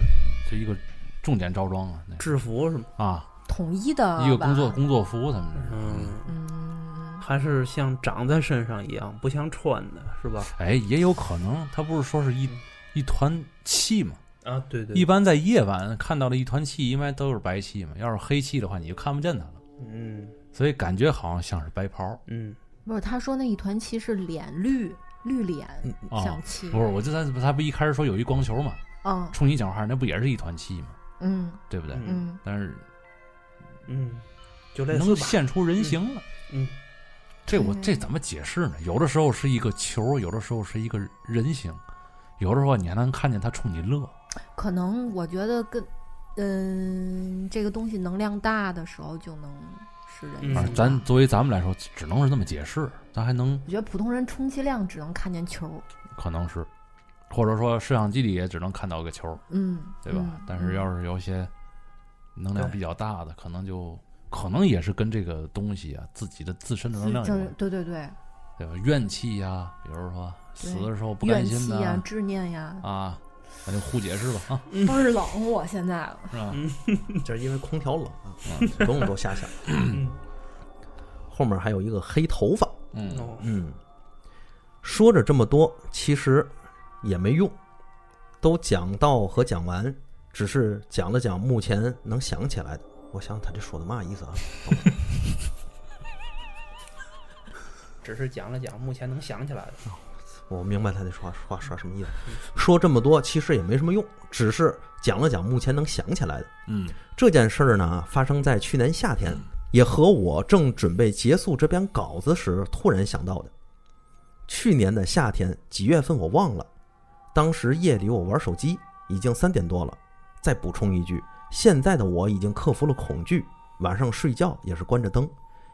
S4: 这一个重点招装啊？那
S3: 制服是吗？
S4: 个啊，
S1: 统一的
S4: 一个工
S1: 吧
S4: 作工作服，他们这是。
S3: 嗯，
S1: 嗯，
S3: 还是像长在身上一样，不像穿的，是吧？
S4: 哎，也有可能，他不是说是一一团气嘛？
S3: 啊，对对，
S4: 一般在夜晚看到的一团气，应该都是白气嘛。要是黑气的话，你就看不见它了。
S3: 嗯
S4: 所以感觉好像像是白袍
S3: 嗯，
S1: 不是，他说那一团气是脸绿绿脸
S4: 啊
S3: 嗯
S1: 像。气，
S4: 不是，我就在他不一开始说有一光球嘛，
S1: 嗯
S4: 冲你脚下，那不也是一团气嘛？
S1: 嗯
S4: 对不对？
S3: 嗯
S1: 嗯，
S4: 但是
S3: 嗯，就类似
S4: 能
S3: 吧。
S4: 现出人形了。
S3: 嗯，
S4: 这我
S1: 嗯
S4: 这怎么解释呢？有的时候是一个球，有的时候是一个人形，有的时候你还能看见他冲你乐。
S1: 可能我觉得跟嗯这个东西能量大的时候就能是人
S3: 嗯
S4: 反
S1: 形
S4: 正
S1: 吧。
S4: 咱作为咱们来说，只能是这么解释，咱还能
S1: 我觉得普通人充其量只能看见球，
S4: 可能是，或者说摄像机里也只能看到个球，
S1: 嗯，
S4: 对吧？
S1: 嗯
S4: 但是
S1: 嗯
S4: 要是有一些能量
S3: 对
S4: 比较大的，可能就可能也是跟这个东西啊自己的自身的能量
S1: 自
S4: 有
S1: 这
S4: 关，
S1: 嗯对对对，
S4: 对吧？怨气呀、比如说死的时候不
S1: 怨
S4: 甘心
S1: 气呀、
S4: 的
S1: 执念呀，
S4: 啊，那就互解释吧啊，
S1: 倍儿冷，我现在
S4: 是吧？
S2: 嗯就是因为空调冷啊， 嗯不用多瞎想。后面还有一个黑头发，
S4: 嗯
S3: 哦，
S2: 嗯，说着这么多，其实也没用，都讲到和讲完，只是讲了讲目前能想起来的。我想想他这说的嘛意思啊？
S3: 只是讲了讲目前能想起来的。
S2: 我明白他那说话话说什么意思。说这么多其实也没什么用，只是讲了讲目前能想起来的
S4: 嗯
S2: 这件事儿呢。发生在去年夏天，也和我正准备结束这篇稿子时突然想到的。去年的夏天几月份我忘了，当时夜里我玩手机，已经三点多了。再补充一句，现在的我已经克服了恐惧，晚上睡觉也是关着灯，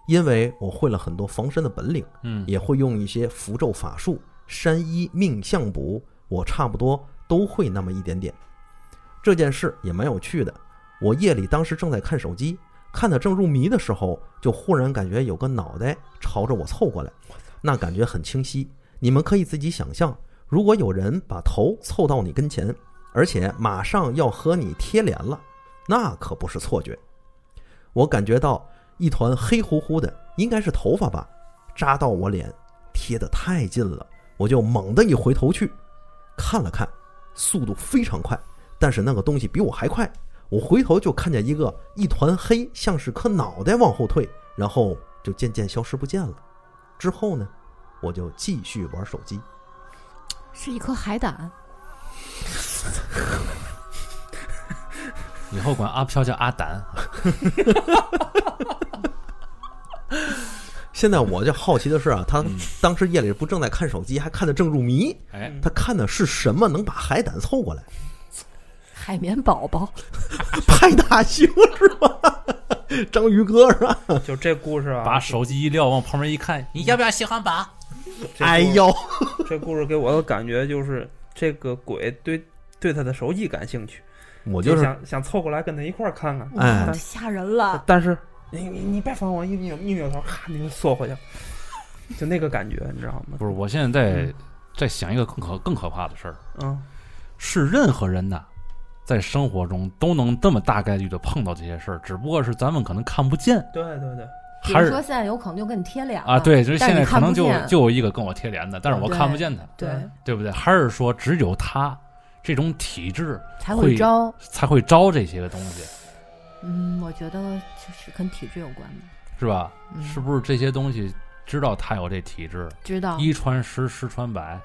S2: 因为我会了很多防身的本领。
S4: 嗯，
S2: 也会用一些符咒法术、山医命相卜，我差不多都会那么一点点。这件事也蛮有趣的。我夜里当时正在看手机，看得正入迷的时候，就忽然感觉有个脑袋朝着我凑过来，那感觉很清晰。你们可以自己想象，如果有人把头凑到你跟前，而且马上要和你贴脸了，那可不是错觉。我感觉到一团黑乎乎的，应该是头发吧，扎到我脸，贴得太近了，我就猛地一回头去，看了看，速度非常快，但是那个东西比我还快。我回头就看见一个一团黑，像是颗脑袋往后退，然后就渐渐消失不见了。之后呢，我就继续玩手机。
S1: 是一颗海胆，
S4: 以后管阿飘叫阿胆，啊
S2: 现在我就好奇的是啊，他
S4: 嗯
S2: 当时夜里不正在看手机，还看得正入迷，
S4: 哎，
S2: 他看的是什么能把海胆凑过来？
S1: 海绵宝 宝。
S2: 派大星是吧？ 章鱼哥是吧？
S3: 就这故事啊，
S4: 把手机一撂，往旁边一看，你要不要吸汉堡？
S3: 这故
S2: 哎，呦，
S3: 这故事给我的感觉就是这个鬼对对他的手机感兴趣，
S2: 我
S3: 我
S2: 就是
S3: 想想凑过来跟他一块儿看看，
S2: 哎
S1: 哇吓人
S4: 嗯
S1: 了！
S3: 但是你你你别烦我，一扭一扭头，咔，你就缩回去了，就那个感觉，你知道吗
S4: 不？是，我现在在在想一个更可更可怕的事儿，
S3: 嗯，
S4: 是任何人呐，在生活中都能这么大概率的碰到这些事儿，只不过是咱们可能看不见，
S3: 对对对，
S1: 比
S4: 还
S1: 如
S4: 是
S1: 说现在有可能就跟你贴脸了
S4: 啊，对，就是
S1: 但
S4: 现在
S1: 你
S4: 可
S1: 看
S4: 能
S1: 不
S4: 就
S1: 见
S4: 就有一个跟我贴脸的，但是我看不见他，
S1: 对，
S4: 对不对？还是说只有他这种体质
S1: 才
S4: 会
S1: 会招。
S4: 才会招这些个东西，
S1: 嗯，我觉得就是跟体质有关吧。
S4: 是吧？
S1: 嗯
S4: 是不是这些东西知道他有这体质，
S1: 知道，
S4: 一传十，十传 百，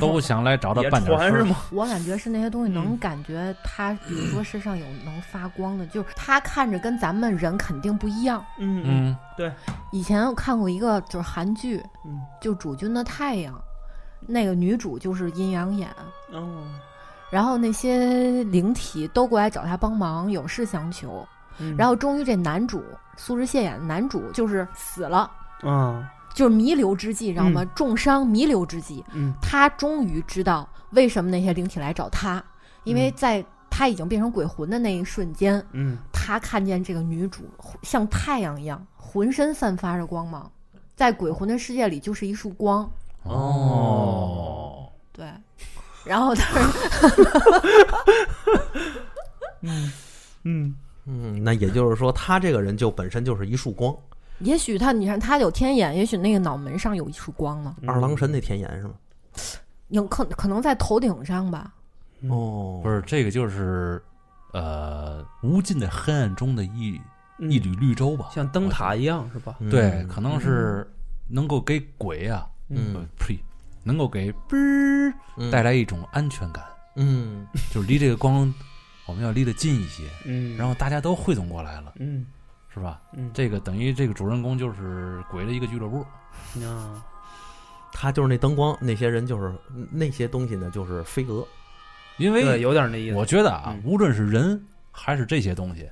S4: 都想来找他
S3: 也
S4: 办点
S3: 传
S4: 事
S3: 是
S4: 儿？
S3: 吗？
S1: 我感觉是那些东西能
S3: 嗯
S1: 感觉它，比如说身上有能发光的，就是它看着跟咱们人肯定不一样。
S3: 嗯嗯
S4: 嗯，
S1: 以前我看过一个就是韩剧，
S3: 嗯，
S1: 就《主君的太阳》，那个女主就是阴阳眼，
S3: 哦，
S4: 嗯
S1: 然后那些灵体都过来找她帮忙，有事相求。
S3: 嗯
S1: 然后终于这男主苏志燮演的男主就是死了，
S3: 嗯
S1: 就是弥留之际，知道吗？
S3: 嗯
S1: 重伤弥留之际，
S3: 嗯
S1: 他终于知道为什么那些灵体来找他，因为
S3: 嗯
S1: 在他已经变成鬼魂的那一瞬间，
S3: 嗯，
S1: 他看见这个女主像太阳一样，浑身散发着光芒，在鬼魂的世界里就是一束光。
S4: 哦，
S1: 对，然后他
S3: 嗯嗯
S2: 嗯，那也就是说，他这个人就本身就是一束光，
S1: 也许他，你看他有天眼，也许那个脑门上有一束光呢，
S2: 二郎神那天眼是吗？
S1: 有可可能在头顶上吧。
S3: 嗯
S2: 哦，
S4: 不，是这个就是呃无尽的黑暗中的一
S3: 嗯
S4: 一缕绿洲吧？
S3: 像灯塔一样嗯是吧？
S4: 对，可能是能够给鬼啊，
S2: 嗯
S4: 呃呸，能够给啵儿
S2: 嗯
S4: 带来一种安全 感，
S2: 嗯，
S4: 就是离这个光我们要离得近一些，
S3: 嗯，
S4: 然后大家都汇总过来了，
S3: 嗯
S4: 是吧？
S3: 嗯
S4: 这个等于这个主人公就是鬼的一个俱乐部，嗯
S3: 啊
S2: 他就是那灯光，那些人就是那些东西呢，就是飞蛾。
S4: 因
S3: 对，
S4: 为
S3: 有点那意思。
S4: 我觉得啊
S3: 嗯，
S4: 无论是人还是这些东西，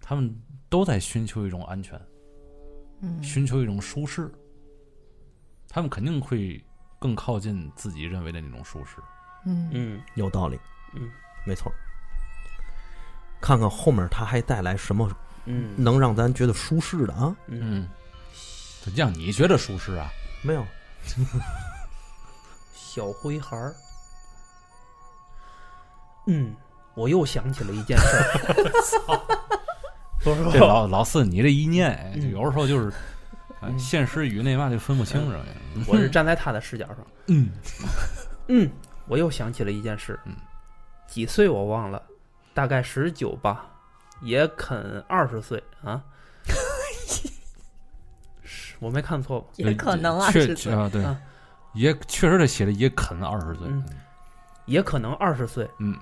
S4: 他们都在寻求一种安全，
S1: 嗯，
S4: 寻求一种舒适，他们肯定会更靠近自己认为的那种舒适。呃
S1: 嗯，
S3: 嗯
S2: 有道理，
S3: 嗯
S2: 没错。看看后面他还带来什么
S3: 嗯
S2: 能让咱觉得舒适的啊？
S3: 嗯，
S4: 嗯，这让你觉得舒适啊？
S2: 没有，
S3: 小灰孩儿。嗯，我又想起了一件事 儿。说实
S4: 这
S3: 话，
S4: 老老四，你这一念，哎就
S3: 嗯
S4: 有时候就是哎
S3: 嗯
S4: 现实与那嘛就分不清了。
S3: 我是站在他的视角上。
S4: 嗯，
S3: 嗯，我又想起了一件事。
S4: 嗯，
S3: 几岁我忘了，大概十九吧，也肯二十岁 啊。是我没看错吧？
S4: 确确啊，对
S1: 嗯
S3: 啊，
S4: 也确实他写的也啃二十岁，
S3: 嗯也可能二十岁。
S4: 嗯，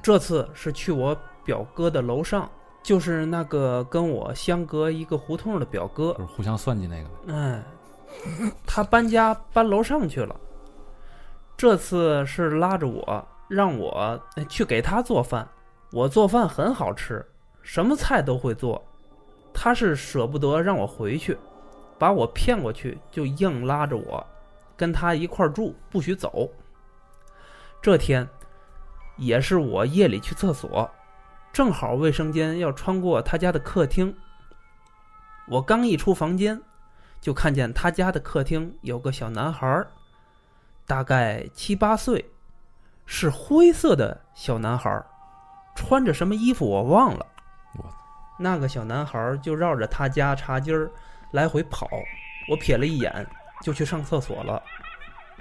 S3: 这次是去我表哥的楼上，就是那个跟我相隔一个胡同的表哥
S4: 就。是互相算计那个。
S3: 哎，他搬家搬楼上去了。这次是拉着我，让我哎去给他做饭。我做饭很好吃，什么菜都会做。他是舍不得让我回去，把我骗过去，就硬拉着我跟他一块儿住，不许走。这天也是我夜里去厕所，正好卫生间要穿过他家的客厅。我刚一出房间，就看见他家的客厅有个小男孩儿，大概七八岁，是灰色的小男孩儿，穿着什么衣服我忘了
S4: 我。
S3: 那个小男孩儿就绕着他家茶几儿来回跑，我瞥了一眼，就去上厕所了。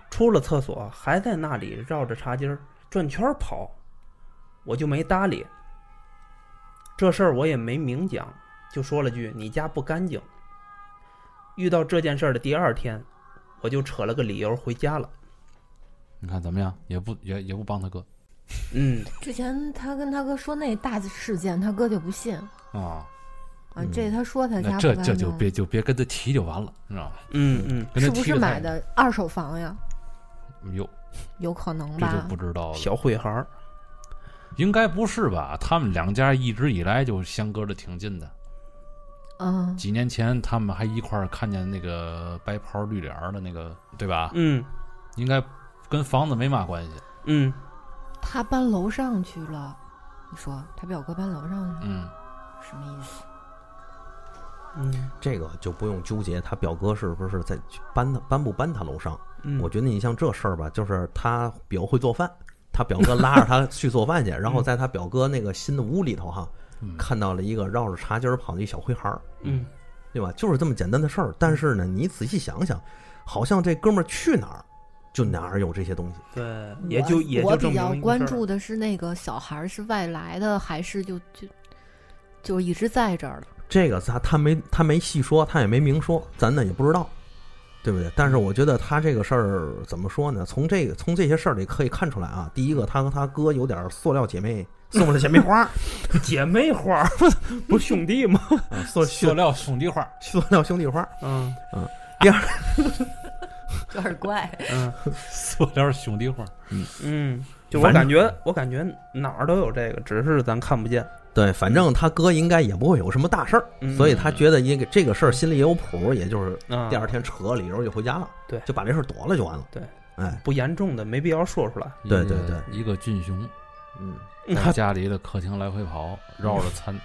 S3: 出了厕所，还在那里绕着茶几儿转圈儿跑，我就没搭理。这事儿我也没明讲，就说了句“你家不干净”。遇到这件事儿的第二天，我就扯了个理由回家了。
S4: 你看怎么样？也不也也不帮他哥
S3: 嗯，
S1: 之前他跟他哥说那大事件，他哥就不信
S4: 啊，
S1: 啊，这他说他家
S4: 那
S1: 不
S4: 这
S1: 干
S4: 这就
S1: 净
S4: 别就别跟他提就完了，你知道吗？
S3: 嗯嗯，
S4: 跟他
S1: 是
S4: 提
S1: 不是买？的二手房呀？
S4: 哟，
S1: 有可能
S4: 这就
S1: 吧
S4: 不。知道了。
S3: 小慧孩儿，
S4: 应该不是吧？他们两家一直以来就相隔的挺近的。
S1: 嗯，
S4: 几年前他们还一块儿看见那个白袍绿脸儿的那个，对吧？
S3: 嗯
S4: 应该跟房子没嘛关系。
S3: 嗯，
S1: 他搬楼上去了。你说他表哥搬楼上去了，
S4: 嗯，
S1: 什么意思？
S3: 嗯
S2: 这个就不用纠结他表哥是不是在搬他搬不搬他楼上。
S3: 嗯，
S2: 我觉得你像这事儿吧，就是他表会做饭，他表哥拉着他去做饭去，然后在他表哥那个新的屋里头哈，
S4: 嗯
S2: 看到了一个绕着茶几儿跑的一小灰孩儿，
S3: 嗯
S2: 对吧？就是这么简单的事儿。但是呢，你仔细想想，好像这哥们儿去哪儿就哪儿有这些东西。
S3: 对，
S1: 我
S3: 也就也
S1: 我
S3: 就证
S1: 比较
S3: 明
S1: 关
S3: 一个事儿
S1: 注的是那个小孩儿是外来的还是就就就一直在这儿了？
S2: 这个他他没他没细说，他也没明说，咱呢也不知道，对不对？但是我觉得他这个事儿怎么说呢？从这个从这些事儿里可以看出来啊，第一个，他和他哥有点塑料姐妹，塑料姐妹花，
S3: 姐妹花儿不是兄弟吗？
S2: 啊塑
S4: 塑
S2: 塑
S4: 料兄弟话，
S2: 塑料兄弟花，
S3: 嗯
S1: 有点怪。
S3: 嗯
S4: 塑料兄弟话。
S3: 嗯，就我
S2: 反正
S3: 感觉我感觉哪儿都有这个，只是咱看不见。
S2: 对，反正他哥应该也不会有什么大事儿，
S3: 嗯
S2: 所以他觉得应该这个事儿心里也有谱，也就是
S3: 啊，
S2: 第二天扯个理由就回家了，
S3: 对
S2: 就把这事儿躲了就完了，
S3: 对，
S2: 哎，
S3: 不严重的没必要说出来。
S4: 一个
S2: 对对对，
S4: 一个俊雄
S2: 嗯，
S4: 在家里的客厅来回跑，绕着餐，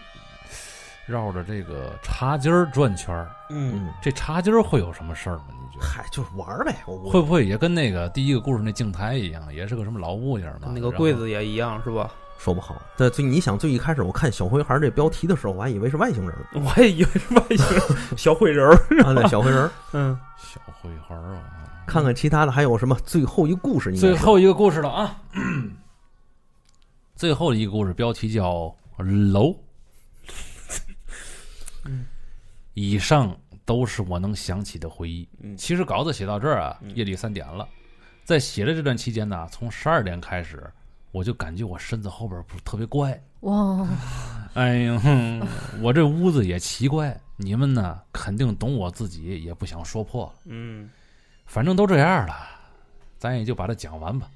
S4: 绕着这个茶几儿转圈儿。
S3: 嗯
S2: 嗯
S4: 这茶几儿会有什么事儿吗？你觉得？
S2: 嗨，就是玩儿呗，我我
S4: 会不会也跟那个第一个故事那镜台一样，也是个什么老物件儿嘛？
S3: 那个
S4: 然后
S3: 柜子也一样是吧？
S2: 说不好。对，最你想最一开始我看小灰孩儿这标题的时候，我还以为是外星人 儿
S3: 我也以为是外星人 小灰人儿。
S2: 啊，对，小灰人儿。
S3: 嗯
S4: 小灰孩儿啊，
S2: 看看其他的还有什么最后一故事应该
S4: 最
S2: 是，
S4: 后一个故事了啊！ 最后一个故事标题叫《楼》。
S3: 嗯
S4: 以上都是我能想起的回忆。
S3: 嗯
S4: 其实稿子写到这儿啊，
S3: 嗯
S4: 夜里三点了。在写的这段期间呢，从十二点开始，我就感觉我身子后边不是特别怪。
S1: 哇，
S4: 哎呦，哼 我这屋子也奇怪。你们呢，肯定懂我自己，也不想说破了。
S3: 嗯
S4: 反正都这样了，咱也就把它讲完吧。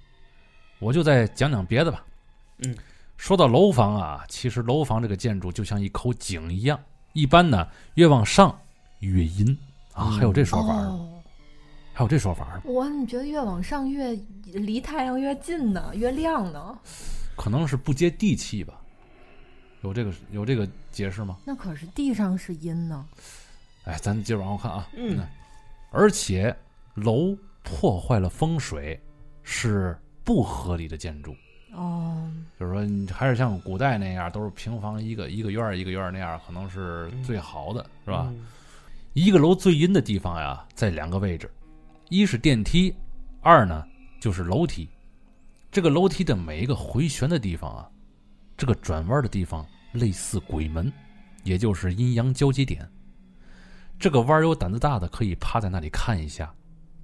S4: 我就再讲讲别的吧。
S3: 嗯，
S4: 说到楼房啊，其实楼房这个建筑就像一口井一样，一般呢越往上越阴啊，
S2: 嗯
S4: 还有这说法儿呢，
S1: 哦，
S4: 还有这说法儿呢，
S1: 我怎么觉得越往上越离太阳越近呢，越亮呢？
S4: 可能是不接地气吧？有这个有这个解释吗？
S1: 那可是地上是阴呢。
S4: 哎，咱接着往后看啊。
S3: 嗯，
S4: 而且楼破坏了风水，是不合理的建筑。
S1: 哦，
S4: 就是说，你还是像古代那样，都是平房一个一个院儿一个院儿那样，可能是最好的，是吧？？
S3: 嗯
S4: 一个楼最阴的地方呀，在两个位置，一是电梯，二呢就是楼梯。这个楼梯的每一个回旋的地方啊，这个转弯的地方类似鬼门，也就是阴阳交接点。这个弯儿有胆子大的可以趴在那里看一下，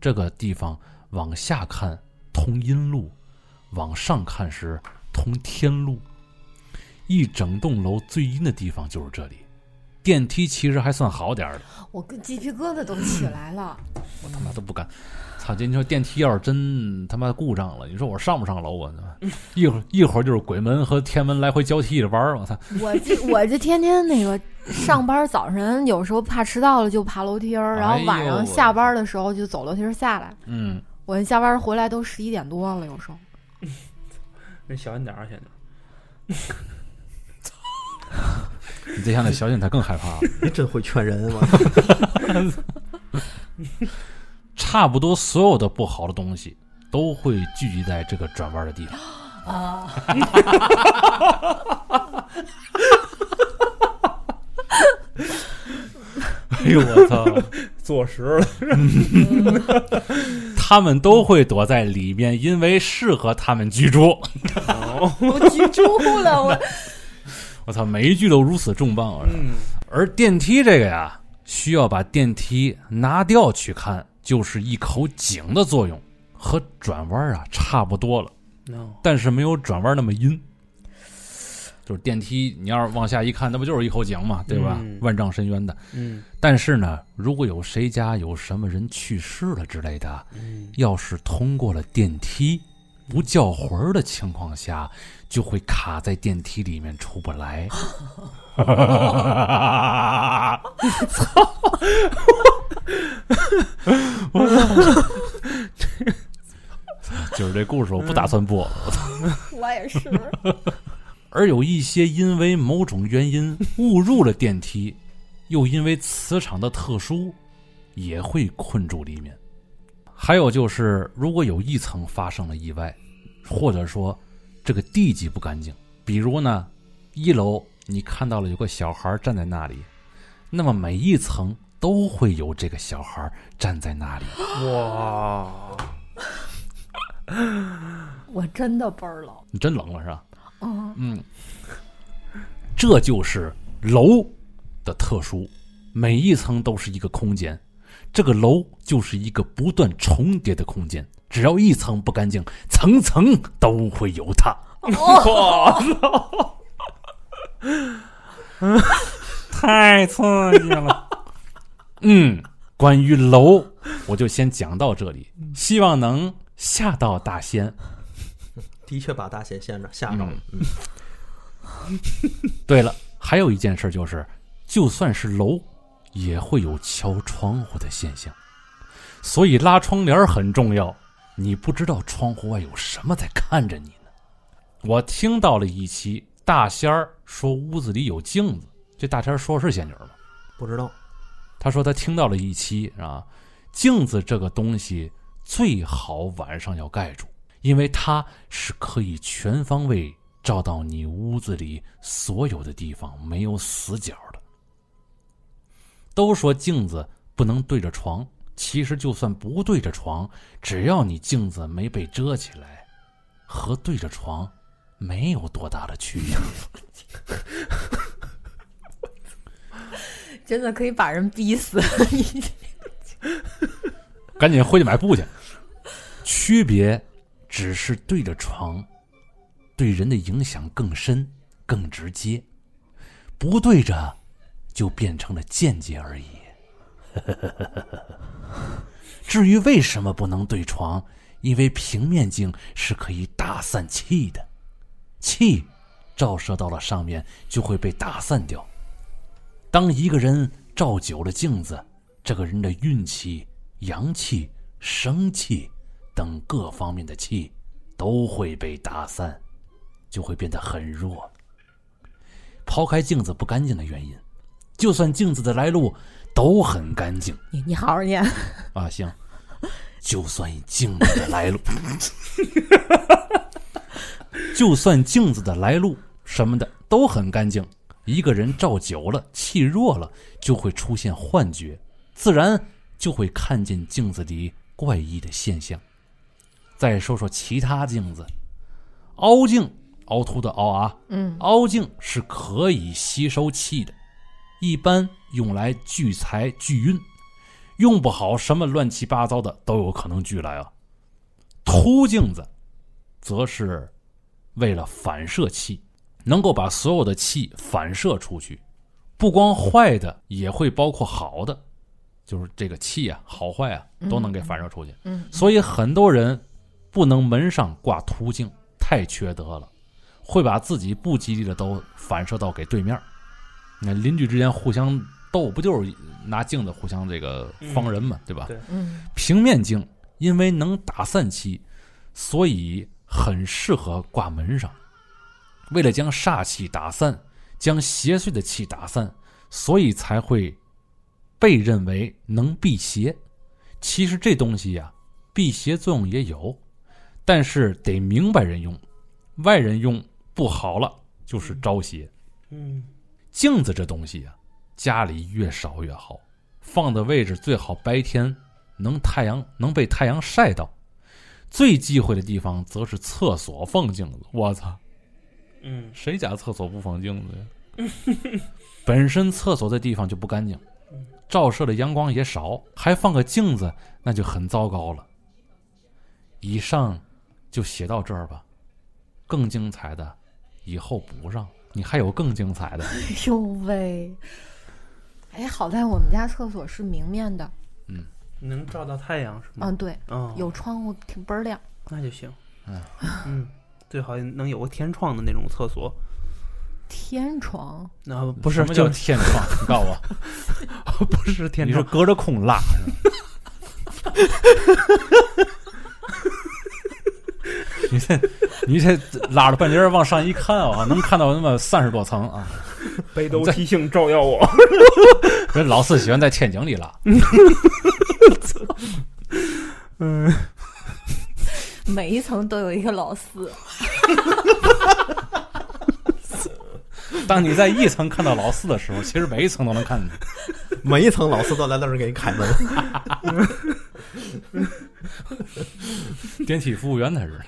S4: 这个地方往下看通阴路，往上看时通天路。一整栋楼最阴的地方就是这里。电梯其实还算好点儿的，
S1: 我跟鸡皮疙瘩都起来了。
S4: 我他妈都不敢。操！你说电梯要是真他妈故障了，你说我上不上楼啊？ 一会儿一会儿就是鬼门和天门来回交替着弯儿，我操！
S1: 我这我这天天那个上班，早晨有时候怕迟到了就爬楼梯儿，然
S4: 哎
S1: 后
S4: 呦
S1: 晚上下班的时候就走楼梯儿下来。
S4: 嗯，
S1: 我下班回来都十一点多了，有时候。
S3: 那小心点儿，现在
S4: 你再想那小景他更害怕了。
S2: 你真会劝人嘛！
S4: 差不多所有的不好的东西都会聚集在这个转弯的地方。
S1: 啊
S4: 哎呦我操！
S3: 坐实了。
S4: 他们都会躲在里面，因为适合他们居住。
S3: 哦
S1: 我居住了， 我
S4: 我操，每一句都如此重磅啊！
S3: 嗯，
S4: 而电梯这个呀，需要把电梯拿掉去看，就是一口井的作用，和转弯啊差不多了。
S3: no，
S4: 但是没有转弯那么阴。就是电梯，你要是往下一看，那不就是一口井嘛，对吧？
S3: 嗯
S4: 万丈深渊的。
S3: 嗯
S4: 但是呢，如果有谁家有什么人去世了之类的，
S3: 嗯，
S4: 要是通过了电梯不叫魂儿的情况下，就会卡在电梯里面出不来。就是这故事，我不打算播了。
S1: 我也是。
S4: 而有一些因为某种原因误入了电梯，又因为磁场的特殊，也会困住里面。还有就是，如果有一层发生了意外，或者说这个地基不干净，比如呢，一楼你看到了有个小孩站在那里，那么每一层都会有这个小孩站在那里。
S3: 哇，
S1: 我真的倍儿冷。
S4: 你真冷了是吧？
S1: 嗯，
S4: 嗯，这就是楼的特殊，每一层都是一个空间，这个楼就是一个不断重叠的空间，只要一层不干净，层层都会有它。
S3: 哇，
S4: 太刺激了。嗯，关于楼，我就先讲到这里，希望能吓到大仙。
S2: 的确把大仙限着吓着了。嗯
S4: 对了，还有一件事就是，就算是楼，也会有敲窗户的现象，所以拉窗帘很重要。你不知道窗户外有什么在看着你呢。我听到了一期大仙儿说屋子里有镜子，这大仙儿说是仙女儿吗？
S2: 不知道
S4: 他说他听到了一期啊，镜子这个东西最好晚上要盖住，因为它是可以全方位照到你屋子里所有的地方，没有死角的。都说镜子不能对着床，其实就算不对着床，只要你镜子没被遮起来，和对着床没有多大的区别。
S1: 真的可以把人逼死。
S4: 赶紧回去买布去。区别只是对着床，对人的影响更深、更直接；不对着，就变成了间接而已。 至于为什么不能对床，因为平面镜是可以打散气的，气照射到了上面就会被打散掉。当一个人照久了镜子，这个人的运气、阳气、生气等各方面的气都会被打散，就会变得很弱。抛开镜子不干净的原因，就算镜子的来路都很干净
S1: 你你好好念。
S4: 啊，行，就算镜子的来路，就算镜子的来路什么的都很干净。一个人照久了，气弱了，就会出现幻觉，自然就会看见镜子里怪异的现象。再说说其他镜子，凹镜，凹凸的凹啊，
S1: 嗯，
S4: 凹镜是可以吸收气的，一般用来聚财聚运，用不好什么乱七八糟的都有可能聚来啊。凸镜子，则是为了反射气，能够把所有的气反射出去，不光坏的，也会包括好的，就是这个气啊，好坏啊，都能给反射出去。
S1: 嗯，
S4: 所以很多人不能门上挂凸镜，太缺德了，会把自己不吉利的都反射到给对面儿。那邻居之间互相斗，不就是拿镜子互相这个方人嘛，对吧？
S3: 对
S1: 嗯
S4: 平面镜因为能打散气，所以很适合挂门上。为了将煞气打散，将邪祟的气打散，所以才会被认为能辟邪。其实这东西呀、辟邪作用也有，但是得明白人用，外人用不好了就是招邪。
S3: 嗯
S4: 镜子这东西啊，家里越少越好，放的位置最好白天能太阳能被太阳晒到。最忌讳的地方则是厕所放镜子。我操，
S3: 嗯
S4: 谁家厕所不放镜子呀？ 本身厕所的地方就不干净，照射的阳光也少，还放个镜子，那就很糟糕了。以上就写到这儿吧，更精彩的以后补上。你还有更精彩的？
S1: 哎呦喂！哎，好在我们家厕所是明面的，
S3: 能照到太阳是吗？
S1: 嗯，对，
S3: 嗯，
S1: 有窗户，挺倍儿亮。
S3: 那就行。嗯，最好能有个天窗的那种厕所。
S1: 天窗，
S3: 那不是
S4: 什么叫
S3: 就
S4: 天窗？你告诉我，
S3: 不是天
S4: 你是
S3: 窗，
S4: 隔着空拉是 吧？你这，你这拉着半截儿往上一看啊，能看到那么三十多层啊！
S3: 北
S4: 斗
S3: 七星照耀我。
S4: 人老四喜欢在天井里拉，
S3: 嗯，
S1: 每一层都有一个老四。
S4: 当你在一层看到老四的时候，其实每一层都能看见。
S2: 每一层老四都来到这儿给你开门。
S4: 电梯服务员他是，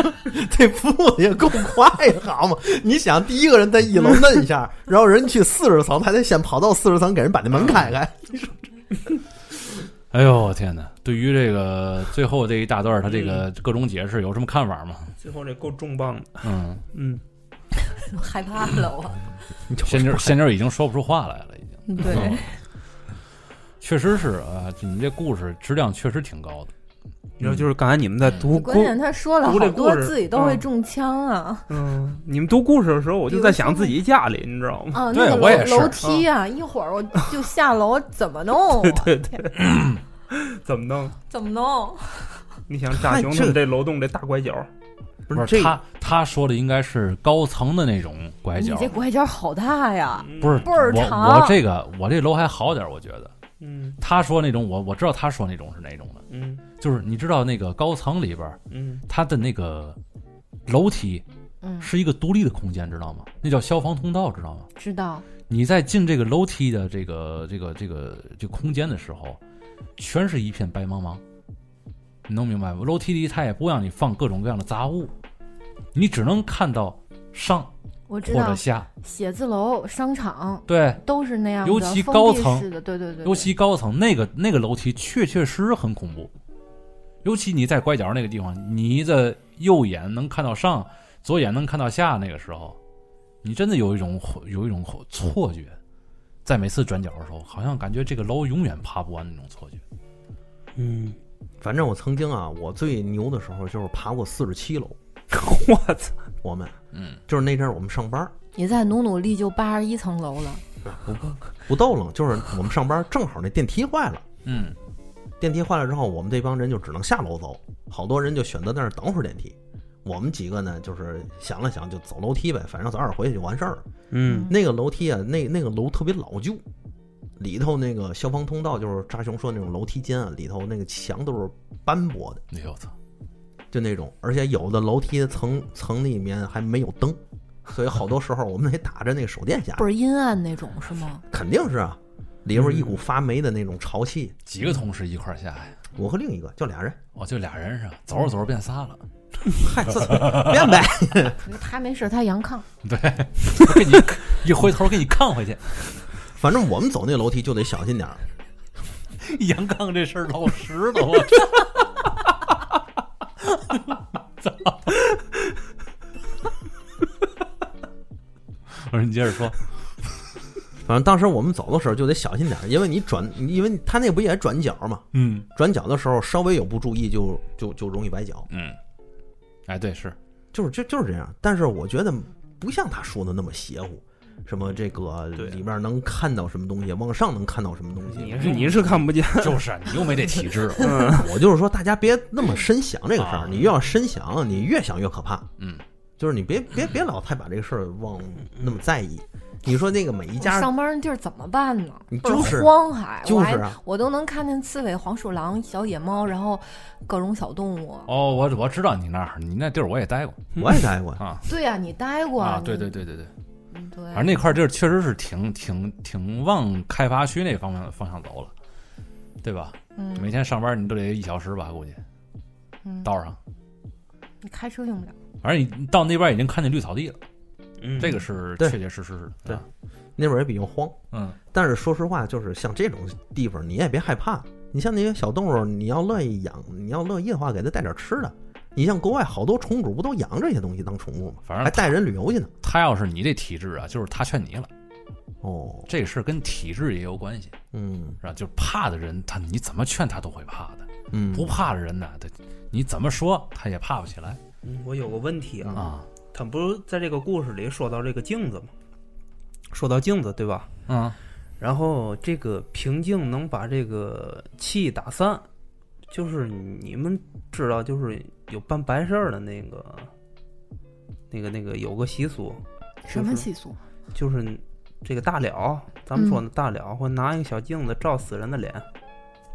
S2: 这步也够快呀，好嘛？你想，第一个人在一楼摁一下，然后人去四十层，他得先跑到四十层给人把那门开开。
S4: 哎呦我天哪！对于这个最后这一大段儿，他这个各种解释有什么看法吗？
S3: 最后这够重磅的。
S4: 嗯，
S3: 嗯，
S1: 害怕了我。
S4: 仙妞儿仙妞儿已经说不出话来了，已经。
S1: 对，
S4: 确实是啊，你这故事质量确实挺高的。
S3: 然后就是刚才你们在读故
S1: 关，键他说了
S3: 读这
S1: 好
S3: 故
S1: 多
S3: 事
S1: 自己都会
S3: 嗯
S1: 中枪啊！
S3: 嗯，你们读故事的时候，我就在想自己家里，你知道吗？
S1: 啊，
S4: 对
S1: 那个
S4: 我也是
S1: 楼楼梯啊，一会儿我就下楼，怎么弄？啊
S3: 对对，怎么弄？
S1: 怎么弄？
S3: 你想炸熊他们这楼栋这大拐角，
S4: 不
S2: 是
S4: 是
S2: 这
S4: 他他说的应该是高层的那种拐
S1: 你
S4: 角
S1: 这，拐角好大呀！
S4: 不是
S1: 倍儿
S4: 我
S1: 长
S4: 我这个我这楼还好点儿，我觉得
S3: 嗯
S4: 他说那种我我知道他说那种是哪种的，
S3: 嗯
S4: 就是你知道那个高层里边儿
S3: 嗯
S4: 它的那个楼梯
S1: 嗯，
S4: 是一个独立的空间，知道吗？那叫消防通道，知道吗？
S1: 知道。
S4: 你在进这个楼梯的这个这个这个这个空间的时候，全是一片白茫茫。你能明白吗？楼梯里它也不让你放各种各样的杂物，你只能看到上
S1: 我知
S4: 或
S1: 道
S4: 者，下。
S1: 写字楼、商场
S4: 对，
S1: 都是那样的，
S4: 尤其
S1: 封
S4: 高
S1: 闭
S4: 层
S1: 式的，对对对，
S4: 尤
S1: 对
S4: 其高层那个那个楼梯确确实实很恐怖，尤其你在拐角那个地方，你的右眼能看到上，左眼能看到下，那个时候，你真的有一种有一种错觉，在每次转角的时候，好像感觉这个楼永远爬不完那种错觉。
S3: 嗯，
S2: 反正我曾经啊，我最牛的时候就是爬过四十七楼。
S3: 我操，
S2: 我们
S4: 嗯，
S2: 就是那阵儿我们上班儿
S1: 你再努努力就八十一层楼了。
S2: 不逗楞，就是我们上班儿正好那电梯坏了，
S4: 嗯，
S2: 电梯坏了之后，我们这帮人就只能下楼走，好多人就选择在那儿等会儿电梯。我们几个呢，就是想了想，就走楼梯呗，反正早点回去就完事儿了。
S3: 嗯
S2: 那个楼梯啊，那那个楼特别老旧，里头那个消防通道就是扎熊说那种楼梯间啊，里头那个墙都是斑驳的，
S4: 哎呦我操，
S2: 就那种，而且有的楼梯层层里面还没有灯，所以好多时候我们得打着那个手电下
S1: 倍，儿阴暗那种是吗？
S2: 肯定是啊，里边一股发霉的那种潮气。
S4: 几个同事一块儿下呀？
S2: 我和另一个就俩人，
S4: 哦，就俩人是吧？走着走着变仨了，
S2: 嗨，自便呗。
S1: 他没事，他阳炕。
S4: 对，给你一回头给你抗回去，
S2: 反正我们走那楼梯就得小心点儿。
S4: 杨刚这事儿老实了，我操 我说你接着说，
S2: 反正当时我们走的时候就得小心点儿，因为你转，因为他那不也转角嘛，
S4: 嗯
S2: 转角的时候稍微有不注意就就就容易崴脚，
S4: 嗯，哎，对， 是，
S2: 就是就就是这样。但是我觉得不像他说的那么邪乎，什么这个
S3: 对
S2: 里面能看到什么东西，往上能看到什么东西。
S3: 你 是你是看不见，
S4: 就是啊你又没这体质，
S2: 我就是说，大家别那么深想这个事
S4: 啊
S2: 儿，你越要深想，你越想越可怕。
S4: 嗯，
S2: 就是你别别别老太把这个事儿往那么在意。你说那个每一
S1: 我
S2: 家，
S1: 上班的地儿怎么办呢？
S2: 你
S1: 倍儿
S2: 就是
S1: 荒海，
S2: 就
S1: 我
S2: 是
S1: 还
S2: 啊
S1: 我都能看见刺猬、黄鼠狼、小野猫，然后各种小动物。
S4: 哦，我我知道你那儿，你那地儿我也待过
S2: 我也待过，
S4: 啊
S1: 对呀、你待过
S4: 啊，
S1: 你
S4: 对对对对对，
S1: 嗯对，
S4: 反正那块地儿确实是挺挺挺往开发区那方面方向走了，对吧？
S1: 嗯
S4: 每天上班你都得一小时吧，估计
S1: 嗯，
S4: 道上，
S1: 你开车用不了。
S4: 反正你到那边已经看见绿草地了，
S3: 嗯
S4: 这个是
S2: 对
S4: 确确实实的，
S2: 对
S4: 啊
S2: 那边儿也比较荒。
S4: 嗯，
S2: 但是说实话，就是像这种地方，你也别害怕。你像那些小动物，你要乐意养，你要乐意的话，给它带点吃的。你像国外好多宠主不都养这些东西当宠物吗？
S4: 反
S2: 还
S4: 正
S2: 带人旅游去呢。
S4: 他要是你这体质啊，就是他劝你了，
S2: 哦，
S4: 这事儿跟体质也有关系，
S2: 嗯
S4: 是吧？就是怕的人，他你怎么劝他都会怕的，
S2: 嗯，
S4: 不怕的人呢，他你怎么说他也怕不起来
S3: 嗯我有个问题啊，
S4: 啊，
S3: 他不是在这个故事里说到这个镜子吗？说到镜子，对吧？
S4: 嗯
S3: 然后这个瓶颈能把这个气打散，就是你们知道，就是有办白事儿的那个，那个那个有个习俗，
S1: 什么习俗？
S3: 就是这个大了，咱们说的大了，会拿一个小镜子照死人的脸，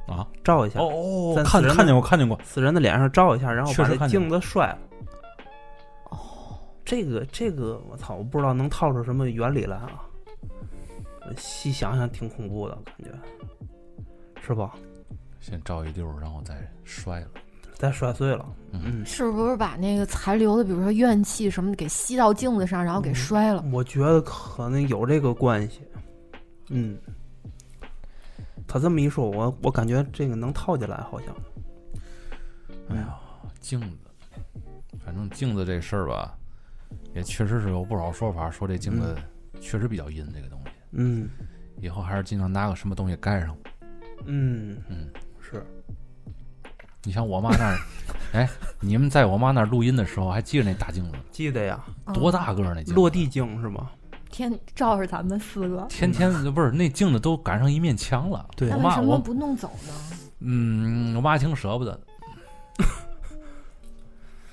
S4: 啊，
S3: 照一下，
S4: 哦
S3: 咱
S4: 看
S3: 死人
S4: 看见过看见过，
S3: 死人的脸上照一下，然后
S4: 确
S3: 把
S4: 实
S3: 这
S4: 看见
S3: 镜子摔了。哦，这个这个，我操，我不知道能套出什么原理来啊！细想想挺恐怖的感觉，是吧？
S4: 先照一溜儿，然后再摔了，
S3: 再摔碎了，嗯，
S1: 是不是把那个残留的，比如说怨气什么的，给吸到镜子上，然后给摔了？
S3: 嗯我觉得可能有这个关系，嗯。他这么一说，我我感觉这个能套进来，好像。
S4: 哎呀，镜子，反正镜子这事儿吧，也确实是有不少说法，说这镜子
S2: 嗯
S4: 确实比较阴，这个东西，
S3: 嗯
S4: 以后还是尽量拿个什么东西盖上。
S3: 嗯
S4: 嗯，
S3: 是
S4: 你像我妈那儿，哎，你们在我妈那儿录音的时候还记着那大镜子吗，
S3: 记得呀，
S4: 多大个儿那镜子？
S3: 落地镜是吗？
S1: 嗯天照着咱们四个，
S4: 天天不是那镜子都赶上一面墙了。
S3: 对
S1: 那
S4: 我
S1: 为
S4: 妈
S1: 什么
S4: 我
S1: 不弄走呢？
S4: 嗯，我妈挺舍不得的。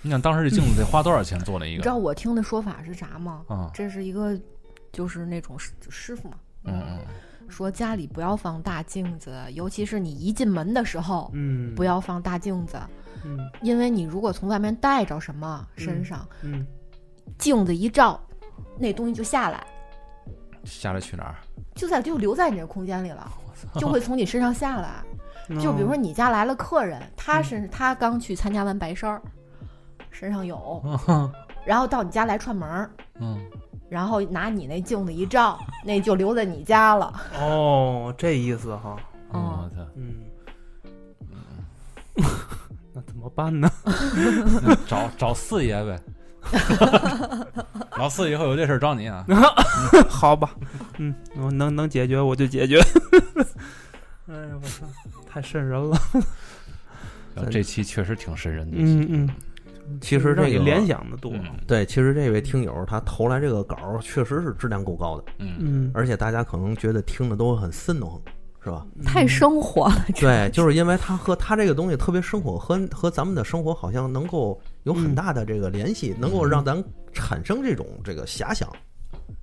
S4: 你想当时这镜子得花多少钱做那一
S1: 你
S4: 个？
S1: 知道我听的说法是啥吗？
S4: 啊，
S1: 这是一个，就是那种师师傅嘛，
S4: 嗯嗯，
S1: 说家里不要放大镜子，尤其是你一进门的时候，
S3: 嗯，
S1: 不要放大镜子，
S3: 嗯，
S1: 因为你如果从外面带着什么身上，
S3: 嗯
S1: 镜子一照，那东西就下来，
S4: 嗯下来去哪儿？
S1: 就在就留在你这空间里了，就会从你身上下 来。
S3: 嗯，
S1: 就比如说你家来了客人，他身他刚去参加完白事儿，身上 有，然后到你家来串门儿，
S4: 嗯，
S1: 然后拿你那镜子一照，那就留在你家了。
S3: 哦，这意思哈，
S4: 我
S1: 哦
S4: 操，
S3: 嗯， 那怎么办呢？
S4: 那找找四爷呗。老四以后有这事儿找你啊。
S3: 好吧， 嗯，我能能解决我就解决。 哎呀，我操， 太瘆人了。
S4: 这期确实挺瘆人的。
S3: 嗯嗯，
S2: 其实
S3: 让
S2: 这
S3: 你
S2: 个
S3: 联想的多。
S4: 嗯
S2: 对，其实这位听友他投来这个稿儿确实是质量够高的，
S4: 嗯，
S3: 嗯，
S2: 而且大家可能觉得听的都很瘆得慌，是吧？
S1: 嗯
S3: 嗯
S1: 太生活了，
S2: 对，就是因为他和他这个东西特别生活，和和咱们的生活好像能够有很大的这个联系，能够让咱产生这种这个遐想，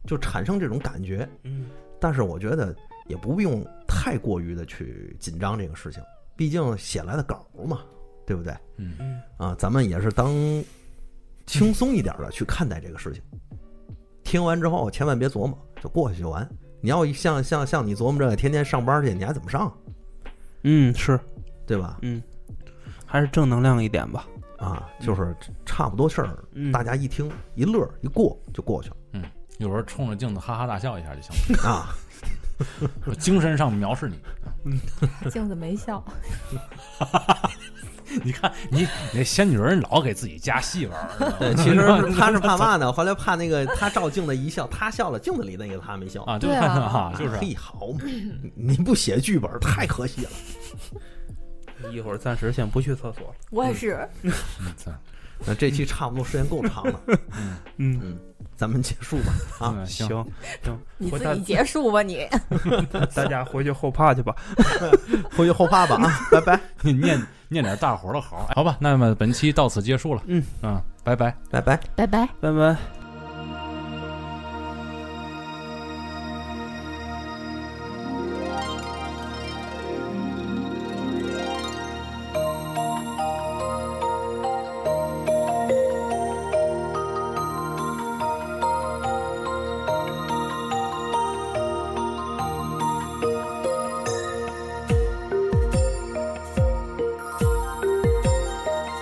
S2: 就产生这种感觉。
S3: 嗯，
S2: 但是我觉得也不用太过于的去紧张这个事情，毕竟写来的稿儿嘛，对不对？
S4: 嗯
S3: 嗯
S2: 啊，咱们也是当轻松一点的去看待这个事情。听完之后千万别琢磨，就过去就完。你要像像像你琢磨这天天上班去，你还怎么上，
S3: 嗯是，
S2: 对吧？
S3: 嗯，还是正能量一点吧。
S2: 啊，就是差不多事儿，
S3: 嗯
S2: 大家一听一乐一过就过去了
S4: 有时候冲着镜子哈哈大笑一下就行了
S2: 啊。，
S4: 我精神上藐视你。
S1: 镜子没笑，
S4: 你看你那仙女儿老给自己加戏玩儿，
S2: 对，其实他是怕嘛呢？后来怕那个他照镜子一笑，他笑了，镜子里那个他没笑。
S4: 啊，
S1: 对啊
S4: 啊，就是
S2: 哎嘿，好嘛，你不写剧本太可惜了。
S3: 一会儿暂时先不去厕所了。
S1: 我也是，
S4: 嗯
S2: 那这期差不多时间够长 了，
S3: 嗯，
S2: 咱们结束吧。啊，
S4: 嗯
S3: 行
S4: 行，
S1: 你
S3: 回
S1: 自
S3: 大
S1: 己结束吧你。
S3: 大家回去后怕去吧。
S2: 回去后怕吧啊，拜拜，
S4: 念念点大伙儿的好，好吧，那么本期到此结束了，
S3: 嗯
S4: 啊，拜拜。
S2: 拜拜。
S1: 拜拜。
S3: 拜拜。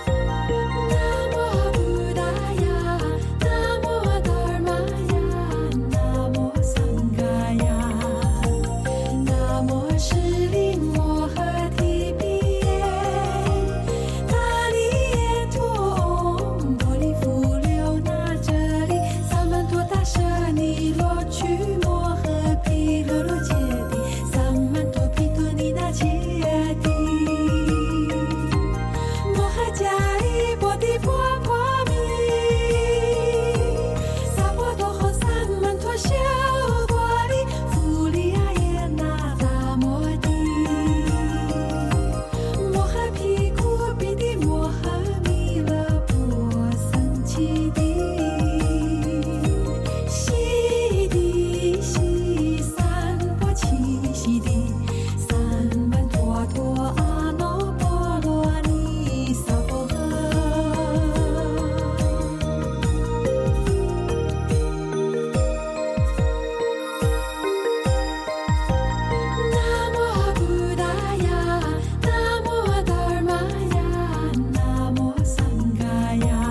S5: Namo Buddhaya, Namo Dharmaya, Namo Sanghaya, Namo Shri Mohati Pie, Tali Tu Om Boli Fu Liu Na Zhe Li, San Men Tu Da She Ni Luo Qu Mo He Pi Luo Luo Jie Di, San Men Tu Pi Tu Ni Na Jie Di. 我还家里我的婆婆咪，萨婆多和三门托小国里，福利阿耶那达摩地，我还屁股比的我还咪了波生气的。西的西三波七西的三曼陀陀阿耨波罗尼萨婆诃。Namo Buddhaya, Namo Dharmaya, Namo Sanghaya,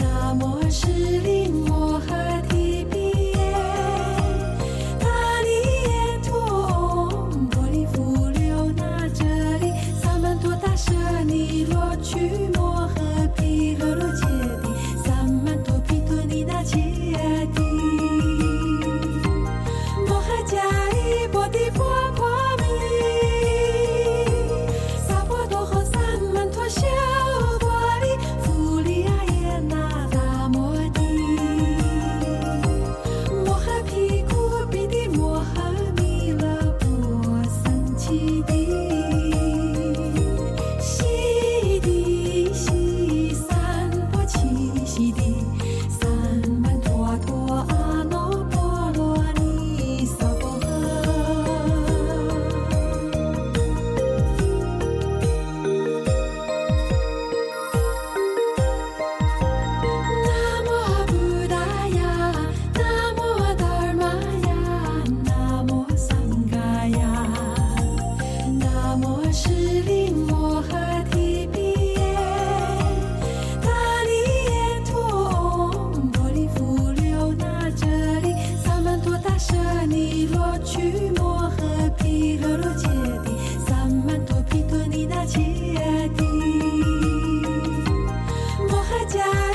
S5: Namo Shri Mohati Pie, Tali Tu Om Boli Fu Liu Na Zhe Li, San Men Tu Da She Ni Luo Qu Mo He Pi Luo Luo Jie Di, San Men Tu Pi Tu Ni Na Jie Di. 我还家里婆的婆婆咪，萨婆多和三门托小婆里，福利阿耶那达摩地，我还屁股比的我还咪了波生气的。西的西三波七西的三曼陀陀阿耨波罗尼萨婆诃。Namo Buddhaya, Namo Dharmaya, Namo Sanghaya, Namo Shri Mohati Pie, Tali Tu Om Boli Fu Liu Na Zhe Li, San Men Tu Da She Ni Luo Qu Mo He Pi Luo Luo Jie Di, San Men Tu Pi Tu Ni Na Jie Di. 我还家